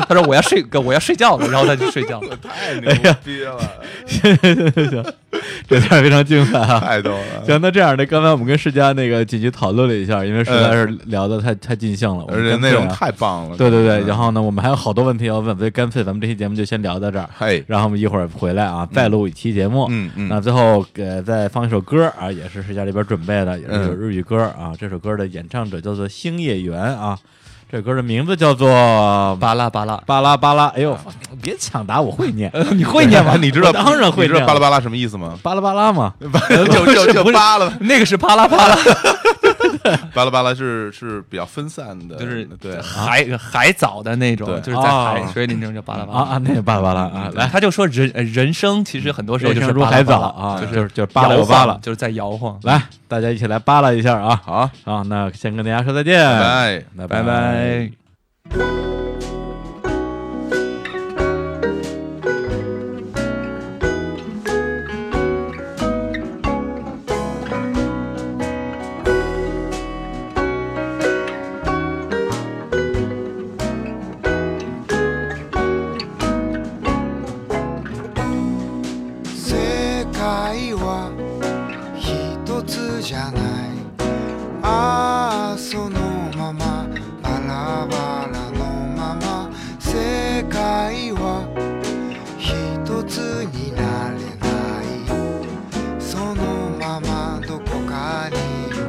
S3: 他说我要睡个我要睡觉了，然后他就睡觉了。
S2: 太牛逼了，
S1: 这段非常精彩啊！
S2: 太逗了。
S1: 行，那这样的，刚才我们跟世嘉那个紧急讨论了一下，因为实在是聊的太太尽兴了，我们
S2: 嗯而且
S1: 干
S2: 内
S1: 脆
S2: 容
S1: 啊
S2: 太棒了，
S1: 对对对，
S2: 嗯
S1: 然后呢，我们还有好多问题要问，所以干脆咱们这期节目就先聊到这儿。
S2: 嘿，
S1: 然后我们一会儿回来啊，再录一期节目。
S2: 嗯嗯
S1: 那最后给再放一首歌啊，也是世家这边准备的，也是一首
S2: 嗯
S1: 日语歌啊。这首歌的演唱者叫做星野源啊，这首歌的名字叫做
S3: 巴拉巴拉，
S1: 巴拉巴拉。哎
S2: 啊
S1: 呦，别抢答，我会念，你会
S2: 对
S1: 念吗？
S2: 你知道
S1: 我当然会
S2: 你知
S1: 念
S2: 道
S1: 了，
S2: 巴拉巴拉什么意 思吗？
S1: 巴拉巴拉嘛，
S2: 就就就巴拉
S3: 那个是巴拉巴拉，
S2: 巴拉巴拉是是比较分散的，
S3: 就是
S2: 对
S3: 海海藻的那种
S2: 对，
S3: 就是在海
S1: 哦
S3: 水里那种叫巴拉巴
S1: 啊
S3: 拉。
S1: 啊，那个巴拉巴拉啊，
S2: 嗯
S1: 来，
S3: 他就说人呃人生其实很多时候就是
S1: 如
S3: 巴拉
S1: 海
S3: 巴
S1: 藻
S3: 拉
S1: 啊，
S3: 就是
S1: 就是就是巴拉我
S3: 摇
S1: 巴
S3: 晃
S1: 拉，
S3: 就是在摇晃。
S1: 来，大家一起来扒拉一下啊！
S2: 好，
S1: 啊，那先跟大家说再见，
S2: 拜。
S1: 那
S3: 拜拜。
S5: 世界は一つじゃないああそのままバラバラのまま世界は一つになれないそのままどこかに行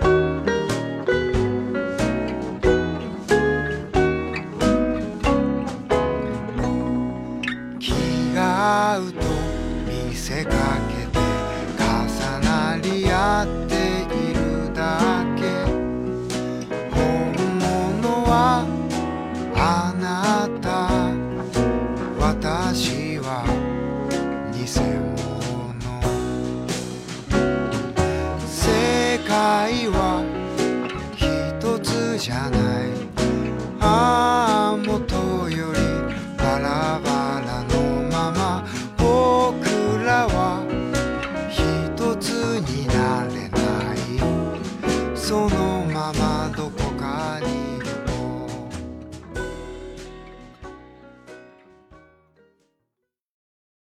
S5: こううと見せかけて重なり合っているだけ本物はあなた私は